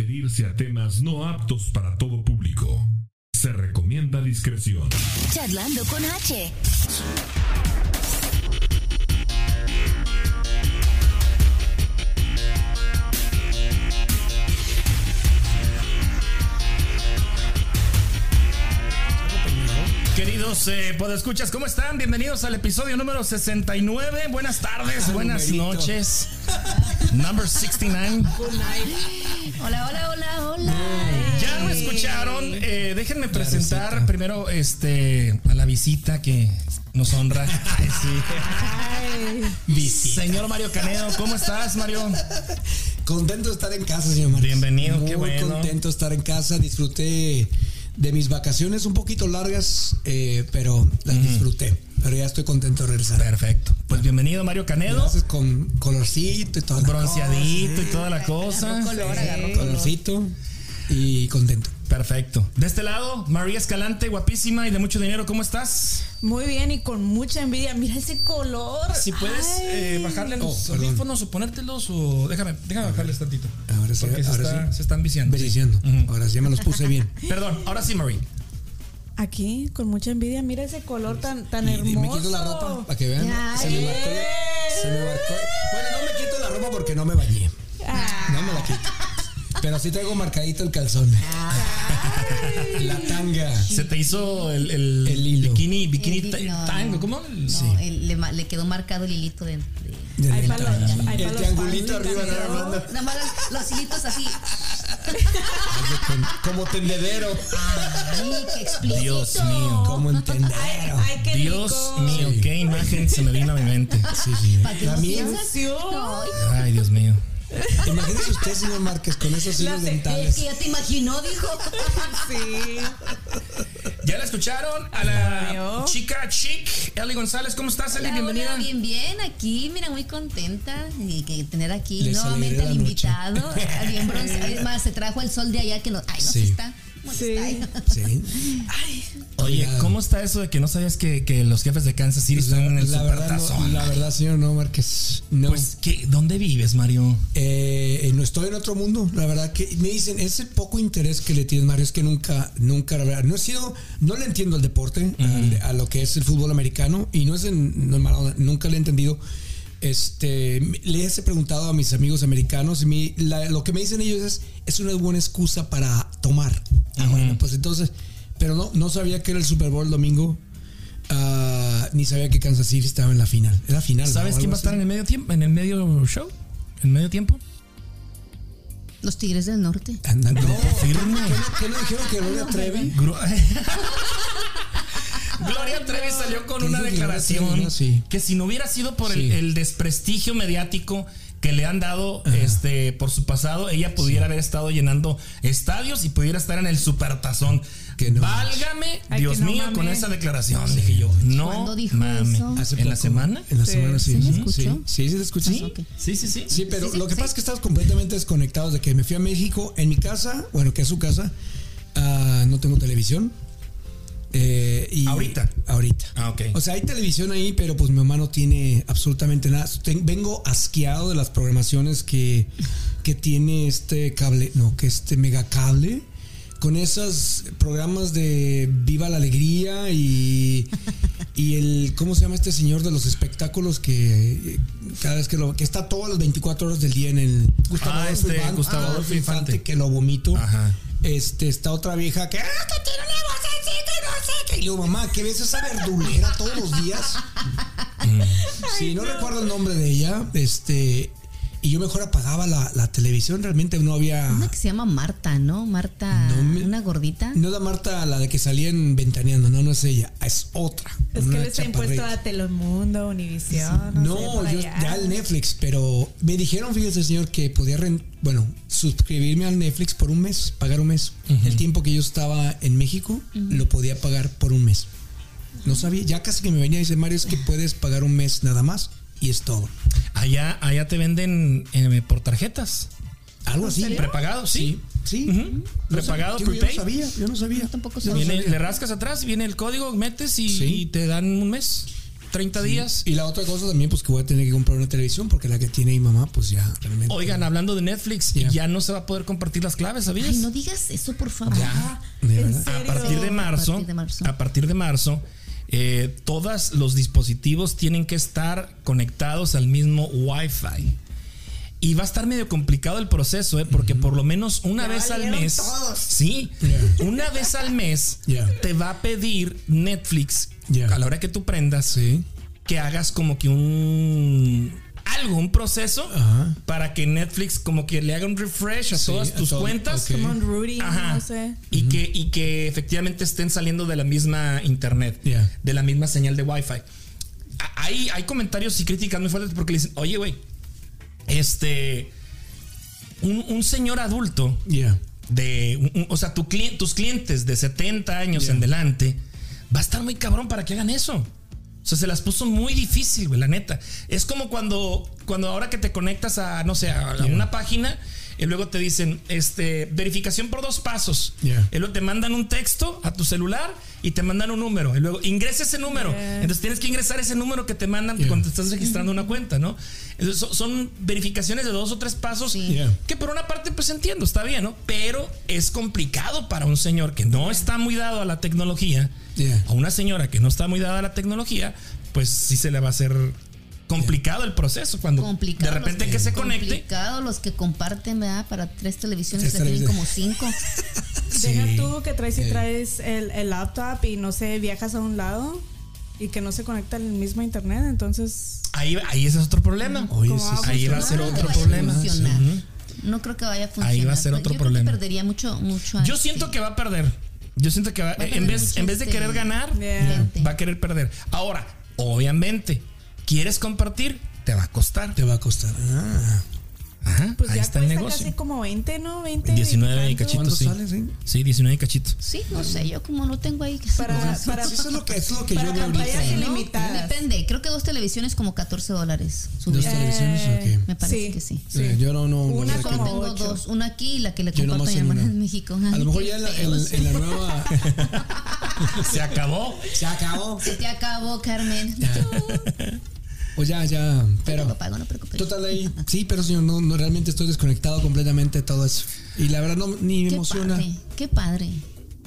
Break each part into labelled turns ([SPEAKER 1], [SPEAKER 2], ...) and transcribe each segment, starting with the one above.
[SPEAKER 1] referirse a temas no aptos para todo público. Se recomienda discreción.
[SPEAKER 2] Charlando con H.
[SPEAKER 3] Queridos eh, podescuchas, ¿cómo están? Bienvenidos al episodio número 69. Buenas tardes, buenas noches. Number 69.
[SPEAKER 2] Hola, hola, hola, hola.
[SPEAKER 3] Ya lo escucharon. eh, déjenme presentar primero este a la visita que nos honra. Ay, sí. Señor Mario Canedo, ¿cómo estás, Mario?
[SPEAKER 4] Contento de estar en casa, señor Maris.
[SPEAKER 3] Bienvenido,
[SPEAKER 4] Muy
[SPEAKER 3] qué bueno.
[SPEAKER 4] contento de estar en casa. Disfruté de mis vacaciones un poquito largas, eh, pero las disfruté. Pero ya estoy contento de regresar.
[SPEAKER 3] Perfecto. Pues bienvenido, Mario Canedo.
[SPEAKER 4] Gracias con colorcito y todo.
[SPEAKER 3] Bronceadito y toda la cosa.
[SPEAKER 4] Colorcito y contento.
[SPEAKER 3] Perfecto. De este lado, María Escalante, guapísima y de mucho dinero, ¿cómo estás?
[SPEAKER 5] Muy bien y con mucha envidia. Mira ese color.
[SPEAKER 3] Si puedes
[SPEAKER 5] Ay.
[SPEAKER 3] eh, bajarle los
[SPEAKER 4] Oh, perdón.
[SPEAKER 3] audífonos o ponértelos o déjame, déjame bajarles tantito.
[SPEAKER 4] Ahora sí,
[SPEAKER 3] Porque se,
[SPEAKER 4] ahora
[SPEAKER 3] está-
[SPEAKER 4] sí.
[SPEAKER 3] se están viciando. sí.
[SPEAKER 4] Beniciendo. Ahora sí ya me los puse bien.
[SPEAKER 3] Perdón, ahora sí, Marie.
[SPEAKER 5] Aquí, con mucha envidia. Mira ese color tan, tan
[SPEAKER 4] Y- y
[SPEAKER 5] hermoso. ¡Eh!
[SPEAKER 4] me quito la ropa para que vean. Se me marcó. Se me marcó. Bueno, no me quito la ropa porque no me bañé.
[SPEAKER 5] Ah,
[SPEAKER 4] No me la quito. Pero sí traigo marcadito el calzón. La tanga.
[SPEAKER 3] Se te hizo el, el,
[SPEAKER 4] El hilo.
[SPEAKER 3] bikini, bikini
[SPEAKER 2] El hilo,
[SPEAKER 3] ta-
[SPEAKER 2] no.
[SPEAKER 3] tango, ¿cómo?
[SPEAKER 2] No,
[SPEAKER 3] Sí.
[SPEAKER 2] él- le, ma- le quedó marcado el hilito de. de-
[SPEAKER 5] Hay para los, hay
[SPEAKER 4] El
[SPEAKER 5] pa' los
[SPEAKER 4] triangulito
[SPEAKER 5] fans,
[SPEAKER 4] arriba
[SPEAKER 5] ¿no?
[SPEAKER 4] nada más. ¿no?
[SPEAKER 2] Nada más los, los hilitos así.
[SPEAKER 4] Como tendedero. Ah,
[SPEAKER 2] Ay, qué explícito.
[SPEAKER 3] Dios mío.
[SPEAKER 4] Como un
[SPEAKER 5] Ay,
[SPEAKER 4] tendedero.
[SPEAKER 5] ay, qué
[SPEAKER 3] Dios
[SPEAKER 5] rico.
[SPEAKER 3] mío,
[SPEAKER 4] Sí.
[SPEAKER 3] qué imagen se me vino a mi mente.
[SPEAKER 4] Sí, sí.
[SPEAKER 2] ¿Para qué
[SPEAKER 4] La
[SPEAKER 2] nos
[SPEAKER 4] mía-
[SPEAKER 2] piensas? No,
[SPEAKER 3] Ay, Dios mío.
[SPEAKER 4] Imagínese usted, señor Márquez, con esos hilos
[SPEAKER 5] Las
[SPEAKER 2] es que
[SPEAKER 4] dentales.
[SPEAKER 2] ya te imaginó, dijo.
[SPEAKER 5] Sí.
[SPEAKER 3] Ya la escucharon a la
[SPEAKER 5] Mario.
[SPEAKER 3] chica chic, Ellie González. ¿Cómo estás, Ellie?
[SPEAKER 2] Hola,
[SPEAKER 3] Bienvenida.
[SPEAKER 2] hola, bien, bien, aquí, mira, muy contenta y que tener aquí
[SPEAKER 4] Les
[SPEAKER 2] nuevamente
[SPEAKER 4] alegré
[SPEAKER 2] al
[SPEAKER 4] la noche.
[SPEAKER 2] invitado. Bien bronce. Es más, se trajo el sol de allá que nos. Ay, nos
[SPEAKER 4] Sí.
[SPEAKER 2] está. nos
[SPEAKER 5] Sí.
[SPEAKER 2] está-
[SPEAKER 4] Sí.
[SPEAKER 3] Oye,
[SPEAKER 4] Oiga.
[SPEAKER 3] ¿cómo está eso de que no sabías que, que los jefes de Kansas City están Pues en el
[SPEAKER 4] Pues La verdad, no,
[SPEAKER 3] supertazón?
[SPEAKER 4] la verdad, señor, no, Márquez. No.
[SPEAKER 3] Pues, ¿qué? ¿dónde vives, Mario?
[SPEAKER 4] Eh, eh, no estoy en otro mundo, la verdad que me dicen, es el poco interés que le tienes, Mario, es que nunca, nunca, la verdad, no he sido, no le entiendo al deporte, al- a, lo que es el fútbol americano, y no es en, no en mala onda, nunca le he entendido. Este, les he preguntado a mis amigos americanos y mi- la- lo que me dicen ellos es, es una buena excusa para tomar. Ah, bueno, pues entonces, pero no, no sabía que era el Super Bowl el domingo, ah, ni sabía que Kansas City estaba en la final. Era final. ¿no?
[SPEAKER 3] ¿Sabes
[SPEAKER 4] Algo
[SPEAKER 3] quién va a
[SPEAKER 4] así.
[SPEAKER 3] estar en el medio tiempo? ¿En el medio show? ¿En medio tiempo?
[SPEAKER 2] Los tigres del norte.
[SPEAKER 4] Andan-
[SPEAKER 3] Grupo firme.
[SPEAKER 4] ¿Qué le dijeron que Gloria Trevi?
[SPEAKER 3] Gru-
[SPEAKER 4] Ah,
[SPEAKER 3] Gloria Trevi salió con
[SPEAKER 4] ¿Qué
[SPEAKER 3] una
[SPEAKER 4] dijo Gloria
[SPEAKER 3] declaración
[SPEAKER 4] Trevi? No, sí.
[SPEAKER 3] que si no hubiera sido por el,
[SPEAKER 4] Sí.
[SPEAKER 3] el desprestigio mediático que le han dado este por su pasado, ella pudiera haber estado llenando estadios y pudiera estar en el supertazón.
[SPEAKER 4] Que no
[SPEAKER 3] Válgame,
[SPEAKER 5] Ay,
[SPEAKER 3] Dios
[SPEAKER 5] que no
[SPEAKER 3] mío,
[SPEAKER 5] mames.
[SPEAKER 3] con esa declaración, dije yo. No
[SPEAKER 2] ¿Cuándo dijo
[SPEAKER 3] mames.
[SPEAKER 2] eso?
[SPEAKER 4] Hace
[SPEAKER 3] ¿En la
[SPEAKER 4] poco.
[SPEAKER 3] semana? Ah,
[SPEAKER 4] En la
[SPEAKER 5] Sí,
[SPEAKER 4] semana sí.
[SPEAKER 2] ¿sí me
[SPEAKER 4] Ujú.
[SPEAKER 2] escuchó?
[SPEAKER 4] Sí, sí, te escuché.
[SPEAKER 2] Sí.
[SPEAKER 3] Sí, sí, sí.
[SPEAKER 4] Sí, pero
[SPEAKER 2] Sí, sí,
[SPEAKER 4] lo que
[SPEAKER 2] sí.
[SPEAKER 4] pasa es que estamos completamente desconectados de que me fui a México en mi casa, bueno, que es su casa, ah, no tengo televisión. eh, y
[SPEAKER 3] Ahorita.
[SPEAKER 4] Ahorita.
[SPEAKER 3] Ah, ok.
[SPEAKER 4] O sea, hay televisión ahí, pero pues mi mamá no tiene absolutamente nada. Ten- vengo asqueado de las programaciones que, que tiene este cable, no, que este megacable. Con esos programas de Viva la Alegría y, y el, ¿cómo se llama este señor de los espectáculos que eh, cada vez que lo, que está todas las 24 horas del día en el Gustavo
[SPEAKER 3] Ah,
[SPEAKER 4] Adolfo
[SPEAKER 3] este,
[SPEAKER 4] Infante-
[SPEAKER 3] Gustavo
[SPEAKER 4] ah,
[SPEAKER 3] Adolfo Infante.
[SPEAKER 4] que lo vomito.
[SPEAKER 3] Ajá.
[SPEAKER 4] Este, está otra vieja que, "Ah, que tiene una vocecita y no sé qué". Y yo, mamá, ¿qué ves esa verdulera todos los días? Sí, no, recuerdo el nombre de ella. Este, y yo mejor apagaba la, la televisión, realmente no había.
[SPEAKER 2] Una que se llama Marta, ¿no? Marta,
[SPEAKER 4] No me-
[SPEAKER 2] una gordita.
[SPEAKER 4] No la Marta, la de que salía en Ventaneando, no, no es ella, es otra.
[SPEAKER 5] Es que
[SPEAKER 4] una
[SPEAKER 5] les ha impuesto
[SPEAKER 4] chaparrita.
[SPEAKER 5] a Telemundo, Univisión. sé,
[SPEAKER 4] No,
[SPEAKER 5] por
[SPEAKER 4] yo
[SPEAKER 5] allá.
[SPEAKER 4] ya al Netflix, pero me dijeron, fíjese, señor, que podía, ren- bueno, suscribirme al Netflix por un mes, pagar un mes. El tiempo que yo estaba en México, lo podía pagar por un mes. No sabía, ya casi que me venía y dice, Mario, es que puedes pagar un mes nada más y es todo.
[SPEAKER 3] Allá, allá te venden eh, por tarjetas.
[SPEAKER 4] Algo así.
[SPEAKER 3] Prepagado, sí.
[SPEAKER 4] Sí.
[SPEAKER 3] Ujú. Prepagado,
[SPEAKER 4] Yo no
[SPEAKER 3] prepaid.
[SPEAKER 4] sabía, yo no sabía.
[SPEAKER 2] tampoco
[SPEAKER 4] Yo no
[SPEAKER 3] Viene-
[SPEAKER 4] sabía.
[SPEAKER 3] le rascas atrás, viene el código, metes y,
[SPEAKER 4] Sí.
[SPEAKER 3] y te dan un mes. 30 días.
[SPEAKER 4] Y la otra cosa también, pues que voy a tener que comprar una televisión porque la que tiene mi mamá, pues ya realmente.
[SPEAKER 3] Oigan, hablando de Netflix,
[SPEAKER 4] Ya.
[SPEAKER 3] ya no se va a poder compartir las claves, ¿sabías?
[SPEAKER 2] Ay, no digas eso, por favor.
[SPEAKER 4] Ya.
[SPEAKER 5] ¿En
[SPEAKER 4] ¿verdad?
[SPEAKER 3] a
[SPEAKER 5] serio?
[SPEAKER 3] partir de marzo, a partir de marzo, eh, todos los dispositivos tienen que estar conectados al mismo Wi-Fi. Y va a estar medio complicado el proceso, eh, porque por lo menos una
[SPEAKER 5] Ya
[SPEAKER 3] vez al
[SPEAKER 5] valieron
[SPEAKER 3] mes,
[SPEAKER 5] todos.
[SPEAKER 3] sí, una vez al mes
[SPEAKER 4] Yeah.
[SPEAKER 3] te va a pedir Netflix
[SPEAKER 4] Yeah.
[SPEAKER 3] a la hora que tú prendas
[SPEAKER 4] Sí.
[SPEAKER 3] que hagas como que un algo, un proceso
[SPEAKER 4] Ajá.
[SPEAKER 3] para que Netflix como que le haga un refresh a
[SPEAKER 4] Sí,
[SPEAKER 3] todas
[SPEAKER 4] a
[SPEAKER 3] tus
[SPEAKER 4] todo,
[SPEAKER 3] cuentas
[SPEAKER 4] ok.
[SPEAKER 5] Como en Rudy,
[SPEAKER 3] Ajá.
[SPEAKER 5] no sé.
[SPEAKER 3] Y, que, y que efectivamente estén saliendo de la misma internet,
[SPEAKER 4] Yeah.
[SPEAKER 3] de la misma señal de Wi-Fi. A- Hay, hay comentarios y críticas muy fuertes porque le dicen, oye, güey, este. Un, un señor adulto
[SPEAKER 4] Yeah.
[SPEAKER 3] de. un- un- o sea, tu clien- tus clientes de 70 años en delante va a estar muy cabrón para que hagan eso. O sea, se las puso muy difícil, güey, la neta. Es como cuando, cuando ahora que te conectas a, no sé, a, a una página y luego te dicen, este, verificación por dos pasos.
[SPEAKER 4] Yeah.
[SPEAKER 3] Y luego te mandan un texto a tu celular y te mandan un número. Y luego ingresa ese número.
[SPEAKER 5] Yeah.
[SPEAKER 3] Entonces tienes que ingresar ese número que te mandan
[SPEAKER 4] Yeah.
[SPEAKER 3] cuando te estás registrando una cuenta, ¿no? Entonces, son, son verificaciones de dos o tres pasos
[SPEAKER 2] Sí.
[SPEAKER 4] Yeah.
[SPEAKER 3] que por una parte, pues entiendo, está bien, ¿no? Pero es complicado para un señor que no está muy dado a la tecnología,
[SPEAKER 4] Yeah.
[SPEAKER 3] a una señora que no está muy dada a la tecnología, pues sí se le va a hacer complicado el proceso cuando
[SPEAKER 2] Complicado.
[SPEAKER 3] de repente
[SPEAKER 2] los
[SPEAKER 3] que se conecte.
[SPEAKER 2] Complicado los que comparten, ¿verdad? Para tres televisiones,
[SPEAKER 4] Tres
[SPEAKER 2] la tienen como
[SPEAKER 4] televisiones.
[SPEAKER 2] cinco.
[SPEAKER 5] Deja tú que traes y
[SPEAKER 4] Sí. Eh.
[SPEAKER 5] traes el, el laptop y no sé, viajas a un lado y que no se conecta al mismo internet, entonces.
[SPEAKER 3] Ahí, ahí ese es otro problema.
[SPEAKER 4] Oye,
[SPEAKER 5] ¿cómo
[SPEAKER 4] sí,
[SPEAKER 5] hago?
[SPEAKER 4] sí.
[SPEAKER 3] Ahí va a
[SPEAKER 2] No
[SPEAKER 3] ser
[SPEAKER 2] creo que
[SPEAKER 3] otro
[SPEAKER 2] vaya a
[SPEAKER 3] problema.
[SPEAKER 2] funcionar.
[SPEAKER 3] Ujú.
[SPEAKER 2] No creo que vaya a funcionar.
[SPEAKER 3] Ahí va a ser
[SPEAKER 2] No,
[SPEAKER 3] otro
[SPEAKER 2] yo creo que
[SPEAKER 3] problema.
[SPEAKER 2] perdería mucho, mucho.
[SPEAKER 3] Yo siento que va a perder. Yo siento que va,
[SPEAKER 2] a
[SPEAKER 3] en
[SPEAKER 2] perder
[SPEAKER 3] vez
[SPEAKER 2] mucho
[SPEAKER 3] en vez de
[SPEAKER 2] este-
[SPEAKER 3] querer ganar,
[SPEAKER 5] Yeah.
[SPEAKER 2] Gente.
[SPEAKER 3] va a querer perder. Ahora, obviamente, quieres compartir, te va a costar.
[SPEAKER 4] Te va a costar. Ah.
[SPEAKER 3] Ajá,
[SPEAKER 5] Pues
[SPEAKER 3] ahí
[SPEAKER 5] ya
[SPEAKER 3] está el
[SPEAKER 5] cuesta
[SPEAKER 3] negocio.
[SPEAKER 5] casi como 20, ¿no? 20.
[SPEAKER 3] 19 y
[SPEAKER 5] veintitantos.
[SPEAKER 3] cachito,
[SPEAKER 4] ¿Cuánto
[SPEAKER 3] sí.
[SPEAKER 4] sale, sí?
[SPEAKER 3] Sí, 19 y cachito.
[SPEAKER 2] Sí, no sé, yo como no tengo ahí.
[SPEAKER 5] Para, para,
[SPEAKER 4] Sí, eso es lo que, eso es lo que
[SPEAKER 5] para
[SPEAKER 4] yo veo ahorita.
[SPEAKER 5] pantallas
[SPEAKER 2] ¿no?
[SPEAKER 5] ilimitadas.
[SPEAKER 2] Depende, creo que dos televisiones como 14 dólares.
[SPEAKER 4] Dos
[SPEAKER 2] subieron.
[SPEAKER 4] televisiones, ok.
[SPEAKER 2] Me parece
[SPEAKER 5] Sí.
[SPEAKER 2] que sí.
[SPEAKER 5] Sí.
[SPEAKER 4] Eh, Yo no, no. no
[SPEAKER 5] Una
[SPEAKER 4] sé
[SPEAKER 2] Solo
[SPEAKER 5] como
[SPEAKER 4] qué-
[SPEAKER 2] tengo
[SPEAKER 5] ocho.
[SPEAKER 2] dos, una aquí y la que le
[SPEAKER 4] Yo
[SPEAKER 2] comparto a mi
[SPEAKER 4] nomás en
[SPEAKER 2] hermana
[SPEAKER 4] una.
[SPEAKER 2] en México.
[SPEAKER 4] A
[SPEAKER 2] Ay,
[SPEAKER 4] lo mejor
[SPEAKER 2] qué
[SPEAKER 4] ya en la, en-
[SPEAKER 2] feos.
[SPEAKER 4] en la nueva.
[SPEAKER 3] Se acabó.
[SPEAKER 4] Se acabó.
[SPEAKER 2] Se te acabó, Carmen.
[SPEAKER 4] Pues ya, ya.
[SPEAKER 2] Pero
[SPEAKER 4] Pero.
[SPEAKER 2] lo pago, no preocupes.
[SPEAKER 4] Total ahí. Sí, pero señor, no, no, realmente estoy desconectado completamente de todo eso. Y la verdad no ni me
[SPEAKER 2] Qué
[SPEAKER 4] emociona.
[SPEAKER 2] padre, qué padre.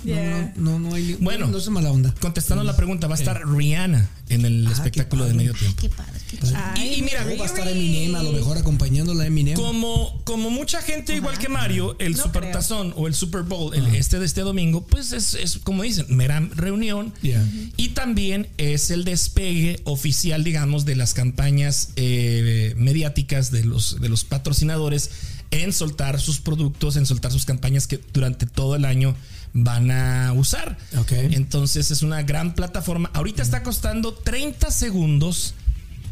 [SPEAKER 5] Yeah.
[SPEAKER 4] No, no, no hay.
[SPEAKER 3] Bueno.
[SPEAKER 4] No, es mala onda.
[SPEAKER 3] Contestando la pregunta, va a estar Rihanna en el
[SPEAKER 4] Ah,
[SPEAKER 3] espectáculo
[SPEAKER 4] qué
[SPEAKER 3] de medio
[SPEAKER 2] Ay,
[SPEAKER 3] tiempo.
[SPEAKER 2] qué padre. Qué
[SPEAKER 4] pues,
[SPEAKER 2] chido.
[SPEAKER 5] Ay,
[SPEAKER 3] Y- y mira,
[SPEAKER 4] O va a estar
[SPEAKER 5] Riri.
[SPEAKER 4] Eminem, a lo mejor acompañándola a Eminem.
[SPEAKER 3] Como, como mucha gente, igual que Mario, el
[SPEAKER 5] No
[SPEAKER 3] Supertazón o el Super Bowl, el este de este domingo, pues es, es como dicen, mera reunión.
[SPEAKER 4] Yeah.
[SPEAKER 3] Y también es el despegue oficial, digamos, de las campañas eh, mediáticas de los, de los patrocinadores en soltar sus productos, en soltar sus campañas que durante todo el año van a usar.
[SPEAKER 4] Ok.
[SPEAKER 3] Entonces es una gran plataforma. Ahorita está costando 30 segundos,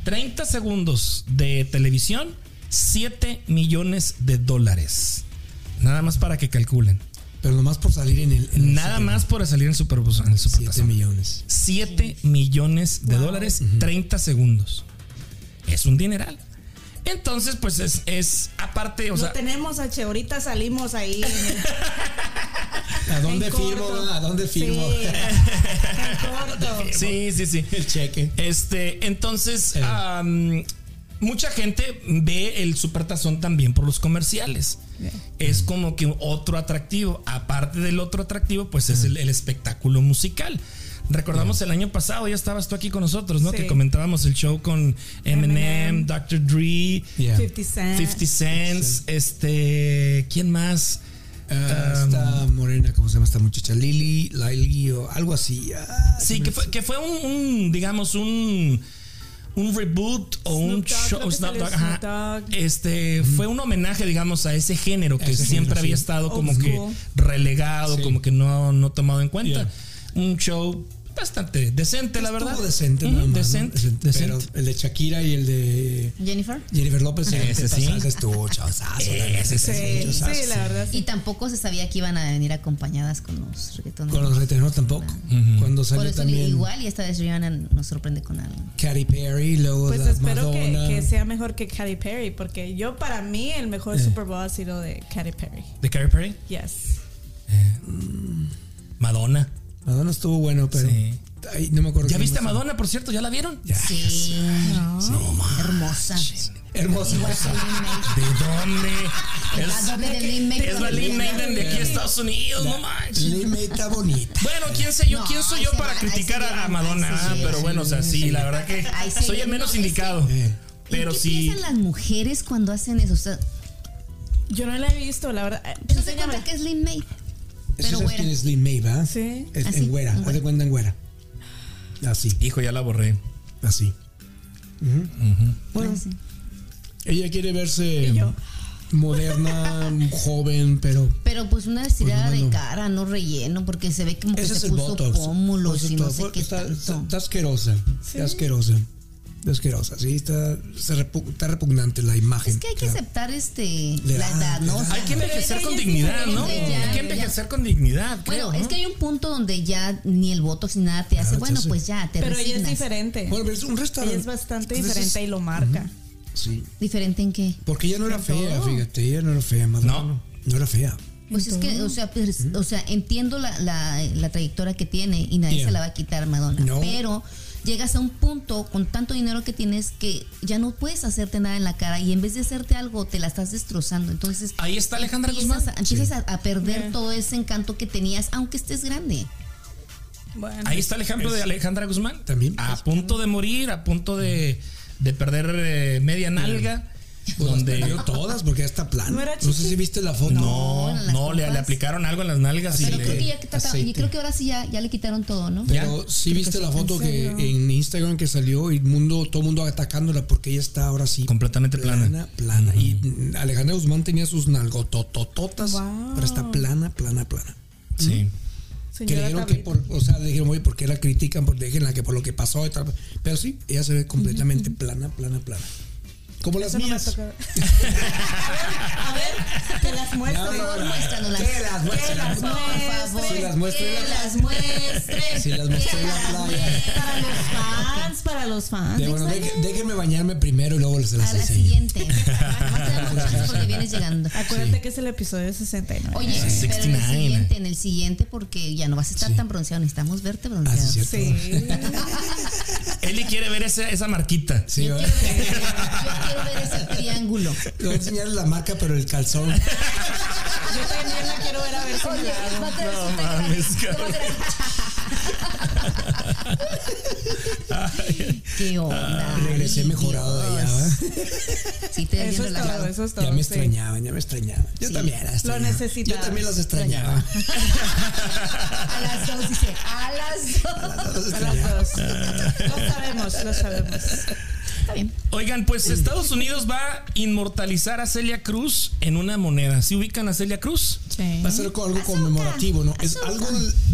[SPEAKER 3] 30 segundos de televisión, 7 millones de dólares. Nada más para que calculen.
[SPEAKER 4] Pero nomás por salir en el. en el
[SPEAKER 3] Nada
[SPEAKER 4] Super
[SPEAKER 3] más por salir en Super Bowl- en el
[SPEAKER 4] Bowl. Siete
[SPEAKER 3] Supertazón.
[SPEAKER 4] millones.
[SPEAKER 3] 7 millones de dólares, 30 segundos. Es un dineral. Entonces, pues es, es aparte, o
[SPEAKER 5] No
[SPEAKER 3] sea,
[SPEAKER 5] tenemos H, ahorita salimos ahí.
[SPEAKER 4] ¿A dónde
[SPEAKER 5] En
[SPEAKER 4] firmo?
[SPEAKER 5] corto.
[SPEAKER 4] ¿A dónde
[SPEAKER 5] Sí.
[SPEAKER 4] firmo?
[SPEAKER 5] En corto.
[SPEAKER 3] eh, sí, sí, sí.
[SPEAKER 4] El cheque.
[SPEAKER 3] Este, entonces,
[SPEAKER 4] Eh.
[SPEAKER 3] am, mucha gente ve el supertazón también por los comerciales. Es como que otro atractivo. Aparte del otro atractivo, pues es el, el espectáculo musical. Recordamos el año pasado, ya estabas tú aquí con nosotros, ¿no?
[SPEAKER 5] Sí.
[SPEAKER 3] Que comentábamos el show con Eminem,
[SPEAKER 5] Eminem.
[SPEAKER 3] Dr. Dre,
[SPEAKER 4] Yeah.
[SPEAKER 5] 50 Cent.
[SPEAKER 3] 50 Cents, este, ¿quién más? Um,
[SPEAKER 4] Ah, esta morena, ¿cómo se llama esta muchacha? Lili, Laili o algo así. Ah,
[SPEAKER 3] Sí, que fue, que fue un, un, digamos, un, un reboot o
[SPEAKER 5] Snoop
[SPEAKER 3] un
[SPEAKER 5] Dogg, creo
[SPEAKER 3] show.
[SPEAKER 5] que
[SPEAKER 3] Snoop
[SPEAKER 5] salió
[SPEAKER 3] Dogg, ajá.
[SPEAKER 5] Snoop Dogg.
[SPEAKER 3] Este fue un homenaje, digamos, a ese género que
[SPEAKER 4] ese
[SPEAKER 3] siempre
[SPEAKER 4] género,
[SPEAKER 3] había
[SPEAKER 4] sí.
[SPEAKER 3] estado
[SPEAKER 5] Old
[SPEAKER 3] como que
[SPEAKER 5] school.
[SPEAKER 3] relegado,
[SPEAKER 4] Sí.
[SPEAKER 3] como que no, no tomado en cuenta.
[SPEAKER 4] Yeah.
[SPEAKER 3] Un show bastante decente, la verdad.
[SPEAKER 4] Estuvo decente, nada
[SPEAKER 3] Ujú,
[SPEAKER 4] más, ¿no?
[SPEAKER 3] decente,
[SPEAKER 4] Decente.
[SPEAKER 3] decente.
[SPEAKER 4] Pero el de Shakira y el de
[SPEAKER 2] Jennifer.
[SPEAKER 4] Jennifer López. el
[SPEAKER 3] Ese sí.
[SPEAKER 4] pasazo estuvo chavazazo, la neta,
[SPEAKER 3] Ese
[SPEAKER 5] Sí,
[SPEAKER 4] ese
[SPEAKER 5] sí,
[SPEAKER 4] chavazazo,
[SPEAKER 5] la verdad.
[SPEAKER 2] Y tampoco se sabía que iban a venir acompañadas con los reggaetones.
[SPEAKER 4] Con los retenos tampoco. Cuando
[SPEAKER 2] Por
[SPEAKER 4] salió
[SPEAKER 2] eso le-
[SPEAKER 4] también
[SPEAKER 2] igual y esta vez Rihanna nos sorprende con algo.
[SPEAKER 4] Katy Perry, luego
[SPEAKER 5] Pues
[SPEAKER 4] la
[SPEAKER 5] espero que,
[SPEAKER 4] Madonna.
[SPEAKER 5] que sea mejor que Katy Perry, porque yo para mí el
[SPEAKER 4] Eh.
[SPEAKER 5] mejor Super Bowl ha sido de Katy Perry.
[SPEAKER 3] De Carrie Perry,
[SPEAKER 5] Yes.
[SPEAKER 3] Madonna.
[SPEAKER 4] Madonna estuvo bueno, pero
[SPEAKER 3] Sí.
[SPEAKER 4] Ay, no me acuerdo.
[SPEAKER 3] ¿Ya
[SPEAKER 4] quién
[SPEAKER 3] viste a
[SPEAKER 4] fue.
[SPEAKER 3] Madonna, por cierto? ¿Ya la vieron?
[SPEAKER 2] Sí, no. hermosa.
[SPEAKER 4] Hermosa.
[SPEAKER 3] ¿De dónde?
[SPEAKER 2] La doble de
[SPEAKER 3] que-
[SPEAKER 2] Lin May
[SPEAKER 3] es la Lin
[SPEAKER 2] colombiana.
[SPEAKER 3] Maiden de aquí a Estados Unidos, no manches.
[SPEAKER 4] Le meta bonita.
[SPEAKER 3] Bueno, quién sé yo,
[SPEAKER 2] No,
[SPEAKER 3] quién soy
[SPEAKER 2] ahí
[SPEAKER 3] yo
[SPEAKER 2] se
[SPEAKER 3] para
[SPEAKER 2] va- ahí
[SPEAKER 3] criticar
[SPEAKER 2] se
[SPEAKER 3] a, a
[SPEAKER 2] llevan,
[SPEAKER 3] Madonna,
[SPEAKER 2] ahí se
[SPEAKER 3] ah, pero
[SPEAKER 2] llevan,
[SPEAKER 3] bueno, o sea, sí, la verdad que
[SPEAKER 2] Ahí se
[SPEAKER 3] soy el
[SPEAKER 2] llevan,
[SPEAKER 3] menos
[SPEAKER 2] no,
[SPEAKER 3] indicado.
[SPEAKER 4] Eh.
[SPEAKER 3] Pero
[SPEAKER 2] ¿Y qué
[SPEAKER 3] sí.
[SPEAKER 2] piensan las mujeres cuando hacen eso? O sea,
[SPEAKER 5] Yo no la he visto, la verdad.
[SPEAKER 2] ¿se hace
[SPEAKER 5] Enséñame.
[SPEAKER 2] cuenta que es Lin May?
[SPEAKER 4] Eso
[SPEAKER 2] Pero
[SPEAKER 4] sabes
[SPEAKER 2] güera.
[SPEAKER 4] quién es Lin May, ¿verdad?
[SPEAKER 5] Sí.
[SPEAKER 4] ¿ah? Es,
[SPEAKER 2] Así,
[SPEAKER 4] en güera.
[SPEAKER 2] en
[SPEAKER 4] Haz de cuenta en güera. Así,
[SPEAKER 3] Hijo, ya la borré.
[SPEAKER 4] así. Ujú. Bueno,
[SPEAKER 2] Sí.
[SPEAKER 4] ella quiere
[SPEAKER 5] Y
[SPEAKER 4] verse
[SPEAKER 5] yo.
[SPEAKER 4] moderna, joven, pero
[SPEAKER 2] Pero pues una estirada
[SPEAKER 4] Pues, bueno.
[SPEAKER 2] de cara, no relleno, porque se ve como que
[SPEAKER 4] Ese
[SPEAKER 2] se
[SPEAKER 4] es el
[SPEAKER 2] puso
[SPEAKER 4] Botox.
[SPEAKER 2] pómulos
[SPEAKER 4] Pues
[SPEAKER 2] y
[SPEAKER 4] está-
[SPEAKER 2] no sé qué
[SPEAKER 4] está, está-
[SPEAKER 2] tanto.
[SPEAKER 4] está asquerosa. Está asquerosa. Está asquerosa. Sí, está, se repu- está repugnante la imagen.
[SPEAKER 2] Es que hay que
[SPEAKER 4] O sea,
[SPEAKER 2] aceptar este
[SPEAKER 4] Le
[SPEAKER 2] la
[SPEAKER 4] da,
[SPEAKER 2] edad,
[SPEAKER 4] le
[SPEAKER 2] ¿no? O
[SPEAKER 4] da.
[SPEAKER 2] sea,
[SPEAKER 3] Hay que envejecer
[SPEAKER 5] Pero
[SPEAKER 3] con
[SPEAKER 5] ella es
[SPEAKER 3] dignidad, ¿no?
[SPEAKER 2] diferente, ya,
[SPEAKER 3] Hay que
[SPEAKER 2] ya.
[SPEAKER 3] envejecer con dignidad.
[SPEAKER 2] bueno,
[SPEAKER 3] creo,
[SPEAKER 2] es
[SPEAKER 3] ¿no?
[SPEAKER 2] que hay un punto donde ya ni el botox ni nada te hace.
[SPEAKER 4] te
[SPEAKER 2] bueno,
[SPEAKER 4] hace-
[SPEAKER 2] pues ya te
[SPEAKER 5] Pero ella es
[SPEAKER 2] resignas.
[SPEAKER 5] diferente.
[SPEAKER 4] Bueno, pero es un restaurante.
[SPEAKER 5] Ella es bastante
[SPEAKER 4] Entonces,
[SPEAKER 5] diferente y lo marca.
[SPEAKER 4] Sí.
[SPEAKER 2] ¿Diferente en qué?
[SPEAKER 4] Porque ella no era
[SPEAKER 2] En
[SPEAKER 4] fea,
[SPEAKER 2] todo.
[SPEAKER 4] fíjate. Ella no era fea, Madonna.
[SPEAKER 3] No.
[SPEAKER 4] No. era fea.
[SPEAKER 2] Pues es que, o sea, pues,
[SPEAKER 4] ¿eh?
[SPEAKER 2] o sea entiendo la, la- la trayectoria que tiene y nadie
[SPEAKER 4] Yeah.
[SPEAKER 2] se la va a quitar Madonna.
[SPEAKER 4] No.
[SPEAKER 2] Pero llegas a un punto con tanto dinero que tienes que ya no puedes hacerte nada en la cara y en vez de hacerte algo te la estás destrozando. Entonces
[SPEAKER 3] Ahí está Alejandra
[SPEAKER 2] empiezas,
[SPEAKER 3] Guzmán.
[SPEAKER 2] a, empiezas a- a perder
[SPEAKER 5] Yeah.
[SPEAKER 2] todo ese encanto que tenías, aunque estés grande.
[SPEAKER 5] Bueno.
[SPEAKER 3] Ahí está el ejemplo de Alejandra Guzmán.
[SPEAKER 4] También.
[SPEAKER 3] A punto de morir, a punto de, de perder eh, media nalga.
[SPEAKER 2] pues,
[SPEAKER 3] Donde
[SPEAKER 4] Las perdió todas porque ya está plana.
[SPEAKER 5] ¿No era
[SPEAKER 4] sé si
[SPEAKER 5] chichi?
[SPEAKER 4] viste la foto.
[SPEAKER 3] No,
[SPEAKER 2] en
[SPEAKER 3] no,
[SPEAKER 2] las
[SPEAKER 3] le,
[SPEAKER 2] pompas.
[SPEAKER 3] le aplicaron algo en las nalgas y
[SPEAKER 2] Pero
[SPEAKER 3] le-
[SPEAKER 2] creo que ya que trata-
[SPEAKER 4] aceite.
[SPEAKER 2] y creo que ahora sí ya, ya le quitaron todo, ¿no?
[SPEAKER 4] Pero
[SPEAKER 3] Ya.
[SPEAKER 4] sí viste la foto que
[SPEAKER 5] serio?
[SPEAKER 4] en Instagram que salió y mundo, todo el mundo atacándola porque ella está ahora sí.
[SPEAKER 3] Completamente plana.
[SPEAKER 4] Plana, plana. Y Alejandra Guzmán tenía sus nalgototototas,
[SPEAKER 5] Wow.
[SPEAKER 4] pero está plana, plana, plana.
[SPEAKER 3] Sí.
[SPEAKER 4] Que le
[SPEAKER 5] Señora
[SPEAKER 4] dijeron que
[SPEAKER 5] Tabita.
[SPEAKER 4] por, o sea, le dijeron, oye, ¿por qué la critican? Por, déjenla que por lo que pasó y tal. Pero sí, ella se ve completamente plana, plana, plana. Como las
[SPEAKER 5] Eso no me
[SPEAKER 4] mías.
[SPEAKER 5] toca. A ver, te las muestro.
[SPEAKER 4] No, no, no.
[SPEAKER 2] Muéstranos
[SPEAKER 4] Que las muestre.
[SPEAKER 5] las muestre.
[SPEAKER 4] Si las muestre en la
[SPEAKER 2] Que
[SPEAKER 4] playa.
[SPEAKER 2] las muestre.
[SPEAKER 4] Si las muestre en
[SPEAKER 2] Que
[SPEAKER 4] la
[SPEAKER 2] las
[SPEAKER 4] playa.
[SPEAKER 2] muestre.
[SPEAKER 5] Para los fans, para los fans.
[SPEAKER 4] De- bueno, deje- déjenme bañarme primero y luego se
[SPEAKER 2] A
[SPEAKER 4] las
[SPEAKER 2] la
[SPEAKER 4] enseño.
[SPEAKER 2] siguiente. Nomás te damos chance porque vienes llegando.
[SPEAKER 5] Acuérdate que es el episodio 69.
[SPEAKER 2] Oye,
[SPEAKER 3] Ah,
[SPEAKER 2] pero en el
[SPEAKER 3] 69.
[SPEAKER 2] siguiente, en el siguiente, porque ya no vas a estar tan bronceado, necesitamos verte
[SPEAKER 4] Ah, sí,
[SPEAKER 2] bronceado.
[SPEAKER 4] cierto.
[SPEAKER 5] Sí.
[SPEAKER 3] Eli quiere ver esa, esa marquita.
[SPEAKER 4] Sí,
[SPEAKER 2] yo,
[SPEAKER 4] ¿verdad?
[SPEAKER 2] quiero ver, yo quiero ver ese triángulo.
[SPEAKER 4] Le voy a enseñar la marca, pero el calzón.
[SPEAKER 5] Yo también la quiero ver a ver si me la hago.
[SPEAKER 2] va a tener
[SPEAKER 3] No
[SPEAKER 2] su
[SPEAKER 3] mames,
[SPEAKER 2] tecla- va a tener- ¿Qué onda?
[SPEAKER 4] Ah, Regresé
[SPEAKER 2] Ay,
[SPEAKER 4] mejorado de allá,
[SPEAKER 2] Dios.
[SPEAKER 4] ¿verdad?
[SPEAKER 2] Sí, te ves
[SPEAKER 5] Eso
[SPEAKER 2] bien
[SPEAKER 5] es todo,
[SPEAKER 2] relajado.
[SPEAKER 5] eso es todo.
[SPEAKER 4] Ya me
[SPEAKER 5] sí.
[SPEAKER 4] extrañaban, ya me extrañaban. Yo
[SPEAKER 2] Sí.
[SPEAKER 4] también las
[SPEAKER 5] Lo
[SPEAKER 4] extrañaba.
[SPEAKER 5] necesitaba.
[SPEAKER 4] Yo también las extrañaba.
[SPEAKER 2] A las dos dice, a las dos.
[SPEAKER 4] Las
[SPEAKER 5] A
[SPEAKER 4] extrañaba.
[SPEAKER 5] las dos.
[SPEAKER 4] Ah.
[SPEAKER 5] Lo sabemos, lo sabemos.
[SPEAKER 2] Está bien.
[SPEAKER 3] Oigan, pues Estados Unidos va a inmortalizar a Celia Cruz en una moneda. ¿Sí ubican a Celia Cruz?
[SPEAKER 5] Sí.
[SPEAKER 4] Va a ser algo
[SPEAKER 2] Azúcar,
[SPEAKER 4] conmemorativo, ¿no? Es
[SPEAKER 2] azúcar.
[SPEAKER 4] algo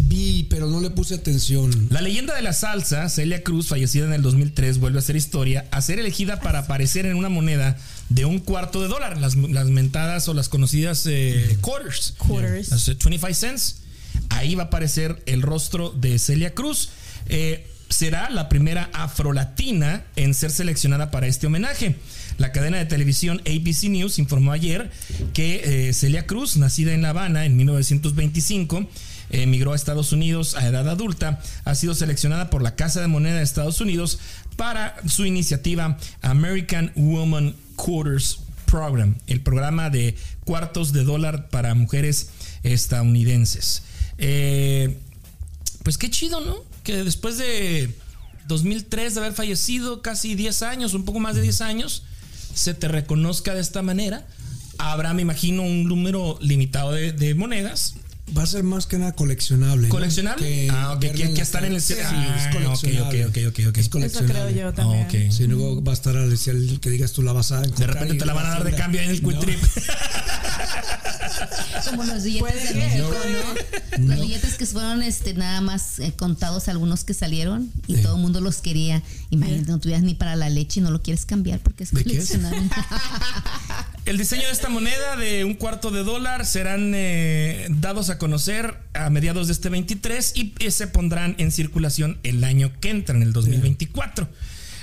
[SPEAKER 4] vi, pero no le puse atención.
[SPEAKER 3] La leyenda de la salsa, Celia Cruz, fallecida en el 2003, vuelve a ser historia, a ser elegida para aparecer en una moneda de un cuarto de dólar, las, las mentadas o las conocidas eh, quarters.
[SPEAKER 5] Quarters.
[SPEAKER 3] Las, eh, 25 cents. Ahí va a aparecer el rostro de Celia Cruz. Eh, será la primera afrolatina en ser seleccionada para este homenaje. La cadena de televisión ABC News informó ayer que eh, Celia Cruz, nacida en La Habana en 1925, emigró a Estados Unidos a edad adulta, ha sido seleccionada por la Casa de Moneda de Estados Unidos para su iniciativa American Woman Quarters Program, el programa de cuartos de dólar para mujeres estadounidenses. Eh, pues qué chido, ¿no? Que después de 2003 de haber fallecido casi 10 años, un poco más de 10 años, se te reconozca de esta manera. Habrá, me imagino, un número limitado de, de monedas.
[SPEAKER 4] Va a ser más que nada coleccionable. ¿no?
[SPEAKER 3] ¿Coleccionable? Ah, ok,
[SPEAKER 4] verla
[SPEAKER 3] que-
[SPEAKER 4] en
[SPEAKER 3] que
[SPEAKER 4] la
[SPEAKER 3] estar en el-
[SPEAKER 4] calle. Sí,
[SPEAKER 3] Ah,
[SPEAKER 4] es coleccionable.
[SPEAKER 3] ok, ok, ok, ok.
[SPEAKER 4] Es
[SPEAKER 5] Eso creo
[SPEAKER 4] coleccionable.
[SPEAKER 5] yo también.
[SPEAKER 3] Ah, ok.
[SPEAKER 4] Sí, luego va a estar al si al que digas tú la vas a
[SPEAKER 3] De
[SPEAKER 4] encontrar
[SPEAKER 3] repente
[SPEAKER 4] y
[SPEAKER 3] te la van a dar de
[SPEAKER 4] hacer-
[SPEAKER 3] cambio en el Quick
[SPEAKER 4] No,
[SPEAKER 3] Trip.
[SPEAKER 2] Como los billetes
[SPEAKER 5] Puede
[SPEAKER 2] de
[SPEAKER 5] ser,
[SPEAKER 2] México, ¿no?
[SPEAKER 4] No.
[SPEAKER 2] Los billetes que fueron este, nada más eh, contados, algunos que salieron y todo el mundo los quería. Imagínate, no tuvieras ni para la leche y no lo quieres cambiar porque es
[SPEAKER 4] ¿De qué es?
[SPEAKER 2] coleccionable.
[SPEAKER 3] El diseño de esta moneda de un cuarto de dólar serán eh, dados a conocer a mediados de este 23 y eh, se pondrán en circulación el año que entra, en el 2024.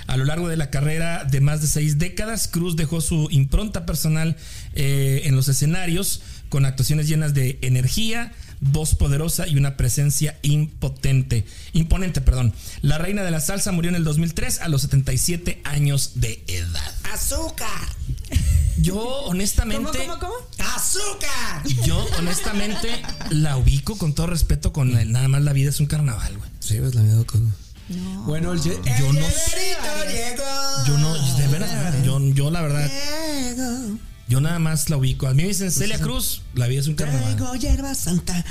[SPEAKER 3] A lo largo de la carrera de más de seis décadas, Cruz dejó su impronta personal eh, en los escenarios con actuaciones llenas de energía, voz poderosa y una presencia impotente, imponente. Perdón. La reina de la salsa murió en el 2003 a los 77 años de edad.
[SPEAKER 6] ¡Azúcar!
[SPEAKER 3] Yo honestamente...
[SPEAKER 5] ¿Cómo, cómo, cómo?
[SPEAKER 6] ¡Azúcar!
[SPEAKER 3] Yo honestamente la ubico con todo respeto con el- nada más la vida es un carnaval, güey.
[SPEAKER 4] Sí, ves la miedo con.
[SPEAKER 2] No.
[SPEAKER 4] Bueno, el, ye-
[SPEAKER 3] Yo no sé.
[SPEAKER 6] ¡Perito llegó!
[SPEAKER 3] Yo no, de verdad, yo, yo la verdad,
[SPEAKER 6] Llegó,
[SPEAKER 3] yo nada más la ubico. A mí me dicen Celia Cruz, la vida es un carnaval.
[SPEAKER 6] traigo hierba santa.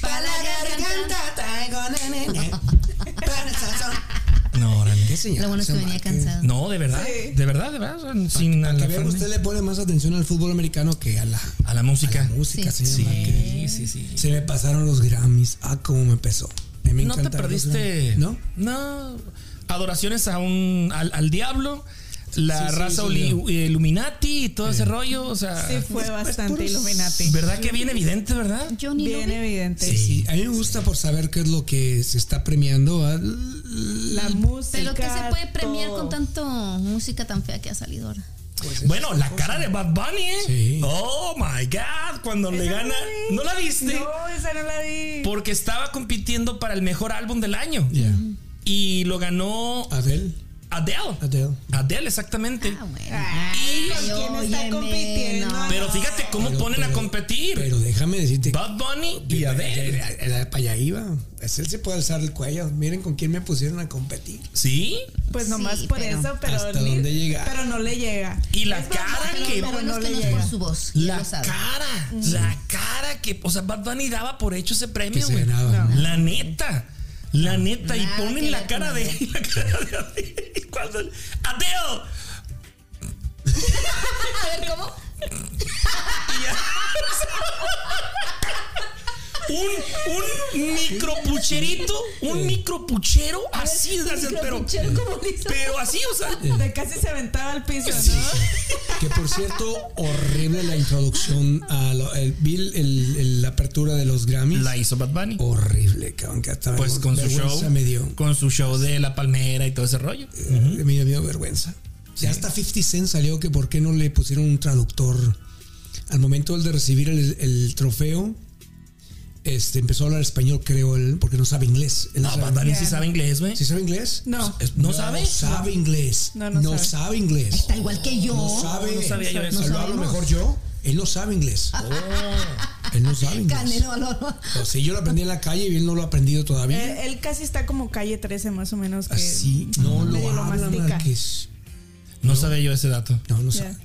[SPEAKER 6] Pa' la garganta traigo nene. Para el sazón.
[SPEAKER 3] No, órale.
[SPEAKER 4] ¿Qué señal?
[SPEAKER 2] Lo bueno es que venía cansado.
[SPEAKER 3] No, de verdad, de verdad, de verdad. o sea, Sin
[SPEAKER 4] Que
[SPEAKER 3] alarde.
[SPEAKER 4] vean, usted le pone más atención al fútbol americano que a la
[SPEAKER 3] A la música.
[SPEAKER 4] música,
[SPEAKER 2] Sí.
[SPEAKER 4] señor Márquez.
[SPEAKER 3] Sí, sí, sí.
[SPEAKER 4] Se me pasaron los Grammys. Ah, cómo me pesó. A mí me
[SPEAKER 3] No te
[SPEAKER 4] encantaron los
[SPEAKER 3] perdiste.
[SPEAKER 4] Grammys. ¿No?
[SPEAKER 3] No. Adoraciones a un, al, al diablo, la
[SPEAKER 4] Sí, sí,
[SPEAKER 3] raza
[SPEAKER 4] sí,
[SPEAKER 3] oli- Illuminati y todo ese rollo. O sea,
[SPEAKER 5] Sí, fue bastante
[SPEAKER 4] puros-
[SPEAKER 5] Illuminati.
[SPEAKER 3] ¿verdad que bien evidente, verdad?
[SPEAKER 2] Yo ni lo
[SPEAKER 5] Bien
[SPEAKER 2] vi.
[SPEAKER 5] evidente.
[SPEAKER 4] Sí, a mí me gusta por saber qué es lo que se está premiando. ¿verdad?
[SPEAKER 5] La música.
[SPEAKER 2] Pero que se puede premiar
[SPEAKER 5] todo.
[SPEAKER 2] con tanto música tan fea que ha salido ahora.
[SPEAKER 3] Bueno, la cara de Bad Bunny, ¿eh?
[SPEAKER 4] Sí.
[SPEAKER 3] Oh my God, cuando le
[SPEAKER 5] Esa no
[SPEAKER 3] gana.
[SPEAKER 5] la vi.
[SPEAKER 3] ¿No la viste?
[SPEAKER 5] No, esa no la vi.
[SPEAKER 3] Porque estaba compitiendo para el mejor álbum del año.
[SPEAKER 4] Yeah.
[SPEAKER 3] Y lo ganó
[SPEAKER 4] Adele.
[SPEAKER 3] Adele.
[SPEAKER 4] Adele.
[SPEAKER 3] Adele, exactamente.
[SPEAKER 2] Ah, bueno.
[SPEAKER 5] Ay, ¿con
[SPEAKER 2] Ay,
[SPEAKER 5] quién está
[SPEAKER 2] óyeme,
[SPEAKER 5] compitiendo?
[SPEAKER 2] no.
[SPEAKER 3] Pero fíjate cómo
[SPEAKER 4] Pero-
[SPEAKER 3] ponen a
[SPEAKER 4] pero-
[SPEAKER 3] competir.
[SPEAKER 4] Pero déjame decirte.
[SPEAKER 3] Bad Bunny y Adele.
[SPEAKER 4] Para allá iba. Es él se puede alzar el cuello. Miren con quién me pusieron a competir.
[SPEAKER 3] ¿sí.
[SPEAKER 5] Pues
[SPEAKER 2] Sí,
[SPEAKER 5] nomás por
[SPEAKER 2] pero-
[SPEAKER 5] eso, pero,
[SPEAKER 4] ¿Hasta
[SPEAKER 5] ni-
[SPEAKER 4] dónde llega?
[SPEAKER 5] pero no le llega.
[SPEAKER 3] Y la
[SPEAKER 5] Es
[SPEAKER 3] cara
[SPEAKER 5] normal,
[SPEAKER 3] que-
[SPEAKER 2] Lo
[SPEAKER 5] pero
[SPEAKER 2] bueno es
[SPEAKER 5] no
[SPEAKER 2] que
[SPEAKER 5] le
[SPEAKER 2] no es
[SPEAKER 5] llega.
[SPEAKER 2] por su voz. ya
[SPEAKER 3] La
[SPEAKER 2] lo sabe.
[SPEAKER 3] cara. La cara que. O sea, Bad Bunny daba por hecho ese
[SPEAKER 4] Que
[SPEAKER 3] premio,
[SPEAKER 4] se
[SPEAKER 3] güey.
[SPEAKER 4] ganaba.
[SPEAKER 3] La neta. La neta. y
[SPEAKER 2] Ah, Nada
[SPEAKER 3] ponen
[SPEAKER 2] que
[SPEAKER 3] la
[SPEAKER 2] ver
[SPEAKER 3] cara
[SPEAKER 2] con
[SPEAKER 3] de.
[SPEAKER 2] Adele.
[SPEAKER 3] La cara de Adele. Y cuando- ¡Adele!
[SPEAKER 2] A ver, ¿cómo?
[SPEAKER 3] un, un micropucherito, un micropuchero así, gracias, pero,
[SPEAKER 2] Micropuchero, ¿cómo le hizo?
[SPEAKER 3] pero así, o sea,
[SPEAKER 5] De casi se aventaba al piso, ¿no?
[SPEAKER 4] Que por cierto, horrible la introducción a lo- el, vi el- el- el- la apertura de los Grammys.
[SPEAKER 3] la hizo Bad Bunny.
[SPEAKER 4] horrible, cabrón. Que hasta
[SPEAKER 3] Pues con su
[SPEAKER 4] vergüenza
[SPEAKER 3] show,
[SPEAKER 4] me dio.
[SPEAKER 3] con su show de la palmera y todo ese rollo.
[SPEAKER 4] Eh, Me dio vergüenza. Ya hasta 50 Cent salió que por qué no le pusieron un traductor. Al momento él de recibir el, el trofeo, este, empezó a hablar español, creo él, porque no sabe inglés. Él
[SPEAKER 3] No,
[SPEAKER 4] sabe-
[SPEAKER 3] Ah, Bad Bunny sí
[SPEAKER 5] Claro.
[SPEAKER 3] sabe inglés, güey.
[SPEAKER 4] ¿Sí sabe inglés?
[SPEAKER 5] No.
[SPEAKER 3] Es- ¿No sabe?
[SPEAKER 4] No sabe inglés.
[SPEAKER 5] No,
[SPEAKER 4] No,
[SPEAKER 5] no
[SPEAKER 4] sabe.
[SPEAKER 5] sabe.
[SPEAKER 4] inglés.
[SPEAKER 2] Está igual que yo.
[SPEAKER 4] No sabe.
[SPEAKER 3] No sabía yo eso.
[SPEAKER 2] No
[SPEAKER 4] lo hablo
[SPEAKER 2] sabemos.
[SPEAKER 4] mejor yo. Él no sabe inglés. Oh, Él no sabe inglés.
[SPEAKER 2] Canelo valor.
[SPEAKER 4] O sea, yo lo aprendí en la calle y él no lo ha aprendido
[SPEAKER 5] Él,
[SPEAKER 4] todavía.
[SPEAKER 5] él casi está como calle 13 más o menos. Que
[SPEAKER 4] Así no lo
[SPEAKER 5] medio
[SPEAKER 4] habla Márquez.
[SPEAKER 3] No sabía yo ese dato.
[SPEAKER 4] No, no
[SPEAKER 5] Ya.
[SPEAKER 4] sabe.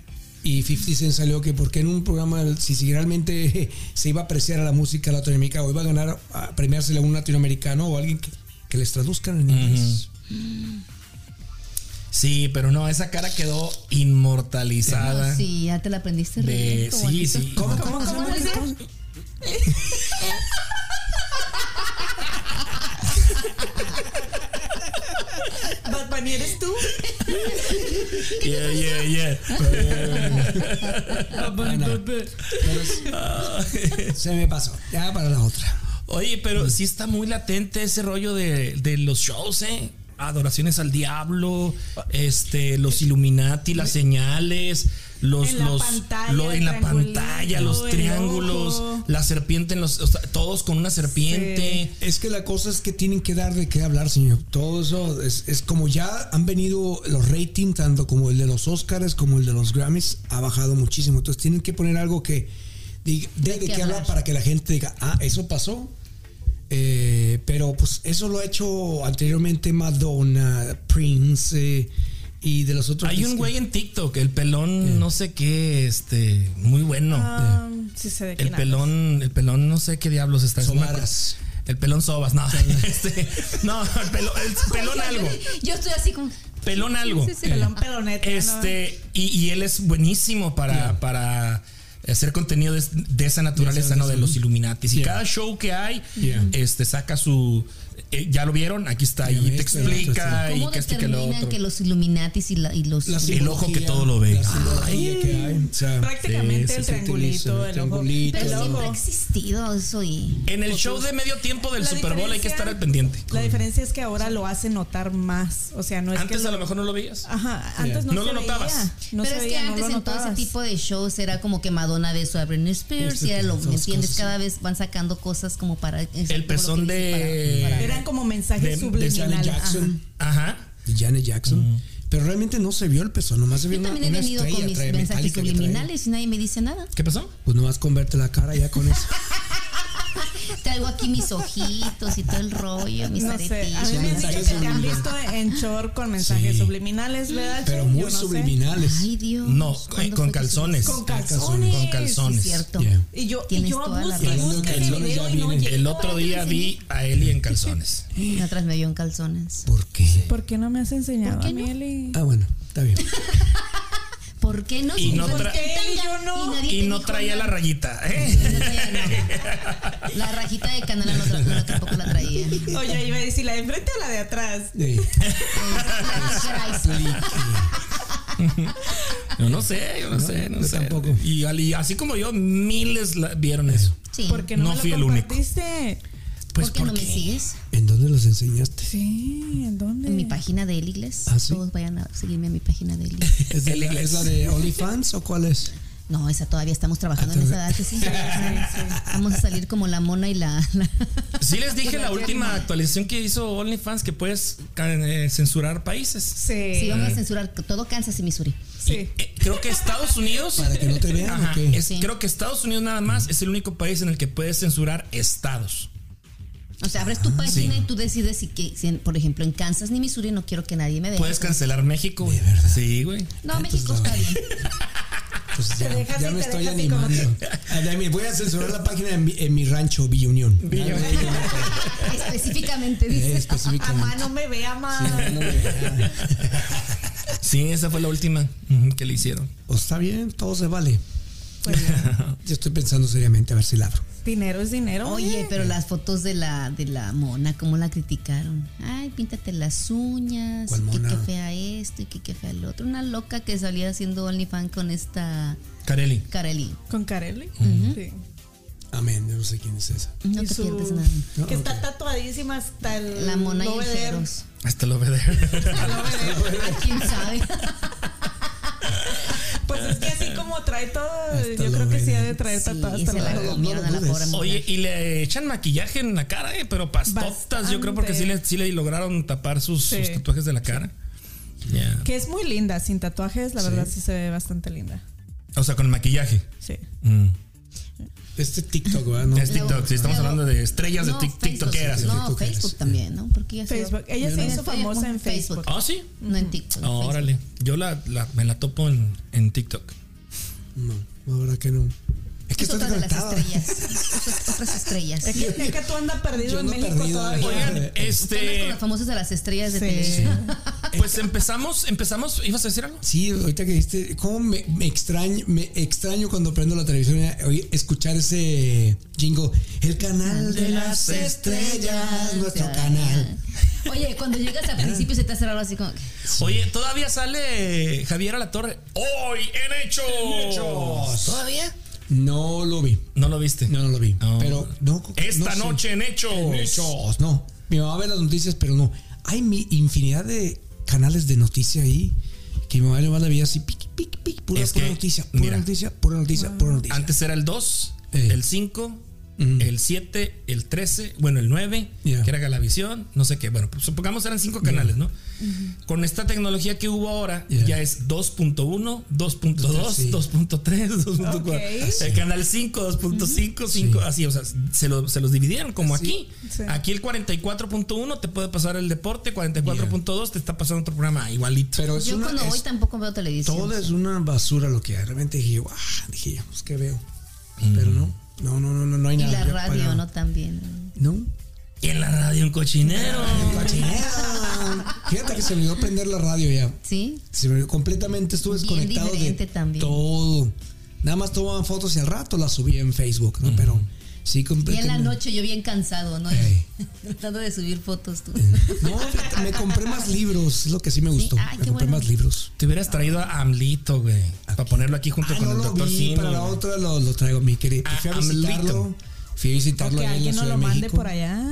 [SPEAKER 4] Y 50 Cent salió que porque en un programa, si, si realmente je, se iba a apreciar a la música latinoamericana o iba a ganar, a premiársela a un latinoamericano o a alguien que, que les traduzcan en inglés.
[SPEAKER 3] Sí, pero no, esa cara quedó inmortalizada.
[SPEAKER 2] Sí, ya te la aprendiste.
[SPEAKER 3] De,
[SPEAKER 2] Roberto,
[SPEAKER 3] sí,
[SPEAKER 2] bonito.
[SPEAKER 3] sí.
[SPEAKER 4] ¿Cómo,
[SPEAKER 2] ¿Cómo, cómo le dice?
[SPEAKER 5] Bad Bunny, ¿eres tú?
[SPEAKER 3] Yeah, yeah, yeah. pues, Bad Bunny,
[SPEAKER 4] no.
[SPEAKER 3] Bad Bunny.
[SPEAKER 4] Pero es- se me pasó. Ya para la otra.
[SPEAKER 3] Oye, pero sí está muy latente ese rollo de, de los shows, ¿eh? Adoraciones al diablo, este, los Illuminati, las señales, los,
[SPEAKER 5] En la
[SPEAKER 3] los-
[SPEAKER 5] pantalla,
[SPEAKER 3] lo- en la
[SPEAKER 5] el triangulito,
[SPEAKER 3] pantalla, los
[SPEAKER 5] el
[SPEAKER 3] triángulos,
[SPEAKER 5] ojo.
[SPEAKER 3] la serpiente en los, o sea, todos con una serpiente.
[SPEAKER 4] Es que la cosa es que tienen que dar de qué hablar, señor. Todo eso es, es como ya han venido los ratings, tanto como el de los Oscars como el de los Grammys, ha bajado muchísimo. Entonces tienen que poner algo que diga, de, de
[SPEAKER 2] qué
[SPEAKER 4] qué hablar
[SPEAKER 2] hablar.
[SPEAKER 4] para que la gente diga, ah, eso pasó. Eh, pero pues eso lo ha hecho anteriormente Madonna, Prince eh, y de los otros.
[SPEAKER 3] Hay un güey en TikTok, el pelón, no sé qué, este, muy bueno.
[SPEAKER 5] Ah, sí sé de quién
[SPEAKER 3] El
[SPEAKER 5] hablas.
[SPEAKER 3] pelón, el pelón, no sé qué diablos está. no me acuerdo.
[SPEAKER 4] Sobaras.
[SPEAKER 3] El pelón sobas, no. Este, no, el pelón, el pelón
[SPEAKER 2] Oiga, yo-
[SPEAKER 3] algo.
[SPEAKER 2] Yo estoy así como.
[SPEAKER 3] Pelón algo.
[SPEAKER 2] Sí, sí, sí.
[SPEAKER 5] Pelón peloneta.
[SPEAKER 3] Este, y, y él es buenísimo para, para hacer contenido de, de esa naturaleza,
[SPEAKER 4] De esa-
[SPEAKER 3] ¿no? De
[SPEAKER 4] de esa-
[SPEAKER 3] los Illuminatis. Y
[SPEAKER 4] Yeah.
[SPEAKER 3] cada show que hay,
[SPEAKER 4] Yeah.
[SPEAKER 3] este, saca su. eh, ya lo vieron, aquí está,
[SPEAKER 4] Ya
[SPEAKER 3] y te
[SPEAKER 4] ves, pero
[SPEAKER 3] explica, y
[SPEAKER 2] ¿Cómo
[SPEAKER 3] que esto y que lo
[SPEAKER 2] determinan
[SPEAKER 3] otro.
[SPEAKER 2] que los Illuminatis y, la- y los.
[SPEAKER 4] La
[SPEAKER 3] El ojo que
[SPEAKER 4] simbología,
[SPEAKER 3] todo lo ve.
[SPEAKER 4] la simbología que hay, o sea,
[SPEAKER 5] Prácticamente
[SPEAKER 3] Sí,
[SPEAKER 5] el
[SPEAKER 4] sí, sí, utiliza el
[SPEAKER 5] triangulito, el ojo.
[SPEAKER 4] triangulito,
[SPEAKER 2] pero
[SPEAKER 5] el
[SPEAKER 4] loco.
[SPEAKER 2] siempre ha
[SPEAKER 5] ojo.
[SPEAKER 2] existido eso y.
[SPEAKER 3] En el show de medio tiempo del
[SPEAKER 5] La
[SPEAKER 3] Super Bowl hay que
[SPEAKER 5] diferencia-
[SPEAKER 3] estar al pendiente.
[SPEAKER 5] La diferencia es que ahora lo hace notar más. O sea, no es
[SPEAKER 3] Antes
[SPEAKER 5] que.
[SPEAKER 3] a lo mejor no lo veías.
[SPEAKER 2] Ah,
[SPEAKER 5] Ajá, antes no,
[SPEAKER 3] No
[SPEAKER 5] se
[SPEAKER 3] lo
[SPEAKER 5] veía,
[SPEAKER 3] notabas.
[SPEAKER 5] No
[SPEAKER 2] pero
[SPEAKER 5] se
[SPEAKER 2] es que
[SPEAKER 5] veía, no
[SPEAKER 2] antes
[SPEAKER 5] lo
[SPEAKER 2] en todo ese
[SPEAKER 5] notabas.
[SPEAKER 2] tipo de shows era como que Madonna una vez a Britney Spears,
[SPEAKER 4] Este
[SPEAKER 2] y era lo, ¿me
[SPEAKER 4] tipo de
[SPEAKER 2] entiendes?
[SPEAKER 4] cosas.
[SPEAKER 2] Cada vez van sacando cosas como para...
[SPEAKER 3] El pezón de-
[SPEAKER 5] Eran como mensajes
[SPEAKER 3] De- de
[SPEAKER 5] subliminales.
[SPEAKER 4] Janet
[SPEAKER 5] ajá.
[SPEAKER 4] Jackson.
[SPEAKER 3] Ajá.
[SPEAKER 4] De Janet Jackson. Pero realmente no se vio el pezón, nomás se
[SPEAKER 2] Yo
[SPEAKER 4] vio una,
[SPEAKER 2] también he
[SPEAKER 4] una
[SPEAKER 2] venido
[SPEAKER 4] estrella
[SPEAKER 2] con mis
[SPEAKER 4] trae
[SPEAKER 2] mensajes
[SPEAKER 4] metálica que trae.
[SPEAKER 2] subliminales y nadie me dice nada.
[SPEAKER 3] ¿Qué pasó?
[SPEAKER 4] Pues nomás con verte la cara ya con eso.
[SPEAKER 2] Traigo aquí mis ojitos y todo el rollo, mis
[SPEAKER 5] No sé, a
[SPEAKER 2] aretillas.
[SPEAKER 5] mí me han
[SPEAKER 4] mensajes
[SPEAKER 5] dicho que te han
[SPEAKER 4] subliminales.
[SPEAKER 5] visto en short con mensajes
[SPEAKER 4] Sí.
[SPEAKER 5] subliminales, ¿verdad?
[SPEAKER 4] Pero
[SPEAKER 5] Chuy? Yo
[SPEAKER 4] muy
[SPEAKER 5] no sé.
[SPEAKER 4] subliminales.
[SPEAKER 2] Ay, Dios.
[SPEAKER 3] No,
[SPEAKER 2] ¿cuándo
[SPEAKER 3] con
[SPEAKER 2] fue que
[SPEAKER 3] calzones.
[SPEAKER 5] Con
[SPEAKER 2] se-
[SPEAKER 5] calzones.
[SPEAKER 3] Con calzones.
[SPEAKER 2] Sí, cierto.
[SPEAKER 4] Yeah.
[SPEAKER 5] Y yo, y
[SPEAKER 2] Tienes
[SPEAKER 5] yo
[SPEAKER 2] toda la
[SPEAKER 5] busqué,
[SPEAKER 2] razón.
[SPEAKER 4] Hablando de
[SPEAKER 5] busqué ese
[SPEAKER 4] calzones,
[SPEAKER 5] video
[SPEAKER 4] ya
[SPEAKER 5] y no
[SPEAKER 4] vienen.
[SPEAKER 5] llegué.
[SPEAKER 3] El otro día vi a Eli en calzones.
[SPEAKER 2] Una Atrás me vio en calzones.
[SPEAKER 4] ¿Por qué?
[SPEAKER 5] ¿Por qué no me has enseñado
[SPEAKER 2] ¿Por qué
[SPEAKER 5] a mí,
[SPEAKER 2] no?
[SPEAKER 5] Eli?
[SPEAKER 4] Ah, bueno, está bien.
[SPEAKER 2] ¿Por qué no?
[SPEAKER 3] Y
[SPEAKER 2] Si
[SPEAKER 3] no
[SPEAKER 2] fue
[SPEAKER 3] tra-
[SPEAKER 2] en tanga
[SPEAKER 5] Yo no.
[SPEAKER 2] nadie
[SPEAKER 3] Y
[SPEAKER 2] te
[SPEAKER 3] no
[SPEAKER 2] dijo
[SPEAKER 3] traía la
[SPEAKER 2] nada.
[SPEAKER 3] rayita.
[SPEAKER 2] No
[SPEAKER 3] ¿eh?
[SPEAKER 2] traía nada. La rajita de canela no tra- no, tampoco la traía.
[SPEAKER 5] Oye, iba a decir la de enfrente o la de atrás.
[SPEAKER 4] Ey,
[SPEAKER 2] Christ.
[SPEAKER 3] Yo no sé, yo no, sé, no
[SPEAKER 4] yo
[SPEAKER 3] sé.
[SPEAKER 4] tampoco.
[SPEAKER 3] Y Ali- así como yo, miles la- vieron eso.
[SPEAKER 2] Sí.
[SPEAKER 5] ¿Por qué no,
[SPEAKER 3] No
[SPEAKER 5] me
[SPEAKER 3] fui
[SPEAKER 5] lo
[SPEAKER 3] el único.
[SPEAKER 5] compartiste?
[SPEAKER 3] Pues
[SPEAKER 2] ¿Por qué no me
[SPEAKER 3] porque-
[SPEAKER 2] sigues?
[SPEAKER 4] ¿En dónde los enseñaste?
[SPEAKER 5] Sí, ¿en dónde?
[SPEAKER 2] En mi página de El Igles.
[SPEAKER 4] Ah, ¿sí?
[SPEAKER 2] Todos vayan a seguirme a mi página de El Igles.
[SPEAKER 4] ¿Es, de
[SPEAKER 3] El
[SPEAKER 4] la,
[SPEAKER 3] inglés.
[SPEAKER 4] ¿Es la de OnlyFans o cuál es?
[SPEAKER 2] No, esa todavía estamos trabajando
[SPEAKER 3] Ah,
[SPEAKER 2] en esa edad. que sí, Vamos a salir como la mona y la. la-
[SPEAKER 3] Sí les dije
[SPEAKER 2] Pues
[SPEAKER 3] la
[SPEAKER 2] ya
[SPEAKER 3] última
[SPEAKER 2] no.
[SPEAKER 3] actualización que hizo OnlyFans que puedes eh, censurar países.
[SPEAKER 5] Sí.
[SPEAKER 2] Sí, vamos a censurar todo Kansas y Missouri.
[SPEAKER 5] Sí.
[SPEAKER 3] Eh, creo que Estados Unidos.
[SPEAKER 4] ¿Para que no te vean
[SPEAKER 3] Ajá,
[SPEAKER 4] o qué? Mm.
[SPEAKER 3] es-
[SPEAKER 2] Sí.
[SPEAKER 3] Creo que Estados Unidos nada más es el único país en el que puedes censurar estados.
[SPEAKER 2] O sea,
[SPEAKER 4] Ah,
[SPEAKER 2] abres tu página y tú decides si, que, si en- por ejemplo, en Kansas ni Missouri no quiero que nadie me vea.
[SPEAKER 3] Puedes cancelar México, güey.
[SPEAKER 4] De verdad.
[SPEAKER 3] Sí, güey.
[SPEAKER 2] no, México
[SPEAKER 4] Pues, Entonces,
[SPEAKER 2] está bien.
[SPEAKER 4] Pues ya,
[SPEAKER 5] dejas
[SPEAKER 4] ya
[SPEAKER 5] y
[SPEAKER 4] me
[SPEAKER 5] te
[SPEAKER 4] estoy
[SPEAKER 5] dejas y como
[SPEAKER 4] animando. A ver, mira, voy a censurar la página en mi, en mi rancho, Villa Unión. Ya,
[SPEAKER 2] Específicamente dice.
[SPEAKER 4] Eh, específicamente.
[SPEAKER 5] Mamá, no me vea más.
[SPEAKER 4] no, no me vean.
[SPEAKER 3] Sí, esa fue la última ujú, que le hicieron.
[SPEAKER 4] O Pues está bien, todo se vale.
[SPEAKER 5] Pues,
[SPEAKER 4] Yo estoy pensando seriamente a ver si la abro.
[SPEAKER 5] dinero es dinero.
[SPEAKER 2] Oye, pero las fotos de la de la mona, ¿cómo la criticaron? Ay, píntate las uñas,
[SPEAKER 4] ¿Cuál
[SPEAKER 2] y que qué
[SPEAKER 4] mona?
[SPEAKER 2] fea esto y que qué fea el otro. Una loca que salía haciendo OnlyFans con esta
[SPEAKER 3] Carelli.
[SPEAKER 2] Kareli.
[SPEAKER 5] Con Carelli. Sí.
[SPEAKER 4] Amén, yo no sé quién es esa.
[SPEAKER 2] No
[SPEAKER 5] Y
[SPEAKER 2] te
[SPEAKER 5] su-
[SPEAKER 2] pierdes nada.
[SPEAKER 5] Que está tatuadísima hasta el.
[SPEAKER 2] La mona y el
[SPEAKER 5] lobeder.
[SPEAKER 2] Jeros.
[SPEAKER 3] Hasta lo ver.
[SPEAKER 5] Hasta el lobeder.
[SPEAKER 2] Ah, ¿Quién sabe?
[SPEAKER 5] Pues es que así como trae todo, yo creo que
[SPEAKER 4] lobeder.
[SPEAKER 5] sí ha de traer tatuado
[SPEAKER 2] Sí,
[SPEAKER 5] hasta
[SPEAKER 2] se
[SPEAKER 5] la
[SPEAKER 2] la
[SPEAKER 4] no,
[SPEAKER 2] comieron
[SPEAKER 4] no
[SPEAKER 2] a la
[SPEAKER 4] dudes.
[SPEAKER 2] pobre mujer.
[SPEAKER 3] Oye, y le echan maquillaje en la cara, eh, pero pastotas. Yo creo porque sí le, sí le lograron tapar sus,
[SPEAKER 5] Sí.
[SPEAKER 3] sus tatuajes de la cara. Ya.
[SPEAKER 5] Que es muy linda, sin tatuajes, la verdad sí se ve bastante linda.
[SPEAKER 3] O sea, con maquillaje.
[SPEAKER 5] Sí.
[SPEAKER 3] Mm.
[SPEAKER 4] Este TikTok, ¿verdad? No.
[SPEAKER 3] Es TikTok. Sí, estamos
[SPEAKER 2] Luego-
[SPEAKER 3] hablando de estrellas
[SPEAKER 2] No,
[SPEAKER 3] de tic-
[SPEAKER 2] Facebook.
[SPEAKER 3] TikTokeras.
[SPEAKER 2] No,
[SPEAKER 4] TikTokeras.
[SPEAKER 2] Facebook también, ¿no? Porque ella se-
[SPEAKER 5] Facebook. Ella se
[SPEAKER 2] Ella
[SPEAKER 5] hizo
[SPEAKER 2] fue
[SPEAKER 5] famosa
[SPEAKER 2] un
[SPEAKER 5] en Facebook.
[SPEAKER 3] Ah, sí.
[SPEAKER 2] No en TikTok. en
[SPEAKER 3] Órale. Yo la, la- me la topo en, en TikTok.
[SPEAKER 4] No, ahora que no. Es que
[SPEAKER 2] Es
[SPEAKER 4] estás
[SPEAKER 2] otra de las
[SPEAKER 4] conectada.
[SPEAKER 2] estrellas. Otras- Otras estrellas.
[SPEAKER 5] Es que, es que tú andas perdido
[SPEAKER 4] Yo
[SPEAKER 5] en
[SPEAKER 4] ando
[SPEAKER 5] México
[SPEAKER 4] perdido,
[SPEAKER 5] todavía.
[SPEAKER 4] eh.
[SPEAKER 3] Oigan,
[SPEAKER 2] Andas con
[SPEAKER 3] este.
[SPEAKER 2] las famosas de las estrellas de
[SPEAKER 5] Sí.
[SPEAKER 2] televisión.
[SPEAKER 3] Pues empezamos, empezamos. ¿Ibas a decir algo?
[SPEAKER 4] Sí, ahorita que dijiste, ¿cómo me, me extraño? Me extraño cuando prendo la televisión eh, oí- escuchar ese jingo. El canal de las estrellas, nuestro canal.
[SPEAKER 2] Oye, cuando llegas al principio se te hace raro así como que,
[SPEAKER 3] Oye, todavía sale Javier a la torre. ¡Hoy en hechos! ¿Todavía?
[SPEAKER 4] No lo vi.
[SPEAKER 3] No lo viste.
[SPEAKER 4] No, no lo vi.
[SPEAKER 3] No.
[SPEAKER 4] Pero no.
[SPEAKER 3] Esta
[SPEAKER 4] no sé.
[SPEAKER 3] noche en hechos.
[SPEAKER 4] Muchos, no. Mi mamá ve las noticias, pero no. Hay mi infinidad de canales de noticia ahí que mi mamá le va la vida así, pic, pic, pic, pura,
[SPEAKER 3] Es
[SPEAKER 4] pura
[SPEAKER 3] que,
[SPEAKER 4] noticia, pura
[SPEAKER 3] mira.
[SPEAKER 4] noticia, pura noticia,
[SPEAKER 2] Ah.
[SPEAKER 4] pura noticia.
[SPEAKER 3] Antes era el 2,
[SPEAKER 4] Eh.
[SPEAKER 3] el 5, el 7, el 13, bueno, el 9,
[SPEAKER 4] Ya.
[SPEAKER 3] que era Galavisión, no sé qué. Bueno, pues, supongamos eran 5 canales, ¿no? Con esta tecnología que hubo ahora,
[SPEAKER 4] Ya.
[SPEAKER 3] ya es 2.1, 2.2,
[SPEAKER 4] Sí.
[SPEAKER 3] 2.3, 2.4.
[SPEAKER 5] Ok.
[SPEAKER 3] El canal 5, 2.5, 5, así, o sea, se, lo- se los dividieron como aquí.
[SPEAKER 5] Sí.
[SPEAKER 3] Aquí el 44.1 te puede pasar el deporte, 44.2 te está pasando otro programa igualito.
[SPEAKER 4] Pero es
[SPEAKER 2] yo
[SPEAKER 4] Pues una,
[SPEAKER 2] cuando
[SPEAKER 4] es-
[SPEAKER 2] voy tampoco veo televisión.
[SPEAKER 4] todo es una basura lo que hay. Realmente dije, "Guau", dije, yo, pues qué veo.
[SPEAKER 3] Mm.
[SPEAKER 4] Pero no, no, no, no, no, no hay
[SPEAKER 2] y
[SPEAKER 4] nada.
[SPEAKER 2] la
[SPEAKER 4] Yo
[SPEAKER 2] radio,
[SPEAKER 4] apagaba.
[SPEAKER 2] ¿no? También.
[SPEAKER 4] No.
[SPEAKER 3] y en la radio un cochinero.
[SPEAKER 4] Cochinero. Fíjate que se me olvidó prender la radio ya.
[SPEAKER 2] ¿Sí?
[SPEAKER 4] Se me- completamente estuve
[SPEAKER 2] Bien
[SPEAKER 4] desconectado de
[SPEAKER 2] diferente también.
[SPEAKER 4] todo. Nada más tomaban fotos y al rato las subí en Facebook, ¿no? Pero sí
[SPEAKER 2] Y en la
[SPEAKER 4] completamente.
[SPEAKER 2] noche yo bien cansado, ¿no?
[SPEAKER 4] Ey.
[SPEAKER 2] Tratando de subir fotos tú.
[SPEAKER 4] No, fíjate, me compré más libros, es lo que sí me gustó.
[SPEAKER 2] Ay,
[SPEAKER 4] me
[SPEAKER 2] qué
[SPEAKER 4] compré
[SPEAKER 2] bueno.
[SPEAKER 4] más libros.
[SPEAKER 3] Te hubieras traído a Amlito, güey. Para ponerlo aquí junto
[SPEAKER 4] Ah,
[SPEAKER 3] con
[SPEAKER 4] no
[SPEAKER 3] el
[SPEAKER 4] lo
[SPEAKER 3] doctor
[SPEAKER 4] vi,
[SPEAKER 3] Simi.
[SPEAKER 4] para la
[SPEAKER 3] güey.
[SPEAKER 4] otra lo, lo traigo, mi querido.
[SPEAKER 3] Ah,
[SPEAKER 4] Fui a
[SPEAKER 3] Amlito.
[SPEAKER 4] visitarlo. Fui a visitarlo
[SPEAKER 5] Que
[SPEAKER 4] allá en la
[SPEAKER 5] alguien nos
[SPEAKER 4] Ciudad
[SPEAKER 5] lo
[SPEAKER 4] de
[SPEAKER 5] mande
[SPEAKER 4] México. Eh.
[SPEAKER 5] por allá.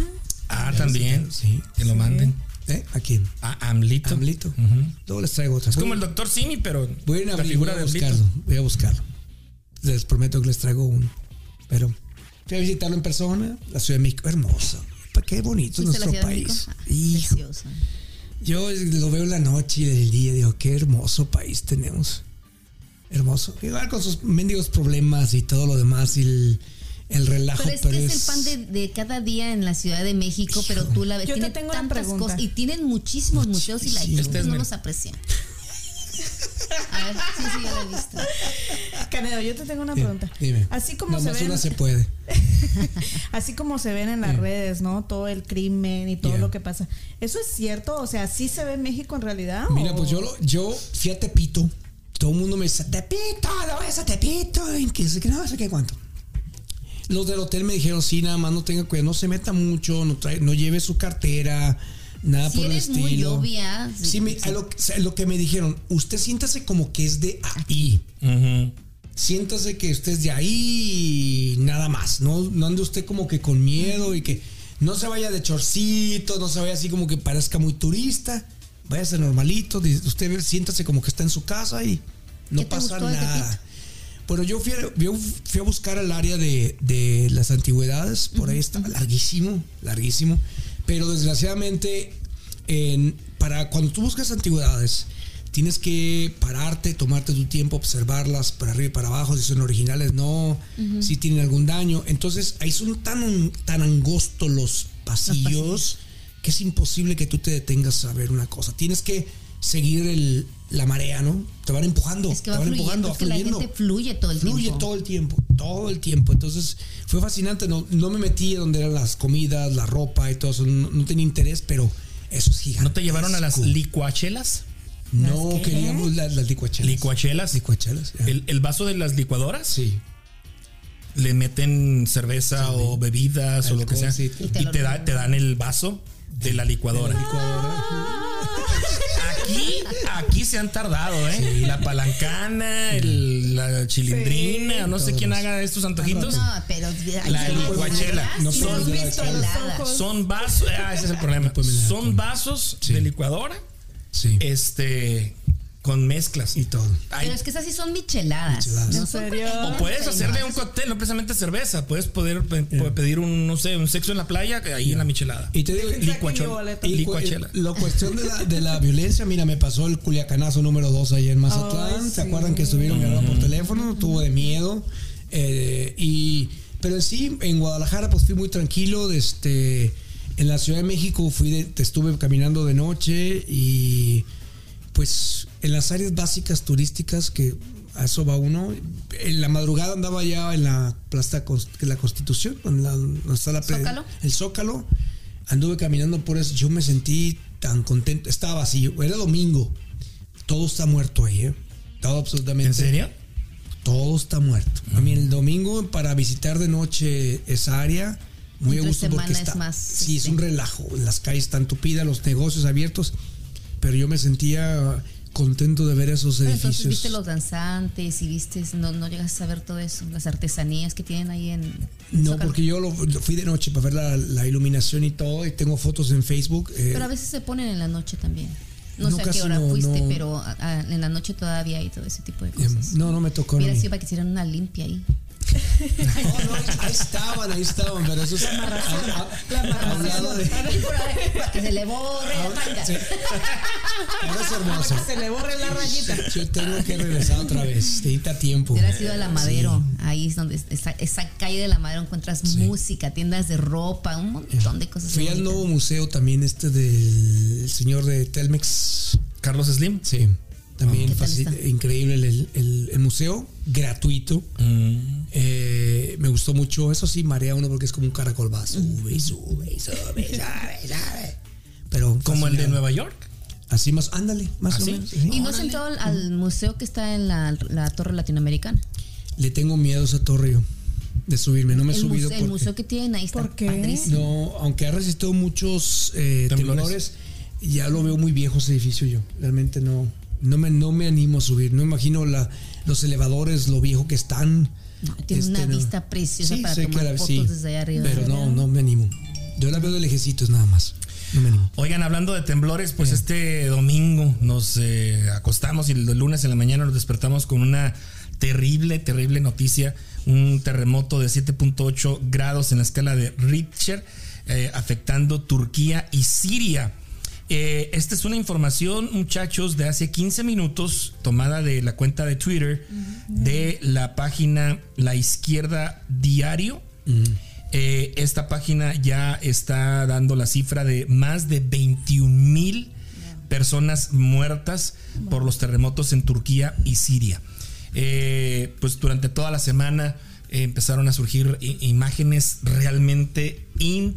[SPEAKER 3] Ah, también.
[SPEAKER 4] Sí.
[SPEAKER 3] Que lo manden.
[SPEAKER 4] ¿Eh? ¿A quién?
[SPEAKER 3] A Amlito.
[SPEAKER 4] Amlito.
[SPEAKER 3] Ujú.
[SPEAKER 4] Luego les traigo otras.
[SPEAKER 3] Es como el doctor Simi, pero
[SPEAKER 4] Voy a, ir a
[SPEAKER 3] la
[SPEAKER 4] abrir,
[SPEAKER 3] figura
[SPEAKER 4] voy a
[SPEAKER 3] de Amlito.
[SPEAKER 4] buscarlo. Voy a buscarlo. les prometo que les traigo uno. Pero fui a visitarlo en persona, la Ciudad de México, hermosa. Pa, Qué bonito
[SPEAKER 2] ¿Fuiste a la
[SPEAKER 4] nuestro
[SPEAKER 2] Ciudad de México?
[SPEAKER 4] país.
[SPEAKER 2] Ah, pues
[SPEAKER 4] Hijo,
[SPEAKER 2] Precioso.
[SPEAKER 4] yo lo veo en la noche y en el día digo, qué hermoso país tenemos. Hermoso. Igual con sus mendigos problemas y todo lo demás y el, el relajo.
[SPEAKER 2] Pero es que es el pan de, de cada día en la Ciudad de México, pero tú la ves,
[SPEAKER 5] Yo te
[SPEAKER 2] tiene
[SPEAKER 5] tengo una
[SPEAKER 2] tantas
[SPEAKER 5] pregunta.
[SPEAKER 2] cosas y tienen muchísimos museos y la
[SPEAKER 4] Muchísimo.
[SPEAKER 2] gente
[SPEAKER 3] Este es
[SPEAKER 2] no
[SPEAKER 3] mi-
[SPEAKER 2] los aprecia. A ver, sí, sí, ya lo he visto.
[SPEAKER 5] Canedo, yo te tengo una
[SPEAKER 4] Dime,
[SPEAKER 5] pregunta.
[SPEAKER 4] Eh, dime.
[SPEAKER 5] Así como se
[SPEAKER 4] Nomás
[SPEAKER 5] ven,
[SPEAKER 4] una se puede.
[SPEAKER 5] así como se ven en las
[SPEAKER 4] Yeah.
[SPEAKER 5] redes, ¿no? Todo el crimen y todo
[SPEAKER 4] Yeah.
[SPEAKER 5] lo que pasa. ¿Eso es cierto? O sea, ¿sí se ve México en realidad?
[SPEAKER 4] Mira,
[SPEAKER 5] o-
[SPEAKER 4] pues yo, lo- yo fui a Tepito. Todo el mundo me dice, Tepito, no vayas a Tepito. Y que sé que no sé qué cuánto. Los del hotel me dijeron, sí, nada más no tenga cuidado, no se meta mucho, no, trae- no lleve su cartera, nada
[SPEAKER 2] Si
[SPEAKER 4] por
[SPEAKER 2] eres
[SPEAKER 4] el estilo.
[SPEAKER 2] muy obvia, sí,
[SPEAKER 4] Sí, me-
[SPEAKER 2] sí.
[SPEAKER 4] a lo, que- a lo que me dijeron, usted siéntase como que es de ahí. Siéntase que usted es de ahí y nada más. No, no ande usted como que con miedo y que no se vaya de chorcito, no se vaya así como que parezca muy turista. Váyase normalito, di- usted siéntase como que está en su casa y no
[SPEAKER 2] ¿Qué te
[SPEAKER 4] pasa
[SPEAKER 2] gustó de
[SPEAKER 4] nada.
[SPEAKER 2] Tepito?
[SPEAKER 4] Pero yo fui, a- yo fui a buscar el área de, de las antigüedades, por ahí estaba larguísimo, larguísimo. Pero desgraciadamente, en- para cuando tú buscas antigüedades, tienes que pararte, tomarte tu tiempo, observarlas para arriba y para abajo, si son originales, no, si tienen algún daño. Entonces, ahí son tan, tan angostos los pasillos que es imposible que tú te detengas a ver una cosa. Tienes que seguir el, la marea, ¿no? Te van empujando,
[SPEAKER 2] es que
[SPEAKER 4] te
[SPEAKER 2] va
[SPEAKER 4] van
[SPEAKER 2] fluyendo,
[SPEAKER 4] empujando,
[SPEAKER 2] es que la
[SPEAKER 4] fluyendo
[SPEAKER 2] gente fluye todo el
[SPEAKER 4] fluye
[SPEAKER 2] tiempo.
[SPEAKER 4] todo el tiempo, todo el tiempo. Entonces fue fascinante. No, no me metí a donde eran las comidas, la ropa y todo eso. No, no tenía interés, pero eso es gigante.
[SPEAKER 3] ¿No te llevaron a las licuachelas?
[SPEAKER 4] No,
[SPEAKER 5] ¿Las qué?
[SPEAKER 4] queríamos las, las licuachelas.
[SPEAKER 3] ¿Licuachelas?
[SPEAKER 4] Licuachelas, ya.
[SPEAKER 3] El, el vaso de las licuadoras
[SPEAKER 4] Sí.
[SPEAKER 3] le meten cerveza o bebidas o lo que sea.
[SPEAKER 4] Alcoholcito.
[SPEAKER 3] Y te, da- te dan el vaso de la licuadora.
[SPEAKER 5] Ah,
[SPEAKER 3] Aquí, aquí se han tardado, ¿eh? La palancana, el- la chilindrina, no sé quién haga estos antojitos.
[SPEAKER 2] No, pero ay,
[SPEAKER 3] La
[SPEAKER 2] sí,
[SPEAKER 3] licuachela.
[SPEAKER 2] las
[SPEAKER 4] Pues, No
[SPEAKER 2] son
[SPEAKER 4] puedes ver
[SPEAKER 5] los
[SPEAKER 2] heladas.
[SPEAKER 5] ojos.
[SPEAKER 3] Son vasos, ah, ese es el problema.
[SPEAKER 4] puedes mirar,
[SPEAKER 3] Son vasos de licuadora,
[SPEAKER 4] Sí.
[SPEAKER 3] este, con mezclas.
[SPEAKER 4] Y todo.
[SPEAKER 3] Ay,
[SPEAKER 2] Pero es que esas sí son micheladas.
[SPEAKER 4] Micheladas.
[SPEAKER 2] No son
[SPEAKER 5] ¿En serio?
[SPEAKER 2] coquetas,
[SPEAKER 3] o puedes
[SPEAKER 2] pero-
[SPEAKER 3] hacerle un cóctel, no precisamente cerveza. Puedes poder pe- pe- pedir un, no sé, un sexo en la playa, que ahí en la michelada.
[SPEAKER 4] Y te digo,
[SPEAKER 5] Saque mi boleta.
[SPEAKER 4] y cu-
[SPEAKER 3] Licuachela.
[SPEAKER 4] La cuestión de la, de la violencia, mira, me pasó el culiacanazo número 2 ayer en Mazatlán.
[SPEAKER 5] Ay,
[SPEAKER 4] ¿Se
[SPEAKER 5] sí.
[SPEAKER 4] acuerdan que estuvieron grabando por teléfono? Tuvo de miedo. eh, y, pero en sí, en Guadalajara, pues fui muy tranquilo. de este, en la Ciudad de México fui de- te estuve caminando de noche y pues en las áreas básicas turísticas que a eso va uno. En la madrugada andaba ya en la Plaza Cons- la Constitución, en la, donde está la pre-
[SPEAKER 2] Zócalo.
[SPEAKER 4] el Zócalo. Anduve caminando por eso. Yo me sentí tan contento. Estaba vacío. Era domingo. Todo está muerto ahí, ¿eh? Todo absolutamente.
[SPEAKER 3] ¿En serio? Ah.
[SPEAKER 4] Todo está muerto. A mí el domingo para visitar de noche esa área, muy a
[SPEAKER 2] Entre
[SPEAKER 4] gusto porque
[SPEAKER 2] semana es
[SPEAKER 4] está.
[SPEAKER 2] más, este.
[SPEAKER 4] sí, es
[SPEAKER 2] sí.
[SPEAKER 4] un relajo. Las calles están tupidas, los negocios abiertos. Pero yo me sentía contento de ver esos
[SPEAKER 2] Pero entonces viste
[SPEAKER 4] edificios.
[SPEAKER 2] los danzantes y viste, no, no llegas a saber todo eso, las artesanías que tienen ahí en... en
[SPEAKER 4] No,
[SPEAKER 2] Zócalo.
[SPEAKER 4] porque yo lo, lo fui de noche para ver la, la iluminación y todo. Y tengo fotos en Facebook. eh,
[SPEAKER 2] Pero a veces se ponen en la noche también. No
[SPEAKER 4] No,
[SPEAKER 2] sé a qué
[SPEAKER 4] casi
[SPEAKER 2] hora
[SPEAKER 4] no,
[SPEAKER 2] fuiste,
[SPEAKER 4] no.
[SPEAKER 2] pero a- a- en la noche todavía hay todo ese tipo de
[SPEAKER 4] eh,
[SPEAKER 2] cosas.
[SPEAKER 4] no, no me tocó.
[SPEAKER 2] Mira,
[SPEAKER 4] no.
[SPEAKER 2] si para que hicieran una limpia ahí.
[SPEAKER 4] No, no, ahí- ahí estaban, ahí estaban, pero eso es ha- ha- hablado de.
[SPEAKER 2] Para que se le borre la manga.
[SPEAKER 4] Sí. Ahora es hermoso.
[SPEAKER 5] Se le borre la rayita.
[SPEAKER 4] Yo tengo que regresar otra vez. Necesita tiempo.
[SPEAKER 2] Hubiera sido de la Madero, ahí es donde esa, esa calle de la Madero encuentras música, tiendas de ropa, un montón de cosas.
[SPEAKER 4] Fui al
[SPEAKER 2] bonitas.
[SPEAKER 4] nuevo museo también, este del señor de Telmex.
[SPEAKER 3] Carlos Slim.
[SPEAKER 4] Sí. También
[SPEAKER 2] Ah, ¿Qué tal
[SPEAKER 4] faci-
[SPEAKER 2] está?
[SPEAKER 4] increíble el, el- el museo, gratuito.
[SPEAKER 3] Mm.
[SPEAKER 4] Eh, me gustó mucho. Eso sí, marea uno porque es como un caracol. Va, sube y sube y sube, sabe, sabe. Pero
[SPEAKER 3] Como el de ¿Ah,
[SPEAKER 4] fascinado.
[SPEAKER 3] Nueva York.
[SPEAKER 4] Así más, ándale, más
[SPEAKER 3] ¿Así?
[SPEAKER 4] o menos.
[SPEAKER 2] Y no has entrado al, al museo que está en la, la Torre Latinoamericana.
[SPEAKER 4] Le tengo miedo a esa torre yo, de subirme. No me he
[SPEAKER 2] el, museo,
[SPEAKER 4] subido
[SPEAKER 2] el
[SPEAKER 4] porque-
[SPEAKER 2] museo que tienen ahí está
[SPEAKER 5] ¿Por qué?
[SPEAKER 2] padrísimo.
[SPEAKER 4] No, aunque ha resistido muchos eh,
[SPEAKER 3] Temblores.
[SPEAKER 4] temblores. ya lo veo muy viejo ese edificio yo. Realmente no, no me, no me animo a subir. No imagino la, los elevadores, lo viejo que están.
[SPEAKER 2] No, tiene una
[SPEAKER 4] Este, no.
[SPEAKER 2] vista preciosa
[SPEAKER 4] Sí,
[SPEAKER 2] para
[SPEAKER 4] sé que
[SPEAKER 2] tomar
[SPEAKER 4] la-
[SPEAKER 2] fotos
[SPEAKER 4] sí,
[SPEAKER 2] desde allá arriba.
[SPEAKER 4] Pero no, no me animo. Yo la veo de lejecitos nada más. No me animo.
[SPEAKER 3] Oigan, hablando de temblores, pues este domingo nos eh, acostamos y el lunes en la mañana nos despertamos con una terrible, terrible noticia. Un terremoto de 7.8 grados en la escala de Richter eh, afectando Turquía y Siria. Eh, esta es una información, muchachos, de hace 15 minutos, tomada de la cuenta de Twitter de la página La Izquierda Diario. Eh, esta página ya está dando la cifra de más de 21 mil personas muertas por los terremotos en Turquía y Siria. Eh, pues durante toda la semana eh, empezaron a surgir i- imágenes realmente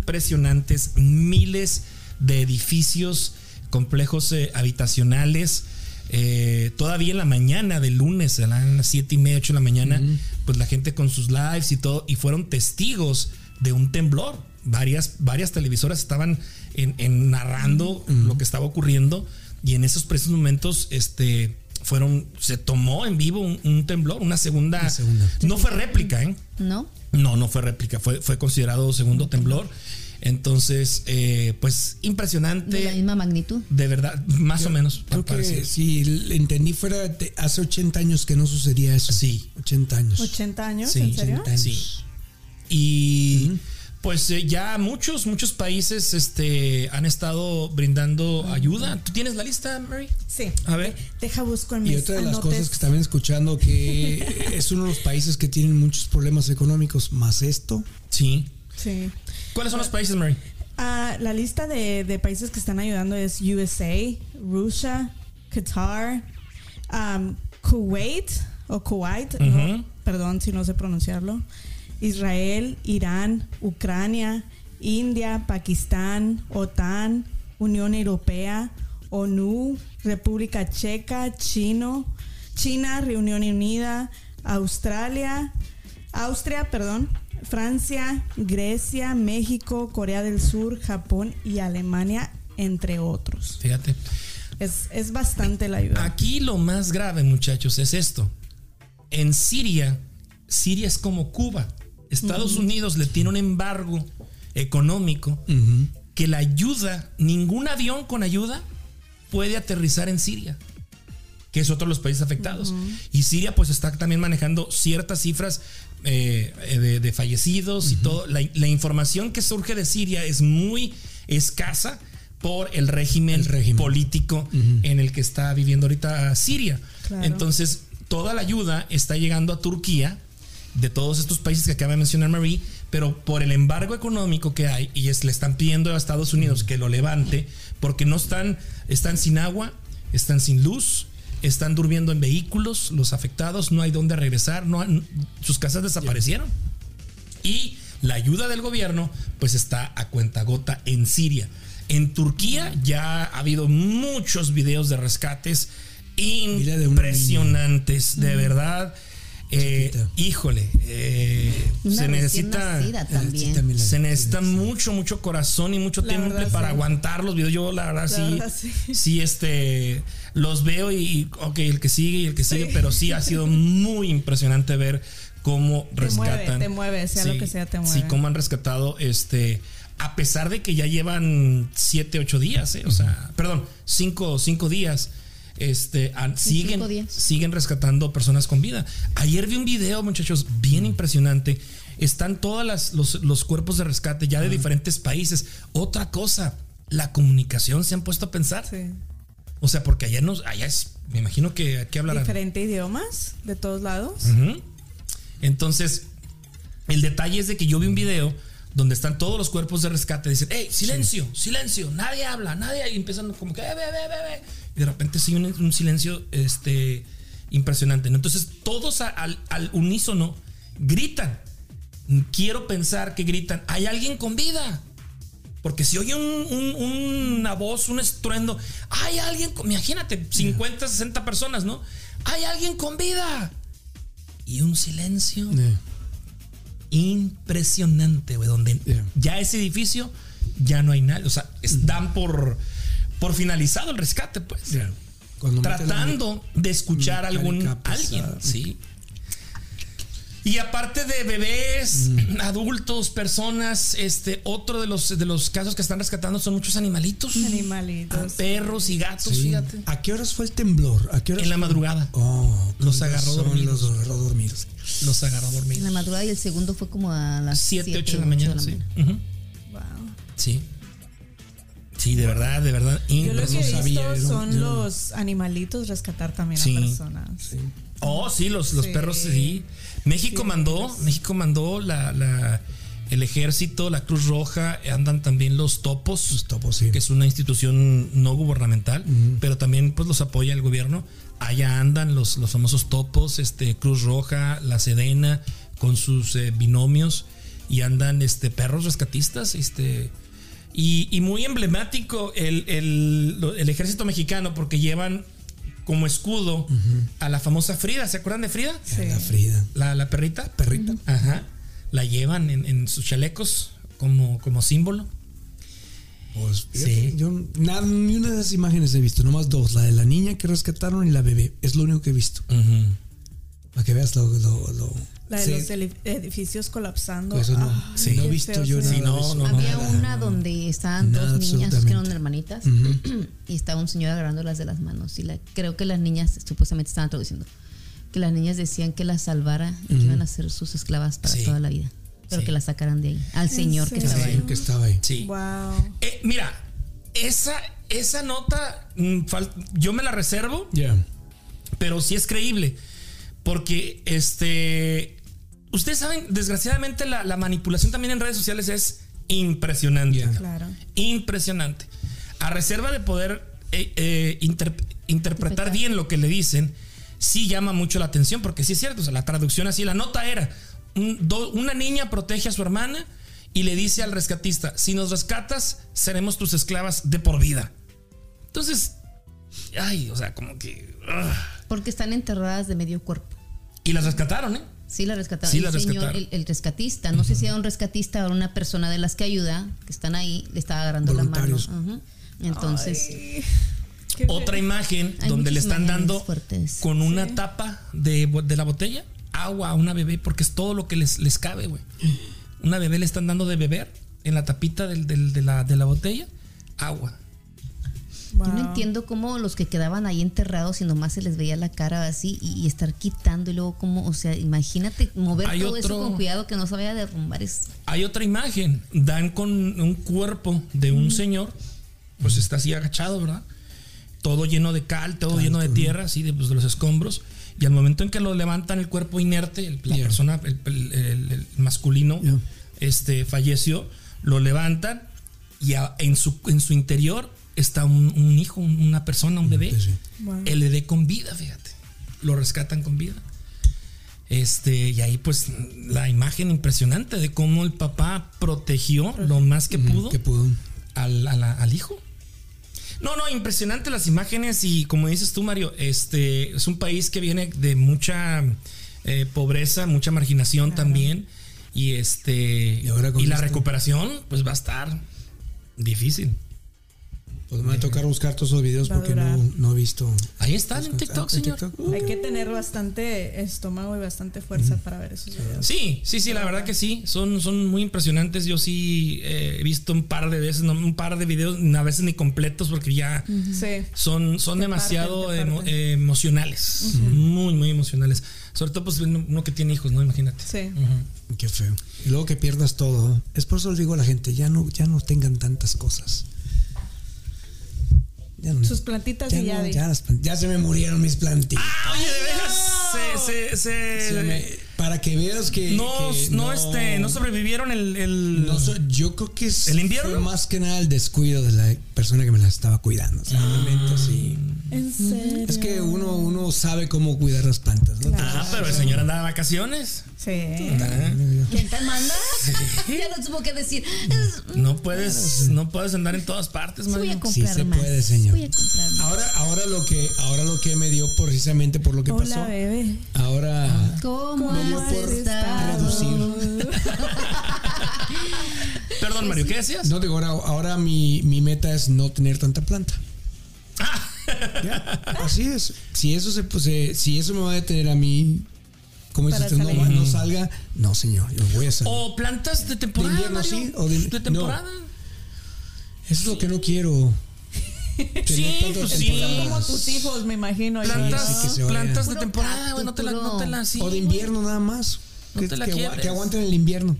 [SPEAKER 3] impresionantes, miles de edificios, complejos eh, habitacionales. Eh, todavía en la mañana del lunes, a las 7 y media, 8 de la mañana, pues la gente con sus lives y todo, y fueron testigos de un temblor. Varias, varias televisoras estaban en, en narrando lo que estaba ocurriendo, y en esos precisos momentos, este fueron, se tomó en vivo un, un temblor, una segunda, No fue réplica, ¿eh?
[SPEAKER 2] ¿no?
[SPEAKER 3] No, no fue réplica, fue, fue considerado segundo temblor. Entonces, eh, pues impresionante.
[SPEAKER 2] De la
[SPEAKER 3] De,
[SPEAKER 2] misma magnitud.
[SPEAKER 3] verdad, más o menos.
[SPEAKER 4] Creo que
[SPEAKER 3] parecido.
[SPEAKER 4] si le entendí fuera de- hace 80 años que no sucedía eso.
[SPEAKER 3] Sí.
[SPEAKER 4] 80 años.
[SPEAKER 5] 80 años,
[SPEAKER 3] Sí,
[SPEAKER 5] ¿en serio?
[SPEAKER 4] 80 años.
[SPEAKER 3] Sí. Y pues eh, ya muchos, muchos países este, han estado brindando ayuda. ¿Tú tienes la lista, Mary?
[SPEAKER 5] Sí.
[SPEAKER 3] A ver.
[SPEAKER 5] Deja busco en mis
[SPEAKER 4] Y otra de las
[SPEAKER 5] anotes.
[SPEAKER 4] cosas que estaban escuchando que es uno de los países que tienen muchos problemas económicos, más esto.
[SPEAKER 3] Sí.
[SPEAKER 5] Sí.
[SPEAKER 3] ¿Cuáles son los países, Mary?
[SPEAKER 5] Ah, la lista de, de países que están ayudando es USA, Rusia, Qatar, um, Kuwait o Kuwait, no,
[SPEAKER 3] Ujú.
[SPEAKER 5] perdón si no sé pronunciarlo, Israel, Irán, Ucrania, India, Pakistán, OTAN, Unión Europea, ONU, República Checa, Chino, China, Reunión Unida, Australia, Austria, perdón, Francia, Grecia, México, Corea del Sur, Japón y Alemania, entre otros.
[SPEAKER 3] Fíjate.
[SPEAKER 5] Es, es bastante la ayuda.
[SPEAKER 3] Aquí lo más grave, muchachos, es esto. En Siria, Siria es como Cuba. Estados Unidos le tiene un embargo económico que la ayuda, ningún avión con ayuda puede aterrizar en Siria, que es otro de los países afectados. Y Siria pues está también manejando ciertas cifras eh, eh, de, de fallecidos y todo. La, la información que surge de Siria es muy escasa por el régimen,
[SPEAKER 4] El régimen.
[SPEAKER 3] político en el que está viviendo ahorita Siria.
[SPEAKER 5] Claro.
[SPEAKER 3] Entonces, toda la ayuda está llegando a Turquía, de todos estos países que acaba de mencionar Marie, pero por el embargo económico que hay, y es, le están pidiendo a Estados Unidos que lo levante, porque no están, están sin agua, están sin luz. Están durmiendo en vehículos, los afectados, no hay dónde regresar, no han- sus casas desaparecieron. Y la ayuda del gobierno, pues está a cuentagota en Siria. En Turquía ya ha habido muchos videos de rescates
[SPEAKER 4] Mira de una niña.
[SPEAKER 3] impresionantes, de verdad. Eh,
[SPEAKER 4] Chiquita.
[SPEAKER 3] híjole, eh,
[SPEAKER 2] Una
[SPEAKER 3] se
[SPEAKER 2] recién
[SPEAKER 3] necesita.
[SPEAKER 2] nacida también.
[SPEAKER 4] También la-
[SPEAKER 3] Se necesita mucho, mucho corazón y mucho
[SPEAKER 5] La
[SPEAKER 3] tiempo
[SPEAKER 5] verdad,
[SPEAKER 3] para
[SPEAKER 5] sí.
[SPEAKER 3] aguantar los videos. Yo, la verdad,
[SPEAKER 5] La
[SPEAKER 3] sí,
[SPEAKER 5] verdad, sí.
[SPEAKER 3] sí, este, los veo y, y, ok, el que sigue y el que sigue, pero sí ha sido muy impresionante ver cómo
[SPEAKER 5] Te mueve,
[SPEAKER 3] rescatan.
[SPEAKER 5] te mueve, sea lo que sea, te
[SPEAKER 3] Sí,
[SPEAKER 5] mueve.
[SPEAKER 3] cómo han rescatado, este, a pesar de que ya llevan 7, 8 días, eh, o sea, perdón, 5 cinco, cinco días. Este, han- siguen,
[SPEAKER 2] cinco días.
[SPEAKER 3] siguen rescatando personas con vida. Ayer vi un video, muchachos, bien impresionante. Están todos los, los cuerpos de rescate ya de diferentes países. Otra cosa, la comunicación, ¿se han puesto a pensar?
[SPEAKER 5] Sí.
[SPEAKER 3] O sea, porque allá, nos, allá es, me imagino que aquí hablarán.
[SPEAKER 5] Diferentes idiomas de todos lados.
[SPEAKER 3] Ujú. Entonces, el detalle es de que yo vi un video donde están todos los cuerpos de rescate. Dicen, hey, silencio, silencio, nadie habla, nadie. Y empiezan como que, "Eh, ve, ve, ve, ve". Y de repente sí un, un silencio este, impresionante. ¿no? Entonces, todos a- al, al unísono gritan. Quiero pensar que gritan, hay alguien con vida. Porque si oye un, un- una voz, un estruendo, hay alguien, con-". imagínate, 50, 60 personas, ¿no? Hay alguien con vida. Y un silencio
[SPEAKER 4] Yeah.
[SPEAKER 3] impresionante, güey, donde
[SPEAKER 4] Yeah. Mm.
[SPEAKER 3] ya ese edificio ya no hay nada. O sea, están por, por finalizado el rescate, pues.
[SPEAKER 4] Yeah. Cuando meten la- pues,
[SPEAKER 3] Tratando de escuchar algún
[SPEAKER 4] ah. mecánica pesada.
[SPEAKER 3] alguien, sí. Y aparte de bebés,
[SPEAKER 4] Mm.
[SPEAKER 3] adultos, personas, este, otro de los, de los casos que están rescatando son muchos animalitos.
[SPEAKER 5] Animalitos.
[SPEAKER 3] Perros y gatos, fíjate.
[SPEAKER 4] ¿A qué horas fue el temblor? ¿A qué horas
[SPEAKER 3] En la
[SPEAKER 4] fue?
[SPEAKER 3] madrugada.
[SPEAKER 4] Oh,
[SPEAKER 3] Los
[SPEAKER 4] con
[SPEAKER 3] agarró
[SPEAKER 4] razón,
[SPEAKER 3] dormidos.
[SPEAKER 4] Los agarró dormidos.
[SPEAKER 3] Los agarró
[SPEAKER 2] En la
[SPEAKER 3] dormidos.
[SPEAKER 2] madrugada y el segundo fue como a las
[SPEAKER 3] 7, 8 de la
[SPEAKER 2] ocho
[SPEAKER 3] mañana, sí. Ujú.
[SPEAKER 5] Wow.
[SPEAKER 3] Sí. Sí, de verdad, de verdad.
[SPEAKER 5] Yo lo
[SPEAKER 3] Impresionante.
[SPEAKER 5] que he visto
[SPEAKER 4] sabía, yo no-
[SPEAKER 5] son
[SPEAKER 4] yo no-
[SPEAKER 5] los animalitos rescatar también
[SPEAKER 3] Sí.
[SPEAKER 5] a personas.
[SPEAKER 3] Oh, sí, los, los
[SPEAKER 5] Sí. pues.
[SPEAKER 3] perros, sí. México mandó, México mandó la, la- el ejército, la Cruz Roja, andan también los topos. Los
[SPEAKER 4] topos, sí.
[SPEAKER 3] Que es una institución no gubernamental, pero también pues los apoya el gobierno. Allá andan los, los famosos topos, este, Cruz Roja, la Sedena, con sus eh, binomios. Y andan este, perros rescatistas, este. Y, y muy emblemático el, el- lo- el ejército mexicano, porque llevan como escudo a la famosa Frida. ¿Se acuerdan de Frida?
[SPEAKER 5] Sí.
[SPEAKER 4] La Frida.
[SPEAKER 3] La, la perrita.
[SPEAKER 4] Perrita.
[SPEAKER 3] Ajá. La llevan en, en sus chalecos como, como símbolo.
[SPEAKER 4] Pues, fíjate,
[SPEAKER 3] Sí.
[SPEAKER 4] Yo nada, ni una de esas imágenes he visto, nomás dos, la de la niña que rescataron y la bebé. Es lo único que he visto. Para que veas lo... lo, lo-
[SPEAKER 5] La de
[SPEAKER 4] Sí,
[SPEAKER 5] los edif- edificios colapsando.
[SPEAKER 4] Eso no,
[SPEAKER 5] Ah,
[SPEAKER 4] sí. no he
[SPEAKER 5] qué
[SPEAKER 4] visto
[SPEAKER 5] feo
[SPEAKER 4] yo nada
[SPEAKER 5] se ve.
[SPEAKER 3] Sí, no,
[SPEAKER 4] de eso.
[SPEAKER 3] no, no.
[SPEAKER 2] Había
[SPEAKER 3] Nada,
[SPEAKER 2] una donde estaban
[SPEAKER 4] Nada,
[SPEAKER 2] dos niñas que eran
[SPEAKER 4] absolutamente.
[SPEAKER 2] hermanitas y estaba un señor agarrándolas de las manos y la, creo que las niñas supuestamente estaban traduciendo que las niñas decían que las salvara y que iban a ser sus esclavas para
[SPEAKER 3] Sí.
[SPEAKER 2] toda la vida, pero
[SPEAKER 3] Sí.
[SPEAKER 2] que las sacaran de ahí al
[SPEAKER 5] ¿En
[SPEAKER 2] señor que
[SPEAKER 5] serio?
[SPEAKER 2] estaba
[SPEAKER 4] Sí,
[SPEAKER 2] ahí.
[SPEAKER 4] que estaba ahí.
[SPEAKER 3] Sí.
[SPEAKER 5] Wow.
[SPEAKER 3] Eh, mira, esa, esa nota mm, fal- yo me la reservo,
[SPEAKER 4] Ya.
[SPEAKER 3] pero sí es creíble. Porque este. Ustedes saben, desgraciadamente, la, la manipulación también en redes sociales es impresionante.
[SPEAKER 4] Ya.
[SPEAKER 5] Claro.
[SPEAKER 3] impresionante. A reserva de poder eh, eh, inter- interpretar
[SPEAKER 2] Interpretar.
[SPEAKER 3] bien lo que le dicen, sí llama mucho la atención, porque sí es cierto, o sea, la traducción así, la nota era, un- do- una niña protege a su hermana y le dice al rescatista, si nos rescatas, seremos tus esclavas de por vida. Entonces, ay, o sea, como que... ugh.
[SPEAKER 2] Porque están enterradas de medio cuerpo.
[SPEAKER 3] Y las rescataron, ¿eh?
[SPEAKER 2] Sí, la rescataron.
[SPEAKER 3] Sí,
[SPEAKER 2] El
[SPEAKER 3] la
[SPEAKER 2] señor,
[SPEAKER 3] rescataron.
[SPEAKER 2] el, el rescatista, no sé si era un rescatista o una persona de las que ayuda, que están ahí, le estaba agarrando la mano.
[SPEAKER 4] Voluntarios.
[SPEAKER 2] Ujú. Entonces,
[SPEAKER 5] Ay, qué
[SPEAKER 3] Otra
[SPEAKER 5] feo.
[SPEAKER 3] imagen
[SPEAKER 2] Hay
[SPEAKER 3] donde le
[SPEAKER 2] muchas
[SPEAKER 3] están
[SPEAKER 2] imágenes
[SPEAKER 3] dando
[SPEAKER 2] fuertes.
[SPEAKER 3] con una tapa de, bo- de la botella agua a una bebé porque es todo lo que les, les cabe, güey. Una bebé le están dando de beber en la tapita del- del- de, la, de la botella agua.
[SPEAKER 2] Yo no
[SPEAKER 5] Wow.
[SPEAKER 2] entiendo cómo los que quedaban ahí enterrados y nomás se les veía la cara así y, y estar quitando y luego cómo, o sea, imagínate mover
[SPEAKER 3] Hay
[SPEAKER 2] todo eso
[SPEAKER 3] otro-
[SPEAKER 2] con cuidado que no se vaya a derrumbar. Es,
[SPEAKER 3] Hay otra imagen, dan con un cuerpo de un señor, pues está así agachado, ¿verdad? Todo lleno de cal, todo lleno de tierra, así de, pues, de los escombros. Y al momento en que lo levantan el cuerpo inerte, el- la
[SPEAKER 4] Ya.
[SPEAKER 3] persona, el, el- el- el masculino,
[SPEAKER 4] Ya.
[SPEAKER 3] este, falleció, lo levantan y a- en, su, en su interior está un, un hijo, un- una persona, un bebé.
[SPEAKER 4] Sí, sí.
[SPEAKER 5] Wow.
[SPEAKER 3] El bebé con vida, fíjate. Lo rescatan con vida. Este, y ahí pues la imagen impresionante de cómo el papá protegió lo más que pudo
[SPEAKER 4] Que pudo.
[SPEAKER 3] al, a la- al hijo. No, no, impresionante las imágenes y como dices tú, Mario, este es un país que viene de mucha eh, pobreza, mucha marginación también y este
[SPEAKER 4] Y ahora con
[SPEAKER 3] y la
[SPEAKER 4] esto.
[SPEAKER 3] recuperación pues va a estar difícil.
[SPEAKER 4] Pues me va a tocar buscar todos esos videos
[SPEAKER 5] Va a
[SPEAKER 4] porque
[SPEAKER 5] durar.
[SPEAKER 4] no, no he visto.
[SPEAKER 3] Ahí están en TikTok,
[SPEAKER 4] Ah, en
[SPEAKER 3] señor.
[SPEAKER 4] TikTok.
[SPEAKER 5] Hay que tener bastante estómago y bastante fuerza para ver esos videos.
[SPEAKER 3] Sí, sí, sí, la verdad que sí. Son, son muy impresionantes. Yo sí eh, he visto un par de veces, no, un par de videos, a veces ni completos, porque ya
[SPEAKER 5] Sí.
[SPEAKER 3] son, son
[SPEAKER 5] Te
[SPEAKER 3] demasiado
[SPEAKER 5] parten, te
[SPEAKER 3] emo-
[SPEAKER 5] parten.
[SPEAKER 3] eh, emocionales. Muy, muy emocionales. Sobre todo, pues, uno uno que tiene hijos, ¿no? Imagínate.
[SPEAKER 5] Sí.
[SPEAKER 4] Qué feo. Y luego que pierdas todo. ¿eh? Es por eso les digo a la gente, ya no, ya no tengan tantas cosas. Ya no-
[SPEAKER 5] Sus plantitas
[SPEAKER 4] ya
[SPEAKER 5] y ya
[SPEAKER 4] no,
[SPEAKER 5] di.
[SPEAKER 4] ya las plant- ya se me murieron mis plantitas.
[SPEAKER 3] Ah, oye, de veras. Se, se, se-
[SPEAKER 4] Se me- para que veas que
[SPEAKER 3] no,
[SPEAKER 4] que
[SPEAKER 3] no, este, no sobrevivieron el. el-
[SPEAKER 4] no so- yo creo que es
[SPEAKER 3] ¿El invierno?
[SPEAKER 4] fue más que nada el descuido de la persona que me la estaba cuidando. O sea,
[SPEAKER 3] Ah.
[SPEAKER 4] realmente sí.
[SPEAKER 5] En serio.
[SPEAKER 4] Es que uno, uno sabe cómo cuidar las plantas. ¿no?
[SPEAKER 3] Ah, pero el señor andaba de vacaciones. Ah,
[SPEAKER 5] Sí.
[SPEAKER 2] ¿Quién te manda? ya lo tuvo que decir. Es- pues,
[SPEAKER 3] No puedes, no puedes andar en todas partes,
[SPEAKER 2] voy a
[SPEAKER 3] Mario.
[SPEAKER 2] comprar
[SPEAKER 4] se
[SPEAKER 2] más.
[SPEAKER 4] puede, señor.
[SPEAKER 2] Voy a comprar más.
[SPEAKER 4] Ahora, ahora lo que, ahora lo que me dio precisamente por lo que
[SPEAKER 5] Hola,
[SPEAKER 4] pasó.
[SPEAKER 5] bebé.
[SPEAKER 4] Ahora
[SPEAKER 2] ¿Cómo,
[SPEAKER 5] ¿Cómo
[SPEAKER 2] has
[SPEAKER 5] has
[SPEAKER 2] estado?
[SPEAKER 4] reducir.
[SPEAKER 3] Perdón, Mario, ¿qué decías?
[SPEAKER 4] No digo, ahora, ahora mi, mi meta es no tener tanta planta. Ya, Así es. Si eso se, pues, eh, si eso me va a detener a mí Como dice
[SPEAKER 5] Para
[SPEAKER 4] usted, no,
[SPEAKER 5] salir.
[SPEAKER 4] va- no salga. No, señor, yo voy a salir.
[SPEAKER 3] O plantas de temporada.
[SPEAKER 4] De invierno,
[SPEAKER 3] Mario.
[SPEAKER 4] sí, o de-
[SPEAKER 3] temporada.
[SPEAKER 4] Eso es lo que no quiero. Tener
[SPEAKER 3] Sí,
[SPEAKER 4] tantas
[SPEAKER 3] pues sí.
[SPEAKER 5] Son como
[SPEAKER 4] temporadas.
[SPEAKER 5] tus hijos, me imagino. ya.
[SPEAKER 3] Plantas,
[SPEAKER 4] sí, que se vaya.
[SPEAKER 3] plantas de
[SPEAKER 2] Puro
[SPEAKER 3] temporada, güey. No te la,
[SPEAKER 2] cactus,
[SPEAKER 3] no te la
[SPEAKER 2] puro-
[SPEAKER 3] sí,
[SPEAKER 4] O de
[SPEAKER 3] güey.
[SPEAKER 4] invierno nada más.
[SPEAKER 3] No
[SPEAKER 4] que,
[SPEAKER 3] te la
[SPEAKER 4] que agua-
[SPEAKER 3] quiebres.
[SPEAKER 4] que aguanten el invierno.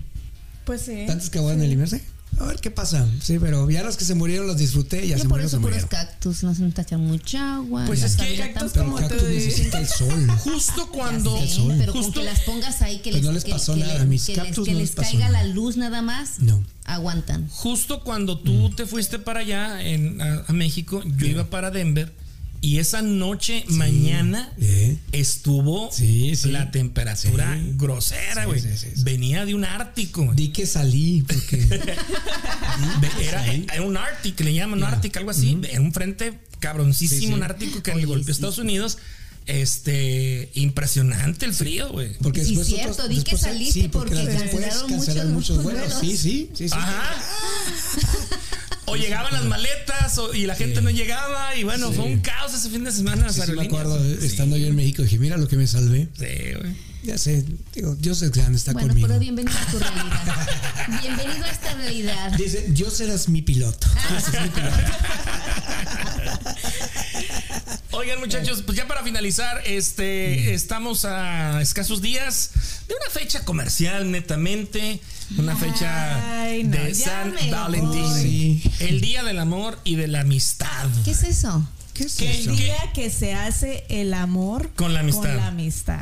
[SPEAKER 5] Pues sí.
[SPEAKER 4] Tantas que aguantan el invierno. sí. A ver qué pasa. Sí, pero ya las que se murieron las disfruté. Ya
[SPEAKER 2] Yo
[SPEAKER 4] se
[SPEAKER 2] por
[SPEAKER 4] murieron,
[SPEAKER 2] eso
[SPEAKER 4] se
[SPEAKER 2] puros
[SPEAKER 4] murieron.
[SPEAKER 2] cactus, no se necesita mucha agua.
[SPEAKER 3] Pues
[SPEAKER 2] no
[SPEAKER 3] es que
[SPEAKER 2] sabría tanto.
[SPEAKER 5] cactus
[SPEAKER 4] Pero el
[SPEAKER 5] Como
[SPEAKER 4] cactus
[SPEAKER 5] te-
[SPEAKER 4] necesita el sol.
[SPEAKER 2] Ya
[SPEAKER 3] Justo cuando.
[SPEAKER 2] sé,
[SPEAKER 4] sol.
[SPEAKER 2] pero con
[SPEAKER 3] Justo-
[SPEAKER 2] que las pongas ahí, que
[SPEAKER 4] Pues
[SPEAKER 2] les,
[SPEAKER 4] no les
[SPEAKER 2] que-
[SPEAKER 4] pasó
[SPEAKER 2] que
[SPEAKER 4] nada,
[SPEAKER 2] le-
[SPEAKER 4] mis
[SPEAKER 2] que les-
[SPEAKER 4] cactus
[SPEAKER 2] que
[SPEAKER 4] no
[SPEAKER 2] les
[SPEAKER 4] les pasó
[SPEAKER 2] caiga
[SPEAKER 4] nada.
[SPEAKER 2] la luz nada más,
[SPEAKER 4] No.
[SPEAKER 2] aguantan.
[SPEAKER 3] Justo cuando tú te fuiste para allá en, a, a México, yo iba para Denver y esa noche, mañana,
[SPEAKER 4] Eh.
[SPEAKER 3] estuvo
[SPEAKER 4] Sí, sí.
[SPEAKER 3] la temperatura
[SPEAKER 4] Sí.
[SPEAKER 3] grosera,
[SPEAKER 4] Sí,
[SPEAKER 3] güey.
[SPEAKER 4] sí, sí, sí.
[SPEAKER 3] Venía de un ártico. güey.
[SPEAKER 4] Di que salí porque
[SPEAKER 3] De- era, era un Arctic, le llaman un Arctic, algo así. Era un frente cabroncísimo,
[SPEAKER 4] Sí, sí.
[SPEAKER 3] un Ártico que
[SPEAKER 2] Oye,
[SPEAKER 3] le golpeó a
[SPEAKER 2] sí,
[SPEAKER 3] Estados Unidos. Este, impresionante el frío, güey.
[SPEAKER 4] porque
[SPEAKER 2] Sí,
[SPEAKER 4] después
[SPEAKER 2] cierto,
[SPEAKER 4] otros-
[SPEAKER 2] di que
[SPEAKER 4] después-
[SPEAKER 2] saliste
[SPEAKER 4] sí, porque,
[SPEAKER 2] porque
[SPEAKER 4] las- después
[SPEAKER 2] cancelaron
[SPEAKER 4] cancelaron
[SPEAKER 2] muchos
[SPEAKER 4] muchos vuelos.
[SPEAKER 2] vuelos.
[SPEAKER 4] Sí, sí, sí, sí.
[SPEAKER 3] Ajá. O llegaban las maletas o- y la gente no llegaba. Y bueno, fue un caos ese fin de semana. en las
[SPEAKER 4] Sí, sí me
[SPEAKER 3] aerolíneas.
[SPEAKER 4] acuerdo eh,
[SPEAKER 3] Sí,
[SPEAKER 4] estando yo en México dije, mira lo que me salvé.
[SPEAKER 3] sí, güey.
[SPEAKER 4] Ya sé, digo, Dios es grande, está
[SPEAKER 2] Bueno,
[SPEAKER 4] conmigo.
[SPEAKER 2] pero bienvenido a tu realidad. bienvenido a esta realidad.
[SPEAKER 4] Dice, Dios eras mi piloto.
[SPEAKER 2] Ah.
[SPEAKER 3] Oigan, muchachos, pues ya para finalizar, este estamos a escasos días de una fecha comercial, netamente. Una fecha
[SPEAKER 5] Ay, no,
[SPEAKER 3] de
[SPEAKER 5] ya
[SPEAKER 3] San
[SPEAKER 5] me
[SPEAKER 3] Valentín.
[SPEAKER 5] voy.
[SPEAKER 4] Sí.
[SPEAKER 3] El día del amor y de la amistad.
[SPEAKER 2] ¿Qué es eso?
[SPEAKER 4] ¿Qué es
[SPEAKER 3] ¿Qué?
[SPEAKER 4] eso?
[SPEAKER 5] El día que se hace el amor
[SPEAKER 3] Con la amistad.
[SPEAKER 5] Con la amistad.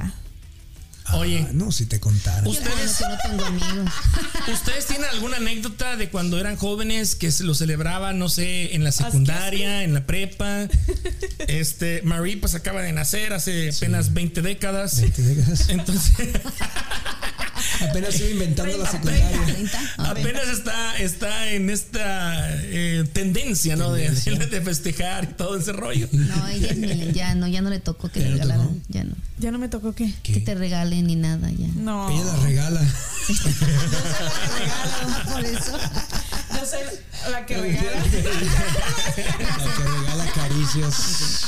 [SPEAKER 3] Oye,
[SPEAKER 4] Ah, no, si te contara.
[SPEAKER 2] Yo no,
[SPEAKER 3] ustedes,
[SPEAKER 2] que no tengo amigos.
[SPEAKER 3] ¿ustedes tienen alguna anécdota de cuando eran jóvenes que se lo celebraban, no sé, en la secundaria, en la prepa? Este, Marie pues acaba de nacer hace apenas 20 décadas.
[SPEAKER 4] 20 décadas.
[SPEAKER 3] Entonces,
[SPEAKER 4] Apenas iba inventando la secundaria.
[SPEAKER 2] 30,
[SPEAKER 3] Apenas está, está en esta eh, tendencia, ¿no? De- De, festejar y todo ese rollo.
[SPEAKER 2] No, ella es millen- ya no, ya no le tocó que
[SPEAKER 4] Ya
[SPEAKER 2] le
[SPEAKER 4] no tocó.
[SPEAKER 2] regalaran, ya no.
[SPEAKER 5] Ya no me tocó qué.
[SPEAKER 2] Que te regalen ni nada ya.
[SPEAKER 5] No.
[SPEAKER 4] Ella la regala.
[SPEAKER 2] Por eso.
[SPEAKER 5] Yo soy la que regala.
[SPEAKER 4] La que regala caricias.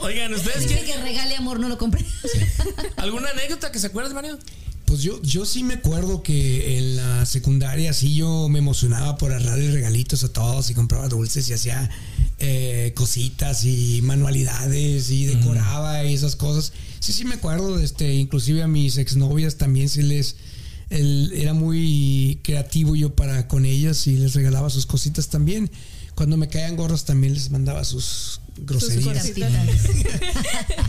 [SPEAKER 3] Oigan, ¿ustedes
[SPEAKER 2] Dile
[SPEAKER 3] tienen
[SPEAKER 2] que regale amor, no lo compré.
[SPEAKER 3] alguna anécdota que se acuerden, Mario?
[SPEAKER 4] Pues yo, yo sí me acuerdo que en la secundaria sí yo me emocionaba por arreglarle regalitos a todos y compraba dulces y hacía eh, cositas y manualidades y decoraba y esas cosas. Sí, sí me acuerdo, este, inclusive a mis exnovias también sí les el- era muy creativo yo para con ellas y les regalaba sus cositas también. Cuando me caían gorros también les mandaba sus groserías.
[SPEAKER 2] Capitas.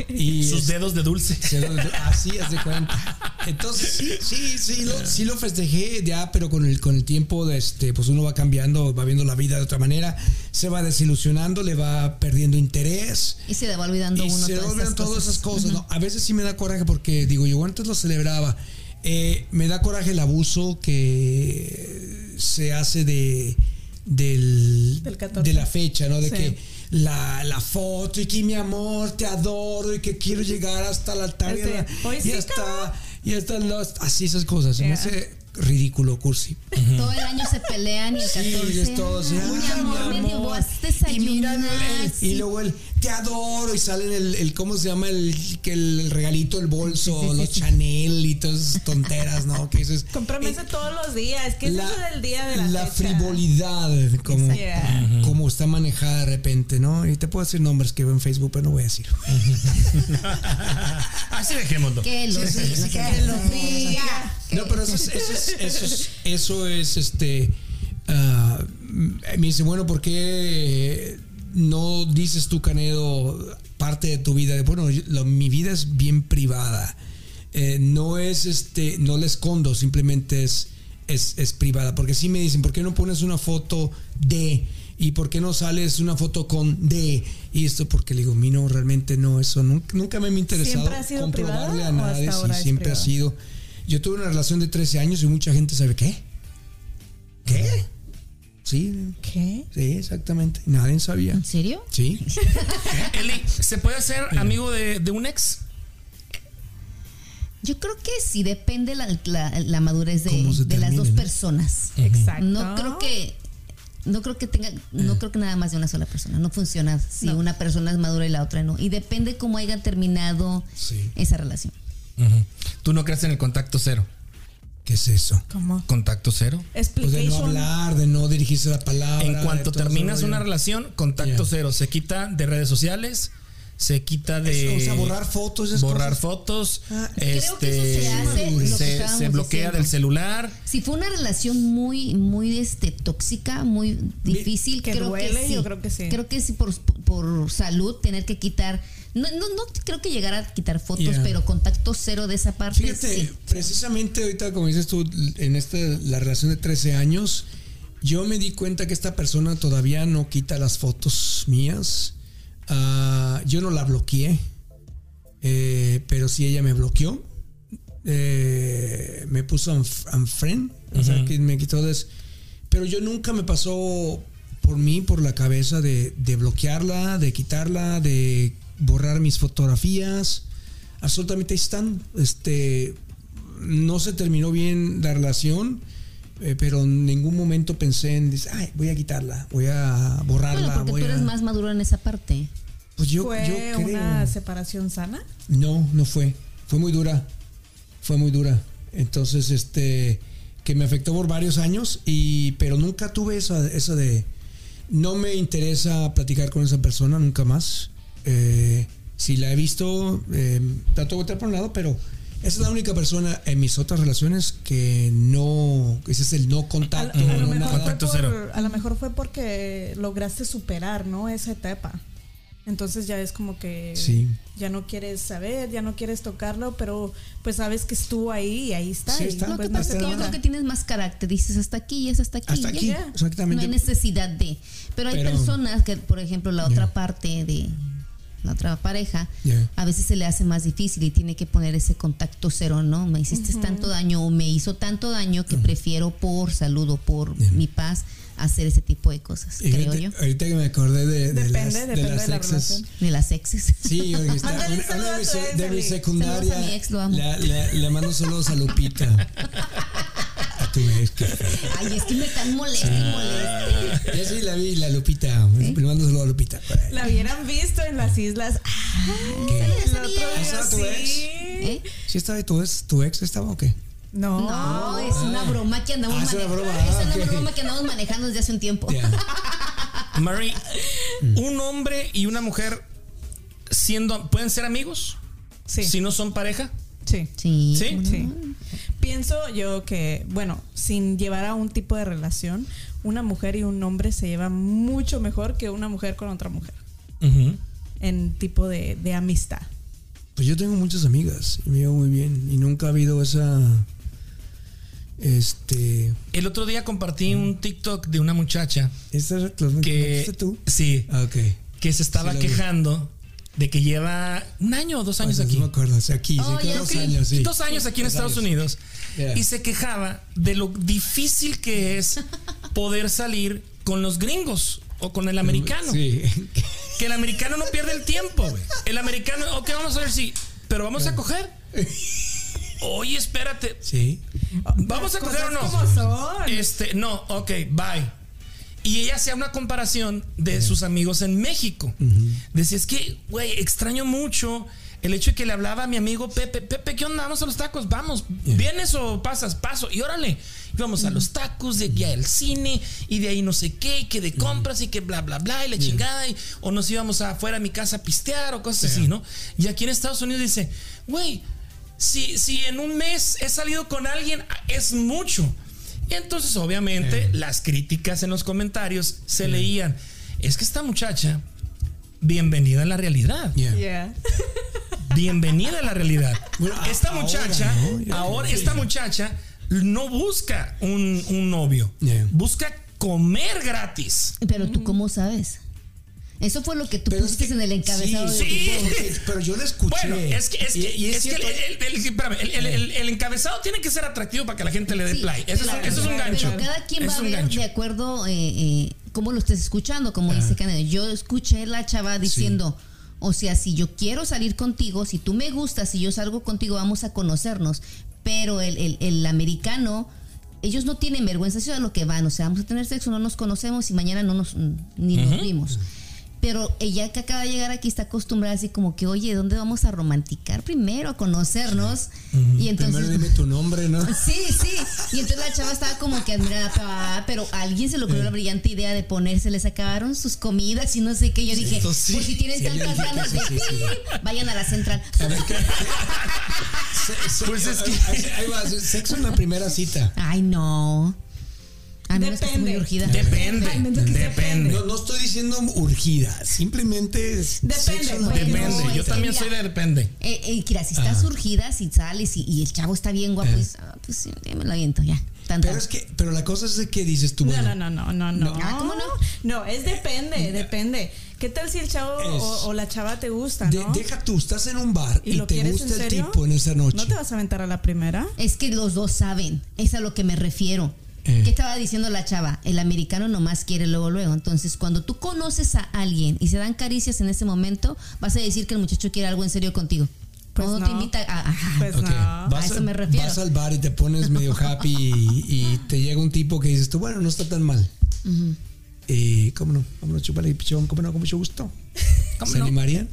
[SPEAKER 4] y este,
[SPEAKER 3] Sus dedos de dulce.
[SPEAKER 4] se lo- así haz de cuenta. Entonces, sí, sí, sí lo, sí lo festejé ya, pero con el, con el tiempo, de este, pues uno va cambiando, va viendo la vida de otra manera, se va desilusionando, le va perdiendo interés.
[SPEAKER 2] Y se le va olvidando
[SPEAKER 4] Y
[SPEAKER 2] uno
[SPEAKER 4] se
[SPEAKER 2] todas
[SPEAKER 4] olvidan
[SPEAKER 2] estas
[SPEAKER 4] todas
[SPEAKER 2] cosas.
[SPEAKER 4] esas cosas, ¿no? A veces sí me da coraje porque digo, yo antes lo celebraba. Eh, me da coraje el abuso que se hace de del,
[SPEAKER 5] Del 14.
[SPEAKER 4] de la fecha, ¿no? De
[SPEAKER 5] Sí.
[SPEAKER 4] que la, la foto y que mi amor, te adoro y que quiero llegar hasta el altar y,
[SPEAKER 5] Este,
[SPEAKER 4] la-
[SPEAKER 5] hoy
[SPEAKER 4] y
[SPEAKER 5] sí,
[SPEAKER 4] hasta, y hasta los- así esas cosas. Se me
[SPEAKER 5] Ya.
[SPEAKER 4] hace ridículo, cursi.
[SPEAKER 2] Todo el año se pelean y el
[SPEAKER 4] Sí,
[SPEAKER 2] 14.
[SPEAKER 4] es todo, sí,
[SPEAKER 2] Ay, mi
[SPEAKER 4] ah,
[SPEAKER 2] amor,
[SPEAKER 4] mi
[SPEAKER 2] me
[SPEAKER 4] amor.
[SPEAKER 2] llevó a este
[SPEAKER 4] Y miran el-
[SPEAKER 2] desayunar.
[SPEAKER 4] el- y
[SPEAKER 2] sí.
[SPEAKER 4] luego el te adoro y salen el, el- ¿cómo se llama? El, que el regalito, el bolso, los Chanel y todas esas tonteras, ¿no? Que eso es,
[SPEAKER 5] Comprame ese
[SPEAKER 4] eh,
[SPEAKER 5] todos los días. ¿Qué es eso del día de la
[SPEAKER 4] la
[SPEAKER 5] fecha?
[SPEAKER 4] frivolidad, como,
[SPEAKER 5] Exacto.
[SPEAKER 4] como está manejada de repente, ¿no? Y te puedo decir nombres que veo en Facebook, pero no voy a decir.
[SPEAKER 3] Así dejémoslo.
[SPEAKER 2] Que lo
[SPEAKER 4] Sí, sí,
[SPEAKER 2] diga,
[SPEAKER 4] sí,
[SPEAKER 2] que lo diga.
[SPEAKER 4] No, pero eso es, eso es, eso es, eso es, este. ah, me dice, bueno, ¿por qué no dices tú, Canedo, parte de tu vida? Bueno, yo- lo- mi vida es bien privada. Eh, no es este, no la escondo, simplemente es, es, es privada. Porque sí me dicen, ¿por qué no pones una foto de? ¿Y por qué no sales una foto con de? Y esto porque le digo, mino, realmente no, eso nunca, nunca me ha interesado
[SPEAKER 5] ¿Siempre ha sido
[SPEAKER 4] comprobarle
[SPEAKER 5] privada
[SPEAKER 4] a
[SPEAKER 5] o hasta
[SPEAKER 4] nadie
[SPEAKER 5] ahora
[SPEAKER 4] si
[SPEAKER 5] es
[SPEAKER 4] siempre ha
[SPEAKER 5] privada?
[SPEAKER 4] sido. Yo tuve una relación de 13 años y mucha gente sabe qué. ¿Qué? Sí,
[SPEAKER 5] ¿Qué?
[SPEAKER 4] sí, exactamente. Nadie sabía.
[SPEAKER 2] ¿En serio?
[SPEAKER 4] Sí.
[SPEAKER 3] Eli, ¿se puede hacer amigo de, de un ex?
[SPEAKER 2] Yo creo que sí, depende la, la- la madurez de,
[SPEAKER 4] Cómo se
[SPEAKER 2] de las
[SPEAKER 4] termine,
[SPEAKER 2] dos
[SPEAKER 4] ¿no?
[SPEAKER 2] personas.
[SPEAKER 5] Exacto.
[SPEAKER 2] No creo que no creo que tenga no creo que nada más de una sola persona no funciona si
[SPEAKER 5] No.
[SPEAKER 2] una persona es madura y la otra no y depende cómo hayan terminado
[SPEAKER 4] Sí.
[SPEAKER 2] esa relación
[SPEAKER 3] Ujú. ¿Tú no crees en el contacto cero?
[SPEAKER 4] ¿Qué es eso?
[SPEAKER 5] ¿Cómo?
[SPEAKER 3] ¿Contacto cero?
[SPEAKER 4] Pues de no
[SPEAKER 5] Explication.
[SPEAKER 4] hablar, de no dirigirse la palabra.
[SPEAKER 3] En cuanto
[SPEAKER 4] de todo
[SPEAKER 3] terminas
[SPEAKER 4] ese
[SPEAKER 3] una
[SPEAKER 4] rollo.
[SPEAKER 3] relación, contacto
[SPEAKER 4] Yeah.
[SPEAKER 3] cero. Se quita de redes sociales, se quita de.
[SPEAKER 4] Es, o sea, borrar fotos, esas
[SPEAKER 3] eh, Borrar
[SPEAKER 4] cosas.
[SPEAKER 3] fotos.
[SPEAKER 4] Ah,
[SPEAKER 2] creo que
[SPEAKER 3] este,
[SPEAKER 2] eso se hace, lo que
[SPEAKER 3] se-
[SPEAKER 2] estábamos
[SPEAKER 3] se bloquea
[SPEAKER 2] diciendo.
[SPEAKER 3] del celular.
[SPEAKER 2] Si fue una relación muy, muy este, tóxica, muy difícil,
[SPEAKER 5] Que
[SPEAKER 2] creo que
[SPEAKER 5] duele,
[SPEAKER 2] sí.
[SPEAKER 5] yo creo que sí.
[SPEAKER 2] Creo que sí, por, por salud, tener que quitar. No, no, no creo que llegar a quitar fotos,
[SPEAKER 4] Yeah.
[SPEAKER 2] pero contacto cero de esa parte.
[SPEAKER 4] Fíjate,
[SPEAKER 2] sí.
[SPEAKER 4] precisamente ahorita, como dices tú, en esta, la relación de 13 años, yo me di cuenta que esta persona todavía no quita las fotos mías. Ah, yo no la bloqueé, eh, pero sí ella me bloqueó. Eh, me puso unf- unfriend, o sea, que me quitó de... Pero yo nunca me pasó por mí, por la cabeza de, de bloquearla, de quitarla, de borrar mis fotografías. Absolutamente ahí están. Este, no se terminó bien la relación, eh, pero en ningún momento pensé en, dice, ay, voy a quitarla, voy a borrarla.
[SPEAKER 2] Bueno, porque
[SPEAKER 4] voy
[SPEAKER 2] tú eres
[SPEAKER 4] a-".
[SPEAKER 2] más maduro en esa parte.
[SPEAKER 4] Pues yo,
[SPEAKER 5] ¿Fue
[SPEAKER 4] yo creo.
[SPEAKER 5] una separación sana?
[SPEAKER 4] No, no fue. Fue muy dura. Fue muy dura. Entonces, este, que me afectó por varios años, y, pero nunca tuve eso, eso de, no me interesa platicar con esa persona nunca más. Eh, si la he visto, eh, trato de voltear por un lado, pero esa es la única persona en mis otras relaciones que no, ese es el no
[SPEAKER 5] A,
[SPEAKER 4] contacto.
[SPEAKER 5] lo- a lo
[SPEAKER 4] no
[SPEAKER 5] mejor
[SPEAKER 4] nada.
[SPEAKER 5] fue
[SPEAKER 3] Contacto
[SPEAKER 5] por-
[SPEAKER 3] cero.
[SPEAKER 5] a lo mejor fue porque lograste superar, ¿no? Esa etapa. Entonces ya es como que
[SPEAKER 4] Sí.
[SPEAKER 5] ya no quieres saber, ya no quieres tocarlo, pero pues sabes que estuvo ahí y ahí está.
[SPEAKER 4] Sí,
[SPEAKER 5] y
[SPEAKER 4] está.
[SPEAKER 2] Lo
[SPEAKER 5] pues
[SPEAKER 2] que
[SPEAKER 5] no
[SPEAKER 2] pasa
[SPEAKER 5] se
[SPEAKER 2] es que yo
[SPEAKER 5] toca.
[SPEAKER 2] creo que tienes más carácter. Dices hasta aquí y es hasta aquí.
[SPEAKER 4] Hasta
[SPEAKER 2] ya.
[SPEAKER 4] aquí,
[SPEAKER 2] No
[SPEAKER 4] exactamente.
[SPEAKER 2] hay necesidad de. Pero hay
[SPEAKER 4] Pero-
[SPEAKER 2] personas que, por ejemplo, la otra
[SPEAKER 4] Ya.
[SPEAKER 2] parte de la otra pareja,
[SPEAKER 4] Ya.
[SPEAKER 2] a veces se le hace más difícil y tiene que poner ese contacto cero, ¿no? Me hiciste tanto daño o me hizo tanto daño que prefiero por salud o por
[SPEAKER 4] Ya.
[SPEAKER 2] mi paz hacer ese tipo de cosas,
[SPEAKER 4] Y
[SPEAKER 2] creo
[SPEAKER 4] ahorita,
[SPEAKER 2] yo.
[SPEAKER 4] ahorita que me acordé de, de
[SPEAKER 5] Depende,
[SPEAKER 4] las,
[SPEAKER 5] depende
[SPEAKER 4] de las
[SPEAKER 5] de la
[SPEAKER 4] exes.
[SPEAKER 5] relación.
[SPEAKER 2] De las exes.
[SPEAKER 4] Sí, oye, está.
[SPEAKER 5] Ándale,
[SPEAKER 4] Una-
[SPEAKER 5] saluda
[SPEAKER 4] una
[SPEAKER 5] a
[SPEAKER 4] de,
[SPEAKER 5] tu
[SPEAKER 4] mi-
[SPEAKER 5] ex,
[SPEAKER 4] de mi
[SPEAKER 5] Eli.
[SPEAKER 4] secundaria.
[SPEAKER 2] Saludos a mi ex, lo amo.
[SPEAKER 4] la- la- le mando saludos a Lupita. A tu ex, qué feo.
[SPEAKER 2] Ay, es que me están molesta y molesta.
[SPEAKER 4] Yo sí la vi, la Lupita. Le mando saludos a Lupita.
[SPEAKER 5] La hubieran visto en las islas.
[SPEAKER 4] ¿Qué?
[SPEAKER 5] ¡Ay, el otro día
[SPEAKER 4] ¿Esa tu ex?
[SPEAKER 5] sí!
[SPEAKER 2] ¿Eh?
[SPEAKER 4] ¿Sí estaba tu ex, tu ex estaba o qué?
[SPEAKER 5] No.
[SPEAKER 2] No, es una broma que andamos
[SPEAKER 4] Ah, es una
[SPEAKER 2] manejando.
[SPEAKER 4] broma, ah,
[SPEAKER 2] es una
[SPEAKER 4] ok.
[SPEAKER 2] broma que andamos manejando desde hace un tiempo.
[SPEAKER 4] Ya.
[SPEAKER 3] Mary, un hombre y una mujer siendo pueden ser amigos
[SPEAKER 5] Sí.
[SPEAKER 3] si no son pareja.
[SPEAKER 5] Sí.
[SPEAKER 2] Sí.
[SPEAKER 3] Sí.
[SPEAKER 2] ¿cómo no?
[SPEAKER 5] Sí. Pienso yo que, bueno, sin llevar a un tipo de relación, una mujer y un hombre se llevan mucho mejor que una mujer con otra mujer en tipo de, de amistad.
[SPEAKER 4] Pues yo tengo muchas amigas y me llevo muy bien. Y nunca ha habido esa. Este.
[SPEAKER 3] El otro día compartí un TikTok de una muchacha
[SPEAKER 4] ¿Esta es la
[SPEAKER 3] que
[SPEAKER 4] ¿Este tú?
[SPEAKER 3] sí,
[SPEAKER 4] Ah, ok.
[SPEAKER 3] que se estaba
[SPEAKER 4] Sí, la vi.
[SPEAKER 3] quejando de que lleva un año o dos años
[SPEAKER 4] Ay, No
[SPEAKER 3] aquí.
[SPEAKER 4] me acuerdo. sí, Aquí, sí,
[SPEAKER 2] Oh,
[SPEAKER 4] que
[SPEAKER 2] ya
[SPEAKER 4] dos
[SPEAKER 2] sé.
[SPEAKER 4] años, sí.
[SPEAKER 3] Dos años aquí en
[SPEAKER 4] Dos
[SPEAKER 3] Estados
[SPEAKER 4] años.
[SPEAKER 3] Unidos.
[SPEAKER 4] Yeah.
[SPEAKER 3] Y se quejaba de lo difícil que es poder salir con los gringos o con el americano.
[SPEAKER 4] Sí.
[SPEAKER 3] Que el americano no pierde el tiempo, güey. El americano, ok, vamos a ver si. Pero vamos a coger. Oye, espérate.
[SPEAKER 4] Sí.
[SPEAKER 3] ¿Vamos a coger o no?
[SPEAKER 5] Cosas como son.
[SPEAKER 3] Este, no, ok, bye. Y ella hacía una comparación de sus amigos en México. Decía, es que, güey, extraño mucho el hecho de que le hablaba a mi amigo Pepe. Pepe, ¿qué onda? Vamos a los tacos, vamos. ¿Vienes o pasas? Paso. Y órale, íbamos a los tacos, de aquí al cine, y de ahí no sé qué, y que de compras, y que bla, bla, bla, y la chingada. y- o nos íbamos afuera a mi casa a pistear o cosas así, ¿no? Y aquí en Estados Unidos dice, güey, si, si en un mes he salido con alguien, es mucho. Y entonces, obviamente, las críticas en los comentarios se leían. Es que esta muchacha, bienvenida a la realidad.
[SPEAKER 4] Yeah.
[SPEAKER 5] Yeah.
[SPEAKER 3] Bienvenida a la realidad.
[SPEAKER 4] Bueno, a-
[SPEAKER 3] esta
[SPEAKER 4] Ah, ahora,
[SPEAKER 3] muchacha,
[SPEAKER 4] ¿no? Ya,
[SPEAKER 3] ahora,
[SPEAKER 4] sí.
[SPEAKER 3] esta muchacha no busca un, un novio.
[SPEAKER 4] Yeah.
[SPEAKER 3] Busca comer gratis.
[SPEAKER 2] Pero tú cómo sabes? Eso fue lo que tú pusiste en el encabezado.
[SPEAKER 4] sí,
[SPEAKER 2] de-
[SPEAKER 3] Sí.
[SPEAKER 4] porque- pero yo la escuché.
[SPEAKER 3] Bueno, es que, es que,
[SPEAKER 4] Y- y
[SPEAKER 3] es que el,
[SPEAKER 4] cierto,
[SPEAKER 3] el- el- espérame, el- el- el- el encabezado tiene que ser atractivo para que la gente le dé
[SPEAKER 2] Sí,
[SPEAKER 3] play. Eso, es,
[SPEAKER 2] claro,
[SPEAKER 3] un- eso es un
[SPEAKER 2] claro,
[SPEAKER 3] gancho.
[SPEAKER 2] Pero cada quien
[SPEAKER 3] Eso
[SPEAKER 2] va
[SPEAKER 3] es
[SPEAKER 2] a
[SPEAKER 3] un
[SPEAKER 2] ver
[SPEAKER 3] gancho.
[SPEAKER 2] de acuerdo eh, eh, cómo lo estés escuchando, como dice Canadá. Yo escuché la chava diciendo, o sea, si yo quiero salir contigo, si tú me gustas, si yo salgo contigo, vamos a conocernos. Pero el, el- el americano, ellos no tienen vergüenza, eso es a lo que van. O sea, vamos a tener sexo, no nos conocemos y mañana no nos, mm, ni nos vimos. Pero ella que acaba de llegar aquí está acostumbrada así como que, oye, ¿dónde vamos a romanticar primero? A conocernos. Y
[SPEAKER 4] Primero
[SPEAKER 2] entonces...
[SPEAKER 4] dime tu nombre, ¿no?
[SPEAKER 2] Sí, sí. Y entonces la chava estaba como que admirada, pero, ah, pero a alguien se le ocurrió la brillante idea de ponerse, les acabaron sus comidas y no sé qué. Yo dije,
[SPEAKER 4] Esto sí.
[SPEAKER 2] pues si tienen
[SPEAKER 4] Sí, yo
[SPEAKER 2] tantas
[SPEAKER 4] dije que
[SPEAKER 2] ganas
[SPEAKER 4] sí,
[SPEAKER 2] de
[SPEAKER 4] sí, sí.
[SPEAKER 2] vayan a la central.
[SPEAKER 4] A ver, ¿qué? Se- se-
[SPEAKER 3] Pues es que-
[SPEAKER 4] ahí- ahí va, sexo en la primera cita.
[SPEAKER 2] Ay, no. A menos que esté muy
[SPEAKER 5] Depende.
[SPEAKER 2] urgida.
[SPEAKER 3] Depende,
[SPEAKER 5] Realmente que se
[SPEAKER 3] depende.
[SPEAKER 4] No, no estoy diciendo urgida, simplemente es
[SPEAKER 5] Depende,
[SPEAKER 4] sexo en la
[SPEAKER 5] güey.
[SPEAKER 4] primera
[SPEAKER 2] No,
[SPEAKER 4] cita.
[SPEAKER 3] Depende, yo
[SPEAKER 2] es que
[SPEAKER 3] también
[SPEAKER 2] mira.
[SPEAKER 3] soy de depende.
[SPEAKER 2] Eh, eh, mira, si estás urgida, si sales y, y el chavo está bien guapo, pues, ah, pues sí, ya me lo aviento, ya. Tan,
[SPEAKER 4] Eh. Pero
[SPEAKER 2] tan.
[SPEAKER 4] es que, pero la cosa es de que dices tú,
[SPEAKER 5] No,
[SPEAKER 4] bueno,
[SPEAKER 5] no, no, no, no, no.
[SPEAKER 2] Ah, ¿cómo no?
[SPEAKER 5] No, es depende, depende. ¿Qué tal si el chavo
[SPEAKER 4] Es-
[SPEAKER 5] o, o la chava te gusta,
[SPEAKER 4] de-
[SPEAKER 5] no?
[SPEAKER 4] deja tú, estás en un bar
[SPEAKER 5] ¿Y
[SPEAKER 4] y,
[SPEAKER 5] lo
[SPEAKER 4] te
[SPEAKER 5] quieres
[SPEAKER 4] gusta
[SPEAKER 5] en
[SPEAKER 4] el
[SPEAKER 5] serio?
[SPEAKER 4] tipo en esa noche.
[SPEAKER 5] ¿No te vas a aventar a la primera?
[SPEAKER 2] Es que los dos saben, es a lo que me refiero.
[SPEAKER 4] Eh.
[SPEAKER 2] ¿Qué estaba diciendo la chava? El americano nomás quiere luego, luego. Entonces, cuando tú conoces a alguien y se dan caricias en ese momento, vas a decir que el muchacho quiere algo en serio contigo.
[SPEAKER 5] Pues
[SPEAKER 2] Cuando te
[SPEAKER 5] no.
[SPEAKER 2] invita a... ajá.
[SPEAKER 5] Pues
[SPEAKER 4] Ok,
[SPEAKER 5] no.
[SPEAKER 2] a eso me refiero.
[SPEAKER 4] Vas al bar y te pones medio happy y, y te llega un tipo que dices tú, bueno, no está tan mal. Eh, ¿Cómo no? Vámonos, chúpale, pichón, ¿cómo no? Con mucho gusto. ¿Se animarían?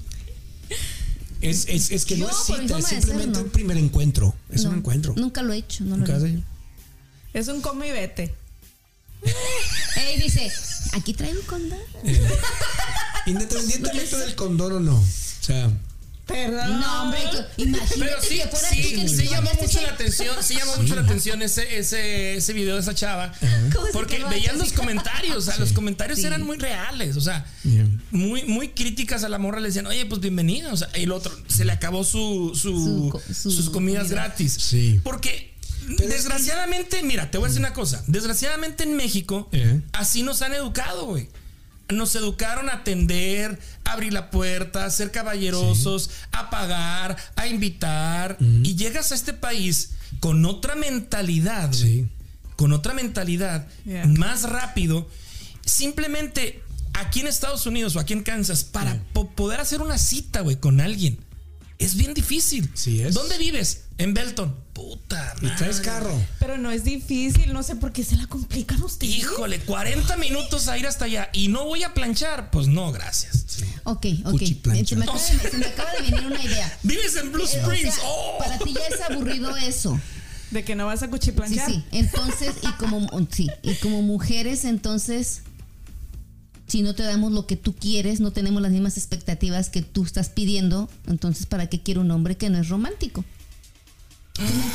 [SPEAKER 4] Es, es, es que no
[SPEAKER 2] Yo,
[SPEAKER 4] es
[SPEAKER 2] por mi
[SPEAKER 4] cita, es
[SPEAKER 2] forma de ser,
[SPEAKER 4] simplemente
[SPEAKER 2] no.
[SPEAKER 4] un primer encuentro. Es un
[SPEAKER 2] No,
[SPEAKER 4] encuentro.
[SPEAKER 2] Nunca lo he hecho, no lo
[SPEAKER 4] Nunca
[SPEAKER 2] he
[SPEAKER 4] has
[SPEAKER 2] hecho.
[SPEAKER 4] hecho.
[SPEAKER 5] Es un come y vete.
[SPEAKER 2] Ey, dice, aquí trae un condón.
[SPEAKER 4] Independientemente del condón o no. O sea,
[SPEAKER 5] Perdón.
[SPEAKER 2] No, hombre, que- imagínate
[SPEAKER 3] Ah. Pero sí,
[SPEAKER 2] que fuera tú que
[SPEAKER 3] sí,
[SPEAKER 2] le
[SPEAKER 3] sí llama
[SPEAKER 2] mandaste
[SPEAKER 3] mucho
[SPEAKER 2] ese-
[SPEAKER 3] la atención, sí llama mucho la atención ese, ese, ese video de esa chava.
[SPEAKER 2] ¿Cómo se
[SPEAKER 3] Porque
[SPEAKER 2] quedó
[SPEAKER 3] veían
[SPEAKER 2] así?
[SPEAKER 3] los comentarios, o sea, los comentarios
[SPEAKER 2] Sí.
[SPEAKER 3] eran muy reales, o sea,
[SPEAKER 4] Yeah.
[SPEAKER 3] muy, muy críticas a la morra, le decían, oye, pues bienvenido, o sea, y el otro, se le acabó su,
[SPEAKER 2] Su
[SPEAKER 3] su,
[SPEAKER 2] co- su
[SPEAKER 3] sus comidas
[SPEAKER 2] comida.
[SPEAKER 3] gratis.
[SPEAKER 4] Sí.
[SPEAKER 3] Porque...
[SPEAKER 4] Pero es
[SPEAKER 3] desgraciadamente, mira, te voy a decir una cosa. Desgraciadamente en México,
[SPEAKER 4] Eh.
[SPEAKER 3] así nos han educado, güey. Nos educaron a atender, a abrir la puerta, a ser caballerosos, a pagar, a invitar. Y llegas a este país con otra mentalidad, güey.
[SPEAKER 4] Sí.
[SPEAKER 3] con otra mentalidad,
[SPEAKER 5] Yeah.
[SPEAKER 3] más rápido. Simplemente aquí en Estados Unidos o aquí en Kansas, para po- poder hacer una cita, güey, con alguien, es bien difícil.
[SPEAKER 4] Sí es.
[SPEAKER 3] ¿Dónde vives? En Belton. Puta
[SPEAKER 4] y
[SPEAKER 3] madre.
[SPEAKER 4] traes carro.
[SPEAKER 5] Pero no es difícil, no sé por qué se la complican ustedes.
[SPEAKER 3] Híjole, 40 minutos a ir hasta allá y no voy a planchar. Pues no, gracias.
[SPEAKER 2] Ok, ok.
[SPEAKER 4] Cuchiplancha.
[SPEAKER 2] Se me, acaba de, se me acaba de venir una idea.
[SPEAKER 3] Vives en
[SPEAKER 2] Eh,
[SPEAKER 3] Blue
[SPEAKER 2] o
[SPEAKER 3] Springs.
[SPEAKER 2] sea,
[SPEAKER 3] ¡Oh!
[SPEAKER 2] Para ti ya es aburrido eso.
[SPEAKER 5] De que no vas a
[SPEAKER 2] Sí,
[SPEAKER 5] cuchiplanchar.
[SPEAKER 2] sí. Entonces, y como, sí, y como mujeres, entonces, si no te damos lo que tú quieres, no tenemos las mismas expectativas que tú estás pidiendo, entonces, ¿para qué quiere un hombre que no es romántico?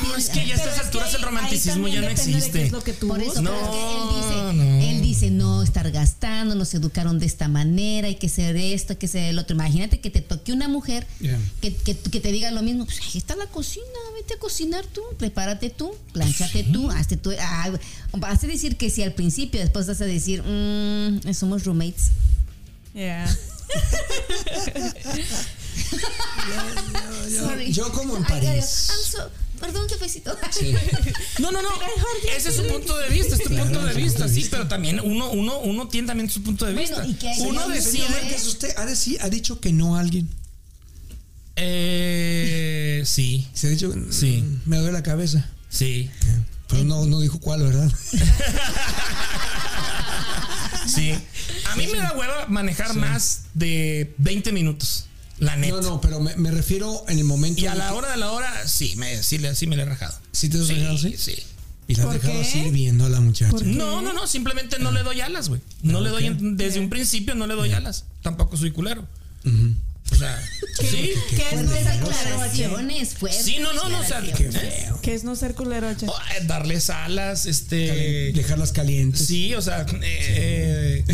[SPEAKER 3] No, es que ya a
[SPEAKER 5] Pero
[SPEAKER 3] estas
[SPEAKER 5] es que
[SPEAKER 3] alturas el
[SPEAKER 5] ahí
[SPEAKER 3] romanticismo
[SPEAKER 5] también
[SPEAKER 3] ya no
[SPEAKER 5] depende de qué
[SPEAKER 3] existe.
[SPEAKER 5] es lo que tú
[SPEAKER 2] Por eso,
[SPEAKER 5] buscas.
[SPEAKER 2] pero es que él dice,
[SPEAKER 3] no.
[SPEAKER 2] él dice no estar gastando, nos educaron de esta manera, hay que ser esto, hay que ser el otro. Imagínate que te toque una mujer
[SPEAKER 4] Yeah.
[SPEAKER 2] que, que- que te diga lo mismo, pues ahí está la cocina, vete a cocinar tú, prepárate tú, planchate tú, hazte tú. Ah, vas a decir que sí al principio, después vas a decir, "Mm, somos roommates.
[SPEAKER 5] Yeah.
[SPEAKER 2] Sorry.
[SPEAKER 4] yo como en
[SPEAKER 2] I gotta-
[SPEAKER 4] París.
[SPEAKER 2] I'm so- perdón, jefecito.
[SPEAKER 3] No, no, no. Ese es su punto de vista, es tu punto de vista, sí, pero también uno, uno, uno tiene también su punto de
[SPEAKER 2] Bueno,
[SPEAKER 3] vista.
[SPEAKER 2] ¿y qué hay?
[SPEAKER 3] Uno
[SPEAKER 2] Señor,
[SPEAKER 3] decide.
[SPEAKER 2] señor, ¿qué es
[SPEAKER 4] ¿Usted ha, deci- ha dicho que no a alguien?
[SPEAKER 3] Eh, sí,
[SPEAKER 4] Se ha dicho, "Mm,
[SPEAKER 3] Sí.
[SPEAKER 4] me duele la cabeza.
[SPEAKER 3] sí,
[SPEAKER 4] Pero no, no dijo cuál, ¿verdad?
[SPEAKER 3] sí. A mí me da hueva manejar más de 20 minutos, la neta.
[SPEAKER 4] No, no, pero me, me refiero en el momento.
[SPEAKER 3] Y a
[SPEAKER 4] en
[SPEAKER 3] la
[SPEAKER 4] que-
[SPEAKER 3] hora de la hora, sí, me, sí, le- sí me la he rajado.
[SPEAKER 4] ¿Sí te has dejado así?
[SPEAKER 3] sí.
[SPEAKER 4] Y la has
[SPEAKER 5] ¿Por
[SPEAKER 4] dejado
[SPEAKER 5] qué?
[SPEAKER 4] así viendo a la muchacha.
[SPEAKER 5] ¿Por qué?
[SPEAKER 3] No, no, no, simplemente no le doy alas, güey. No le doy, en- desde un principio no le doy alas. Tampoco soy culero.
[SPEAKER 4] Ujú.
[SPEAKER 3] O sea, sí.
[SPEAKER 5] ¿Qué es no
[SPEAKER 2] Fuertes
[SPEAKER 5] ser culero, che?
[SPEAKER 2] aclaraciones, fuertes
[SPEAKER 3] Sí, no, no, no, o sea, ¿eh?
[SPEAKER 4] Qué
[SPEAKER 2] aclaraciones.
[SPEAKER 4] feo.
[SPEAKER 5] ¿Qué es no ser culero, che?
[SPEAKER 3] oh, eh, darles alas, este...
[SPEAKER 4] Dejarlas calientes.
[SPEAKER 3] Sí, o sea, eh,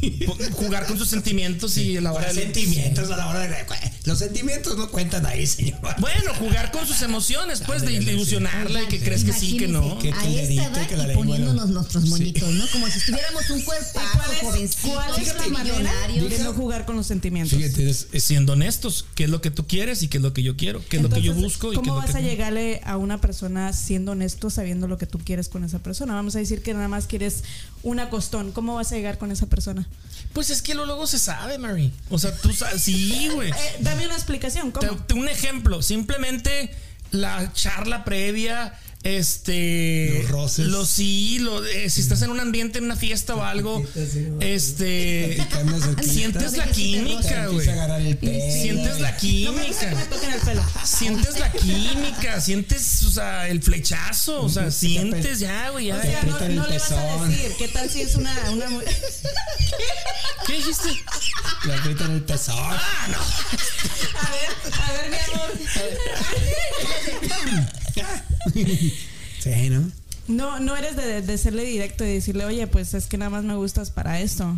[SPEAKER 3] eh, po- jugar con sus sentimientos y la hora
[SPEAKER 4] Los
[SPEAKER 3] del-
[SPEAKER 4] sentimientos a la hora de. Los sentimientos no cuentan ahí, señor.
[SPEAKER 3] Bueno, jugar con sus emociones, pues, de
[SPEAKER 4] Ándale, sí.
[SPEAKER 3] ilusionarla y que crees que sí, que no.
[SPEAKER 4] que-
[SPEAKER 2] a
[SPEAKER 4] que le
[SPEAKER 2] esta
[SPEAKER 4] dicte,
[SPEAKER 2] edad
[SPEAKER 4] que la
[SPEAKER 2] y
[SPEAKER 4] lengua
[SPEAKER 2] poniéndonos
[SPEAKER 4] no.
[SPEAKER 2] nuestros
[SPEAKER 4] Sí.
[SPEAKER 2] moñitos, ¿no? Como si estuviéramos un cuerpazo
[SPEAKER 5] ¿Cuál es,
[SPEAKER 2] jovencito, este,
[SPEAKER 5] cuál es la manera
[SPEAKER 2] millonario.
[SPEAKER 5] de no jugar con los
[SPEAKER 3] pues,
[SPEAKER 5] sentimientos?
[SPEAKER 4] Fíjate, es- es-
[SPEAKER 3] eh, Siendo honestos, qué es lo que tú quieres y qué es lo que yo quiero, qué es lo que yo
[SPEAKER 5] Entonces,
[SPEAKER 3] busco y qué es
[SPEAKER 5] ¿Cómo
[SPEAKER 3] lo
[SPEAKER 5] vas
[SPEAKER 3] que
[SPEAKER 5] a
[SPEAKER 3] no.
[SPEAKER 5] llegarle a una persona siendo honesto, sabiendo lo que tú quieres con esa persona? Vamos a decir que nada más quieres un acostón. ¿Cómo vas a llegar con esa persona?
[SPEAKER 3] Pues es que lo luego se sabe, Mary. O sea, tú sabes, sí, güey.
[SPEAKER 5] Eh, dame una explicación. ¿Cómo?
[SPEAKER 3] Te- te- un ejemplo, simplemente la charla previa, Este.
[SPEAKER 4] Los roces.
[SPEAKER 3] Los sí, lo- eh, si estás en un ambiente, en una fiesta o algo.
[SPEAKER 4] Cerquita, sí, güey. eh,
[SPEAKER 3] Este.
[SPEAKER 4] Caminas cerquita,
[SPEAKER 3] Sientes la
[SPEAKER 2] No dejes que te
[SPEAKER 4] te
[SPEAKER 3] química,
[SPEAKER 4] empieza
[SPEAKER 3] güey.
[SPEAKER 4] a agarrar el pelo.
[SPEAKER 3] Sientes la
[SPEAKER 5] No me gusta que me
[SPEAKER 3] química.
[SPEAKER 5] toquen el pelo.
[SPEAKER 3] Sientes la química, sientes, o sea, el flechazo, o sea, sientes ya, güey,
[SPEAKER 5] O
[SPEAKER 3] ya.
[SPEAKER 5] sea, no,
[SPEAKER 4] aprietan el
[SPEAKER 5] no le vas a
[SPEAKER 4] pezón.
[SPEAKER 5] decir. ¿Qué tal si es una, una mu-
[SPEAKER 3] ¿Qué dijiste?
[SPEAKER 4] Le aprietan el pezón.
[SPEAKER 5] A ver, a ver, mi amor.
[SPEAKER 4] Sí, ¿no?
[SPEAKER 5] No, no eres de, de serle directo y decirle, oye, pues es que nada más me gustas para esto.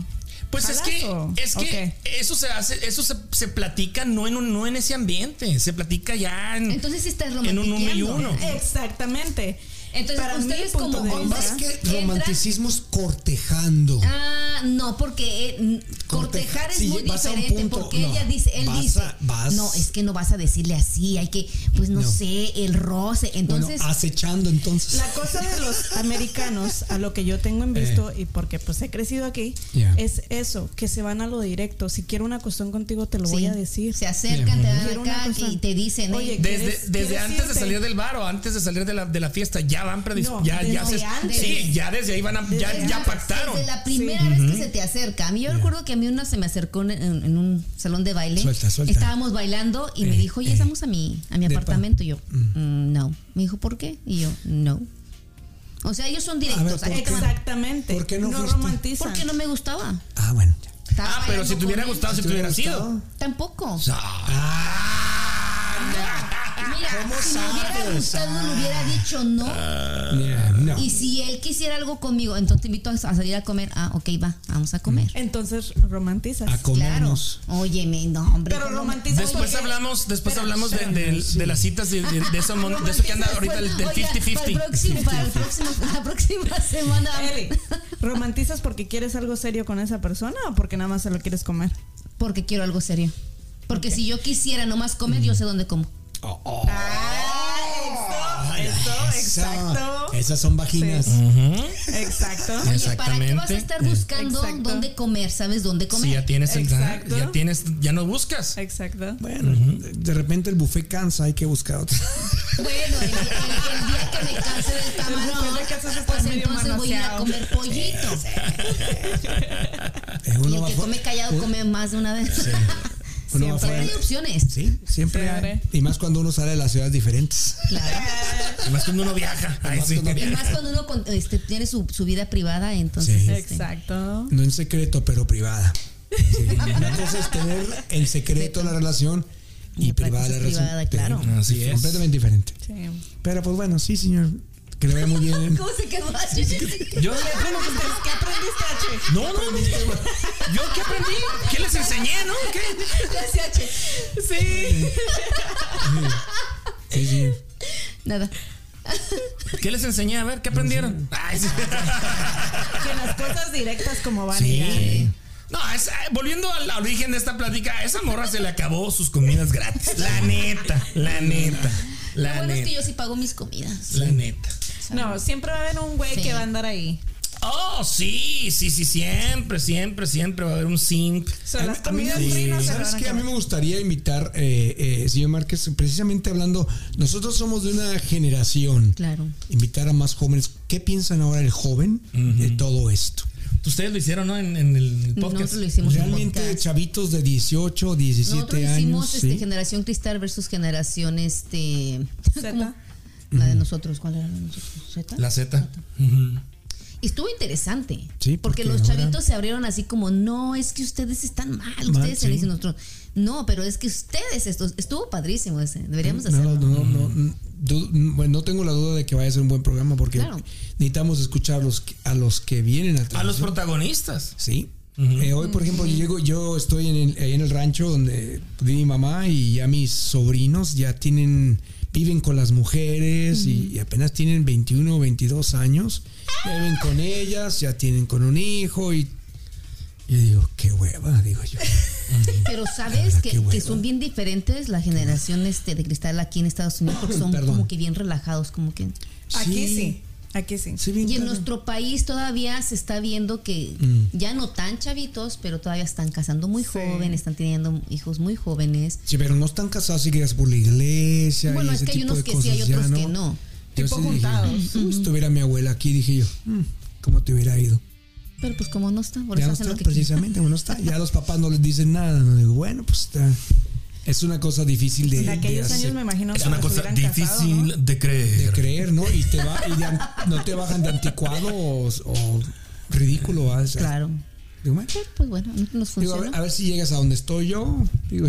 [SPEAKER 3] Pues
[SPEAKER 5] Palazo.
[SPEAKER 3] es que, es que
[SPEAKER 5] Ok.
[SPEAKER 3] eso se hace, eso se, se platica no en un- no en ese ambiente, se platica ya en,
[SPEAKER 2] Entonces sí estás
[SPEAKER 3] en un uno y
[SPEAKER 2] romantiqueando. Eh,
[SPEAKER 3] uno.
[SPEAKER 5] Exactamente.
[SPEAKER 2] Entonces,
[SPEAKER 5] Para mí,
[SPEAKER 2] ustedes
[SPEAKER 5] punto
[SPEAKER 2] como
[SPEAKER 5] de
[SPEAKER 2] hombres-
[SPEAKER 5] vista-
[SPEAKER 4] Más que
[SPEAKER 2] Entra-
[SPEAKER 4] romanticismos cortejando.
[SPEAKER 2] Ah, no, porque eh, n- cortejar es
[SPEAKER 4] Si
[SPEAKER 2] muy
[SPEAKER 4] vas a un
[SPEAKER 2] diferente,
[SPEAKER 4] punto,
[SPEAKER 2] porque
[SPEAKER 4] no,
[SPEAKER 2] ella dice, él
[SPEAKER 4] vas
[SPEAKER 2] dice,
[SPEAKER 4] a- vas-
[SPEAKER 2] no, es que no vas a decirle así, hay que, pues no,
[SPEAKER 4] No.
[SPEAKER 2] sé, el roce,
[SPEAKER 4] bueno,
[SPEAKER 2] entonces,
[SPEAKER 4] acechando entonces.
[SPEAKER 5] La cosa de los americanos, a lo que yo tengo en visto
[SPEAKER 3] Eh.
[SPEAKER 5] y porque pues he crecido aquí,
[SPEAKER 4] Yeah.
[SPEAKER 5] es eso, que se van a lo directo. Si quiero una cuestión contigo, te lo
[SPEAKER 2] sí,
[SPEAKER 5] voy a decir.
[SPEAKER 2] se acercan, te dan
[SPEAKER 5] Quiero una
[SPEAKER 2] acá
[SPEAKER 5] cosa.
[SPEAKER 2] y te dicen, eh,
[SPEAKER 5] Oye,
[SPEAKER 3] Desde, desde
[SPEAKER 5] ¿Quieres- quieres
[SPEAKER 3] antes de
[SPEAKER 5] irte?
[SPEAKER 3] salir del bar o antes de salir de la, de la fiesta, ya van predis-
[SPEAKER 5] No,
[SPEAKER 3] ya,
[SPEAKER 5] desde
[SPEAKER 3] ya se-
[SPEAKER 5] antes.
[SPEAKER 3] Sí, ya desde ahí van a, ya,
[SPEAKER 5] Desde
[SPEAKER 3] ya
[SPEAKER 5] antes,
[SPEAKER 3] pactaron.
[SPEAKER 2] Desde la primera vez que se te acerca. A mí yo recuerdo que a mí una se me acercó en, en- en un salón de baile.
[SPEAKER 4] Suelta, suelta. Eh,
[SPEAKER 2] Estábamos bailando y me dijo, oye, estamos a mi, a mi
[SPEAKER 4] Depa.
[SPEAKER 2] apartamento. Y yo, "Mm, no. Me dijo, ¿por qué? Y yo, no. O sea, ellos son directos.
[SPEAKER 4] ¿por
[SPEAKER 2] Ahí te van.
[SPEAKER 5] Exactamente.
[SPEAKER 4] ¿Por qué no fuiste?
[SPEAKER 5] romantizan.
[SPEAKER 2] Porque no me gustaba.
[SPEAKER 4] Ah, bueno.
[SPEAKER 2] Estaba
[SPEAKER 3] Ah, pero
[SPEAKER 2] bailando
[SPEAKER 3] si te
[SPEAKER 2] con
[SPEAKER 3] hubiera
[SPEAKER 2] él.
[SPEAKER 3] gustado, si te hubiera sido.
[SPEAKER 2] Tampoco.
[SPEAKER 4] Ah,
[SPEAKER 2] Mira, si me hubiera gustado, le hubiera dicho no.
[SPEAKER 3] Ah.
[SPEAKER 4] Yeah, no.
[SPEAKER 2] Y si él quisiera algo conmigo, entonces te invito a a salir a comer. Ah, ok, va, vamos a comer.
[SPEAKER 5] Entonces romantizas.
[SPEAKER 4] A
[SPEAKER 2] Claro.
[SPEAKER 4] comernos.
[SPEAKER 2] Óyeme, no, hombre.
[SPEAKER 5] Pero
[SPEAKER 2] ¿cómo?
[SPEAKER 5] romantizas.
[SPEAKER 3] Después
[SPEAKER 5] porque-
[SPEAKER 3] hablamos, después
[SPEAKER 5] Espérame,
[SPEAKER 3] hablamos de,
[SPEAKER 5] espérame.
[SPEAKER 3] de- de las citas de, de- de eso, mon- de eso que anda ahorita el- del
[SPEAKER 2] Oiga, Para, el
[SPEAKER 3] 50-50.
[SPEAKER 2] próximo, para el próximo- la próxima semana.
[SPEAKER 5] Eli, ¿romantizas porque quieres algo serio con esa persona o porque nada más se lo quieres comer?
[SPEAKER 2] Porque quiero algo serio. Porque si yo quisiera nomás comer, yo sé dónde como.
[SPEAKER 5] Ah, eso, eso, exacto.
[SPEAKER 4] Esas son vaginas.
[SPEAKER 5] Sí. Exacto.
[SPEAKER 2] Oye, ¿para qué vas a
[SPEAKER 3] Exactamente.
[SPEAKER 2] estar buscando
[SPEAKER 5] Exacto.
[SPEAKER 2] dónde comer? ¿Sabes dónde
[SPEAKER 3] Si ya
[SPEAKER 2] comer?
[SPEAKER 3] tienes el
[SPEAKER 5] Exacto.
[SPEAKER 3] ya tienes, ya no buscas.
[SPEAKER 5] Exacto.
[SPEAKER 4] Bueno, de repente el buffet cansa, hay que buscar otro.
[SPEAKER 2] bueno, el, el- el día que me canse del camarón,
[SPEAKER 5] Después de que haces estar
[SPEAKER 2] pues
[SPEAKER 5] medio
[SPEAKER 2] entonces voy a ir a
[SPEAKER 5] manoseado.
[SPEAKER 2] comer pollito.
[SPEAKER 4] Eh,
[SPEAKER 2] Y
[SPEAKER 4] uno
[SPEAKER 2] el
[SPEAKER 4] va
[SPEAKER 2] que
[SPEAKER 4] fu-
[SPEAKER 2] come callado come más de una vez.
[SPEAKER 4] uno va
[SPEAKER 2] Siempre
[SPEAKER 4] fuera.
[SPEAKER 2] hay opciones.
[SPEAKER 4] Sí, siempre hay.
[SPEAKER 5] Siempre.
[SPEAKER 4] Y más cuando uno sale de las ciudades diferentes.
[SPEAKER 2] Claro.
[SPEAKER 3] Además cuando uno viaja. Ay, sí.
[SPEAKER 4] cuando
[SPEAKER 2] Y más cuando uno con- este, tiene su, su vida privada, entonces.
[SPEAKER 4] Sí.
[SPEAKER 2] este,
[SPEAKER 5] Exacto.
[SPEAKER 4] No en secreto, pero privada. Sí. Una cosa es tener en secreto la relación y,
[SPEAKER 2] Y otra
[SPEAKER 4] privada
[SPEAKER 2] cosa
[SPEAKER 4] la
[SPEAKER 2] es
[SPEAKER 4] relación.
[SPEAKER 2] privada, claro.
[SPEAKER 3] Así es.
[SPEAKER 4] Completamente diferente.
[SPEAKER 5] Sí.
[SPEAKER 4] Pero pues bueno, sí, señor. Que le vea muy bien. ¿eh?
[SPEAKER 2] ¿Cómo se quedó
[SPEAKER 3] Yo,
[SPEAKER 5] ¿Qué aprendiste? ¿Qué aprendiste, H?
[SPEAKER 3] no, no, no. ¿Yo qué aprendí? ¿Qué les enseñé, no? ¿Qué?
[SPEAKER 5] Sí.
[SPEAKER 4] Sí, sí.
[SPEAKER 2] Nada.
[SPEAKER 3] ¿Qué les enseñé? A ver, ¿qué aprendieron? Ay, sí.
[SPEAKER 5] Que las cosas directas como van y ya.
[SPEAKER 3] Sí. No, es- eh, volviendo al origen de esta plática, a esa morra se le acabó sus comidas gratis. La neta, la neta,
[SPEAKER 4] Ah,
[SPEAKER 2] Lo
[SPEAKER 3] la
[SPEAKER 2] bueno es que
[SPEAKER 3] neta,
[SPEAKER 2] yo sí pago mis comidas.
[SPEAKER 3] la neta.
[SPEAKER 5] No, siempre va a haber un güey
[SPEAKER 2] Sí.
[SPEAKER 5] que va a andar ahí.
[SPEAKER 3] Oh, sí, sí, sí, siempre, siempre, siempre va a haber un simp.
[SPEAKER 5] O sea,
[SPEAKER 4] A mí-
[SPEAKER 5] las
[SPEAKER 4] a mí-
[SPEAKER 5] comidas
[SPEAKER 4] sí.
[SPEAKER 5] sí no se
[SPEAKER 4] ¿Sabes
[SPEAKER 5] van a
[SPEAKER 4] qué? A mí
[SPEAKER 5] acabar.
[SPEAKER 4] me gustaría invitar, eh, eh, señor Márquez, precisamente hablando, nosotros somos de una generación.
[SPEAKER 2] Claro.
[SPEAKER 4] Invitar a más jóvenes. ¿Qué piensan ahora el joven de todo esto?
[SPEAKER 3] Ustedes lo hicieron, ¿no? En, en el podcast.
[SPEAKER 2] Nosotros lo hicimos en
[SPEAKER 4] Realmente
[SPEAKER 2] podcast.
[SPEAKER 4] chavitos de 18, 17
[SPEAKER 2] Nosotros
[SPEAKER 4] años.
[SPEAKER 2] hicimos este,
[SPEAKER 4] ¿sí?
[SPEAKER 2] generación cristal versus generación este
[SPEAKER 5] Zeta.
[SPEAKER 2] ¿cómo? la de nosotros, ¿cuál era la de nosotros? ¿Zeta?
[SPEAKER 3] La Z.
[SPEAKER 2] Y estuvo interesante.
[SPEAKER 4] Sí,
[SPEAKER 2] porque,
[SPEAKER 4] porque
[SPEAKER 2] los
[SPEAKER 4] ahora-
[SPEAKER 2] chavitos se abrieron así como, no, es que ustedes están mal, ustedes
[SPEAKER 4] Mal,
[SPEAKER 2] se
[SPEAKER 4] sí.
[SPEAKER 2] dicen nosotros. No, pero es que ustedes estos estuvo padrísimo ese, deberíamos
[SPEAKER 4] No,
[SPEAKER 2] hacerlo.
[SPEAKER 4] no, no, no, no, du- bueno, no tengo la duda de que vaya a ser un buen programa porque
[SPEAKER 2] Claro.
[SPEAKER 4] necesitamos escuchar los que- a los que vienen a
[SPEAKER 3] A los protagonistas.
[SPEAKER 4] Sí. Eh, hoy, por ejemplo, yo llego, yo estoy en el, ahí en el rancho donde vive mi mamá y ya mis sobrinos ya tienen, viven con las mujeres y, y apenas tienen 21 o 22 años. Ya viven con ellas, ya tienen con un hijo y, y digo, qué hueva, digo yo.
[SPEAKER 2] Pero sabes
[SPEAKER 4] Ah,
[SPEAKER 2] que,
[SPEAKER 4] qué hueva.
[SPEAKER 2] que son bien diferentes la generación este de cristal aquí en Estados Unidos porque son
[SPEAKER 4] Perdón.
[SPEAKER 2] como que bien relajados, como que
[SPEAKER 5] Aquí sí. Aquí sí.
[SPEAKER 4] Sí, bien
[SPEAKER 2] y en
[SPEAKER 4] claro. Mm.
[SPEAKER 2] nuestro país todavía se está viendo que ya no tan chavitos, pero todavía están casando muy
[SPEAKER 5] Sí.
[SPEAKER 2] jóvenes, están teniendo hijos muy jóvenes.
[SPEAKER 4] Sí, pero no están casados, así que ya es por la iglesia.
[SPEAKER 2] Bueno,
[SPEAKER 4] y
[SPEAKER 2] es
[SPEAKER 4] ese
[SPEAKER 2] que hay
[SPEAKER 4] tipo
[SPEAKER 2] unos
[SPEAKER 4] de
[SPEAKER 2] que sí, hay
[SPEAKER 4] cosas ya,
[SPEAKER 2] otros que no.
[SPEAKER 5] Tipo
[SPEAKER 4] sí
[SPEAKER 5] juntados.
[SPEAKER 4] Dije, "Uy, estuviera mi abuela aquí, dije yo, "Mm, ¿cómo te hubiera ido?
[SPEAKER 2] Pero pues como no está, por
[SPEAKER 4] ya
[SPEAKER 2] eso
[SPEAKER 4] no
[SPEAKER 2] hacen
[SPEAKER 4] está,
[SPEAKER 2] lo que quieren.
[SPEAKER 4] precisamente, no está. Ya los papás no les dicen nada. No digo, bueno, pues está. Es una cosa difícil de,
[SPEAKER 5] En
[SPEAKER 4] de
[SPEAKER 5] aquellos
[SPEAKER 4] hacer-
[SPEAKER 5] años me imagino
[SPEAKER 7] Es
[SPEAKER 5] que
[SPEAKER 7] una
[SPEAKER 5] los
[SPEAKER 7] cosa
[SPEAKER 5] hubieran
[SPEAKER 7] difícil
[SPEAKER 5] casado,
[SPEAKER 7] de creer.
[SPEAKER 4] de creer, ¿no? Y te va, y de an- no te bajan de anticuado o, o ridículo. ¿va? O sea,
[SPEAKER 2] Claro.
[SPEAKER 4] digo, bueno,
[SPEAKER 2] Pero, Pues bueno, no nos
[SPEAKER 4] digo, a, ver, a
[SPEAKER 2] funciona.
[SPEAKER 4] ver si llegas a donde estoy yo. Digo,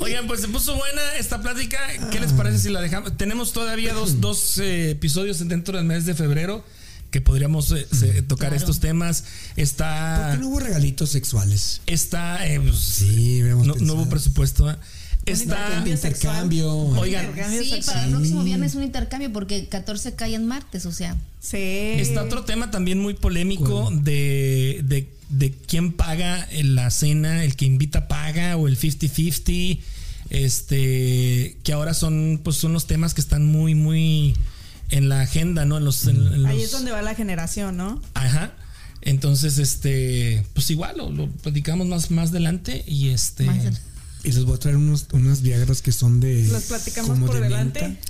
[SPEAKER 3] Oigan, pues se puso buena esta plática. ¿Qué les parece si la dejamos? Tenemos todavía dos, dos eh, episodios dentro del mes de febrero que podríamos eh, se- tocar
[SPEAKER 2] Claro.
[SPEAKER 3] estos temas.
[SPEAKER 4] ¿por
[SPEAKER 3] Está.
[SPEAKER 4] qué no hubo regalitos sexuales?
[SPEAKER 3] Está. eh, pues,
[SPEAKER 4] Sí, vemos.
[SPEAKER 3] no, no hubo presupuesto. ¿eh?
[SPEAKER 2] Ah,
[SPEAKER 3] Está.
[SPEAKER 5] intercambio.
[SPEAKER 4] intercambio.
[SPEAKER 3] Oigan,
[SPEAKER 5] Intercambio
[SPEAKER 2] Sí,
[SPEAKER 5] sexual.
[SPEAKER 2] para el próximo viernes un intercambio porque 14 cae en martes, o sea.
[SPEAKER 5] Sí.
[SPEAKER 3] Está otro tema también muy polémico de, de, de quién paga la cena, el que invita paga o el 50-50. Este, que ahora son, pues son los temas que están muy, muy en la agenda, ¿no? En los, en- en
[SPEAKER 5] Ahí
[SPEAKER 3] los-
[SPEAKER 5] es donde va la generación, ¿no?
[SPEAKER 3] Ajá. Entonces, este, pues igual lo, lo platicamos más, más adelante y este.
[SPEAKER 2] Más del-
[SPEAKER 4] Y les voy a traer unos, unas viagras que son de.
[SPEAKER 5] Los platicamos
[SPEAKER 4] como
[SPEAKER 5] por
[SPEAKER 4] de
[SPEAKER 5] delante.
[SPEAKER 4] menta.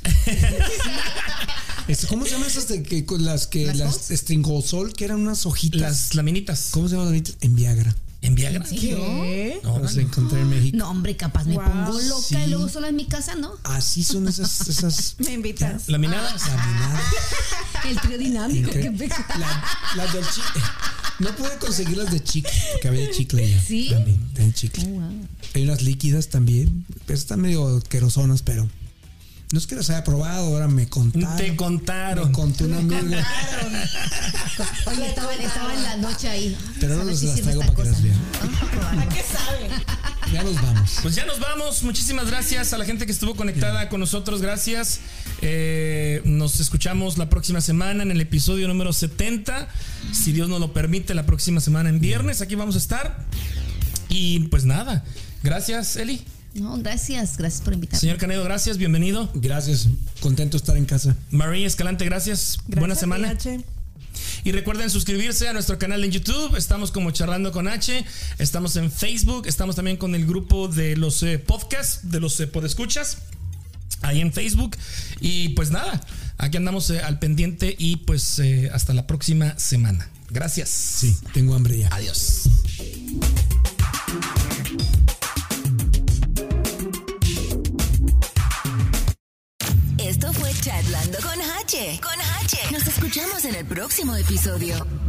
[SPEAKER 4] Es- ¿Cómo se llaman esas de que con las que
[SPEAKER 2] ¿Las
[SPEAKER 4] las,
[SPEAKER 2] Halls?
[SPEAKER 4] stringosol, que eran unas hojitas?
[SPEAKER 3] Las laminitas.
[SPEAKER 4] ¿Cómo se llaman ahorita? En Viagra.
[SPEAKER 3] ¿En Viagra?
[SPEAKER 5] ¿Qué?
[SPEAKER 3] No,
[SPEAKER 4] Las
[SPEAKER 3] no.
[SPEAKER 4] encontré en México.
[SPEAKER 2] No, hombre, capaz me
[SPEAKER 5] Wow.
[SPEAKER 2] pongo loca y luego sola en mi casa, ¿no?
[SPEAKER 4] Así son esas, esas
[SPEAKER 5] Me invitas.
[SPEAKER 3] ¿Laminadas?
[SPEAKER 4] laminadas.
[SPEAKER 2] El trío dinámico.
[SPEAKER 4] Incre-
[SPEAKER 2] qué pe-
[SPEAKER 4] La- las del chicle. No pude conseguir las de chicle, porque había de chicle ya.
[SPEAKER 2] ¿Sí?
[SPEAKER 4] También, también chicle.
[SPEAKER 2] Oh, wow.
[SPEAKER 4] Hay unas líquidas también. Pero están medio querosonas, pero. No es que las haya probado, ahora me contaron.
[SPEAKER 3] Te contaron.
[SPEAKER 4] Me contó un amigo.
[SPEAKER 2] Oye, estaba, estaba en la noche ahí.
[SPEAKER 4] Pero
[SPEAKER 2] A
[SPEAKER 4] no
[SPEAKER 2] ver
[SPEAKER 4] los
[SPEAKER 2] si
[SPEAKER 4] las
[SPEAKER 2] sirve
[SPEAKER 4] traigo
[SPEAKER 2] esta
[SPEAKER 4] para que las
[SPEAKER 2] cosa.
[SPEAKER 4] vean.
[SPEAKER 2] Vamos a probarlo.
[SPEAKER 5] ¿Qué sabe?
[SPEAKER 4] Ya nos vamos.
[SPEAKER 3] Pues ya nos vamos. Muchísimas gracias a la gente que estuvo conectada con nosotros. Gracias. Eh, nos escuchamos la próxima semana en el episodio número 70. Si Dios nos lo permite, la próxima semana en viernes. Aquí vamos a estar. Y pues nada. Gracias, Eli.
[SPEAKER 2] No, gracias, gracias por invitarme.
[SPEAKER 3] Señor Canedo, gracias. Bienvenido.
[SPEAKER 4] Gracias. Contento de estar en casa.
[SPEAKER 3] María Escalante, gracias. Buena
[SPEAKER 5] Gracias,
[SPEAKER 3] semana.
[SPEAKER 5] PH.
[SPEAKER 3] Y recuerden suscribirse a nuestro canal en YouTube. Estamos como Charlando con H. Estamos en Facebook. Estamos también con el grupo de los eh, podcasts, de los eh, podescuchas. Ahí en Facebook. Y pues nada, aquí andamos eh, al pendiente y pues eh, hasta la próxima semana. Gracias.
[SPEAKER 4] Sí, tengo hambre ya.
[SPEAKER 3] Adiós.
[SPEAKER 8] Esto fue Chatlando con H. Con H. Nos escuchamos en el próximo episodio.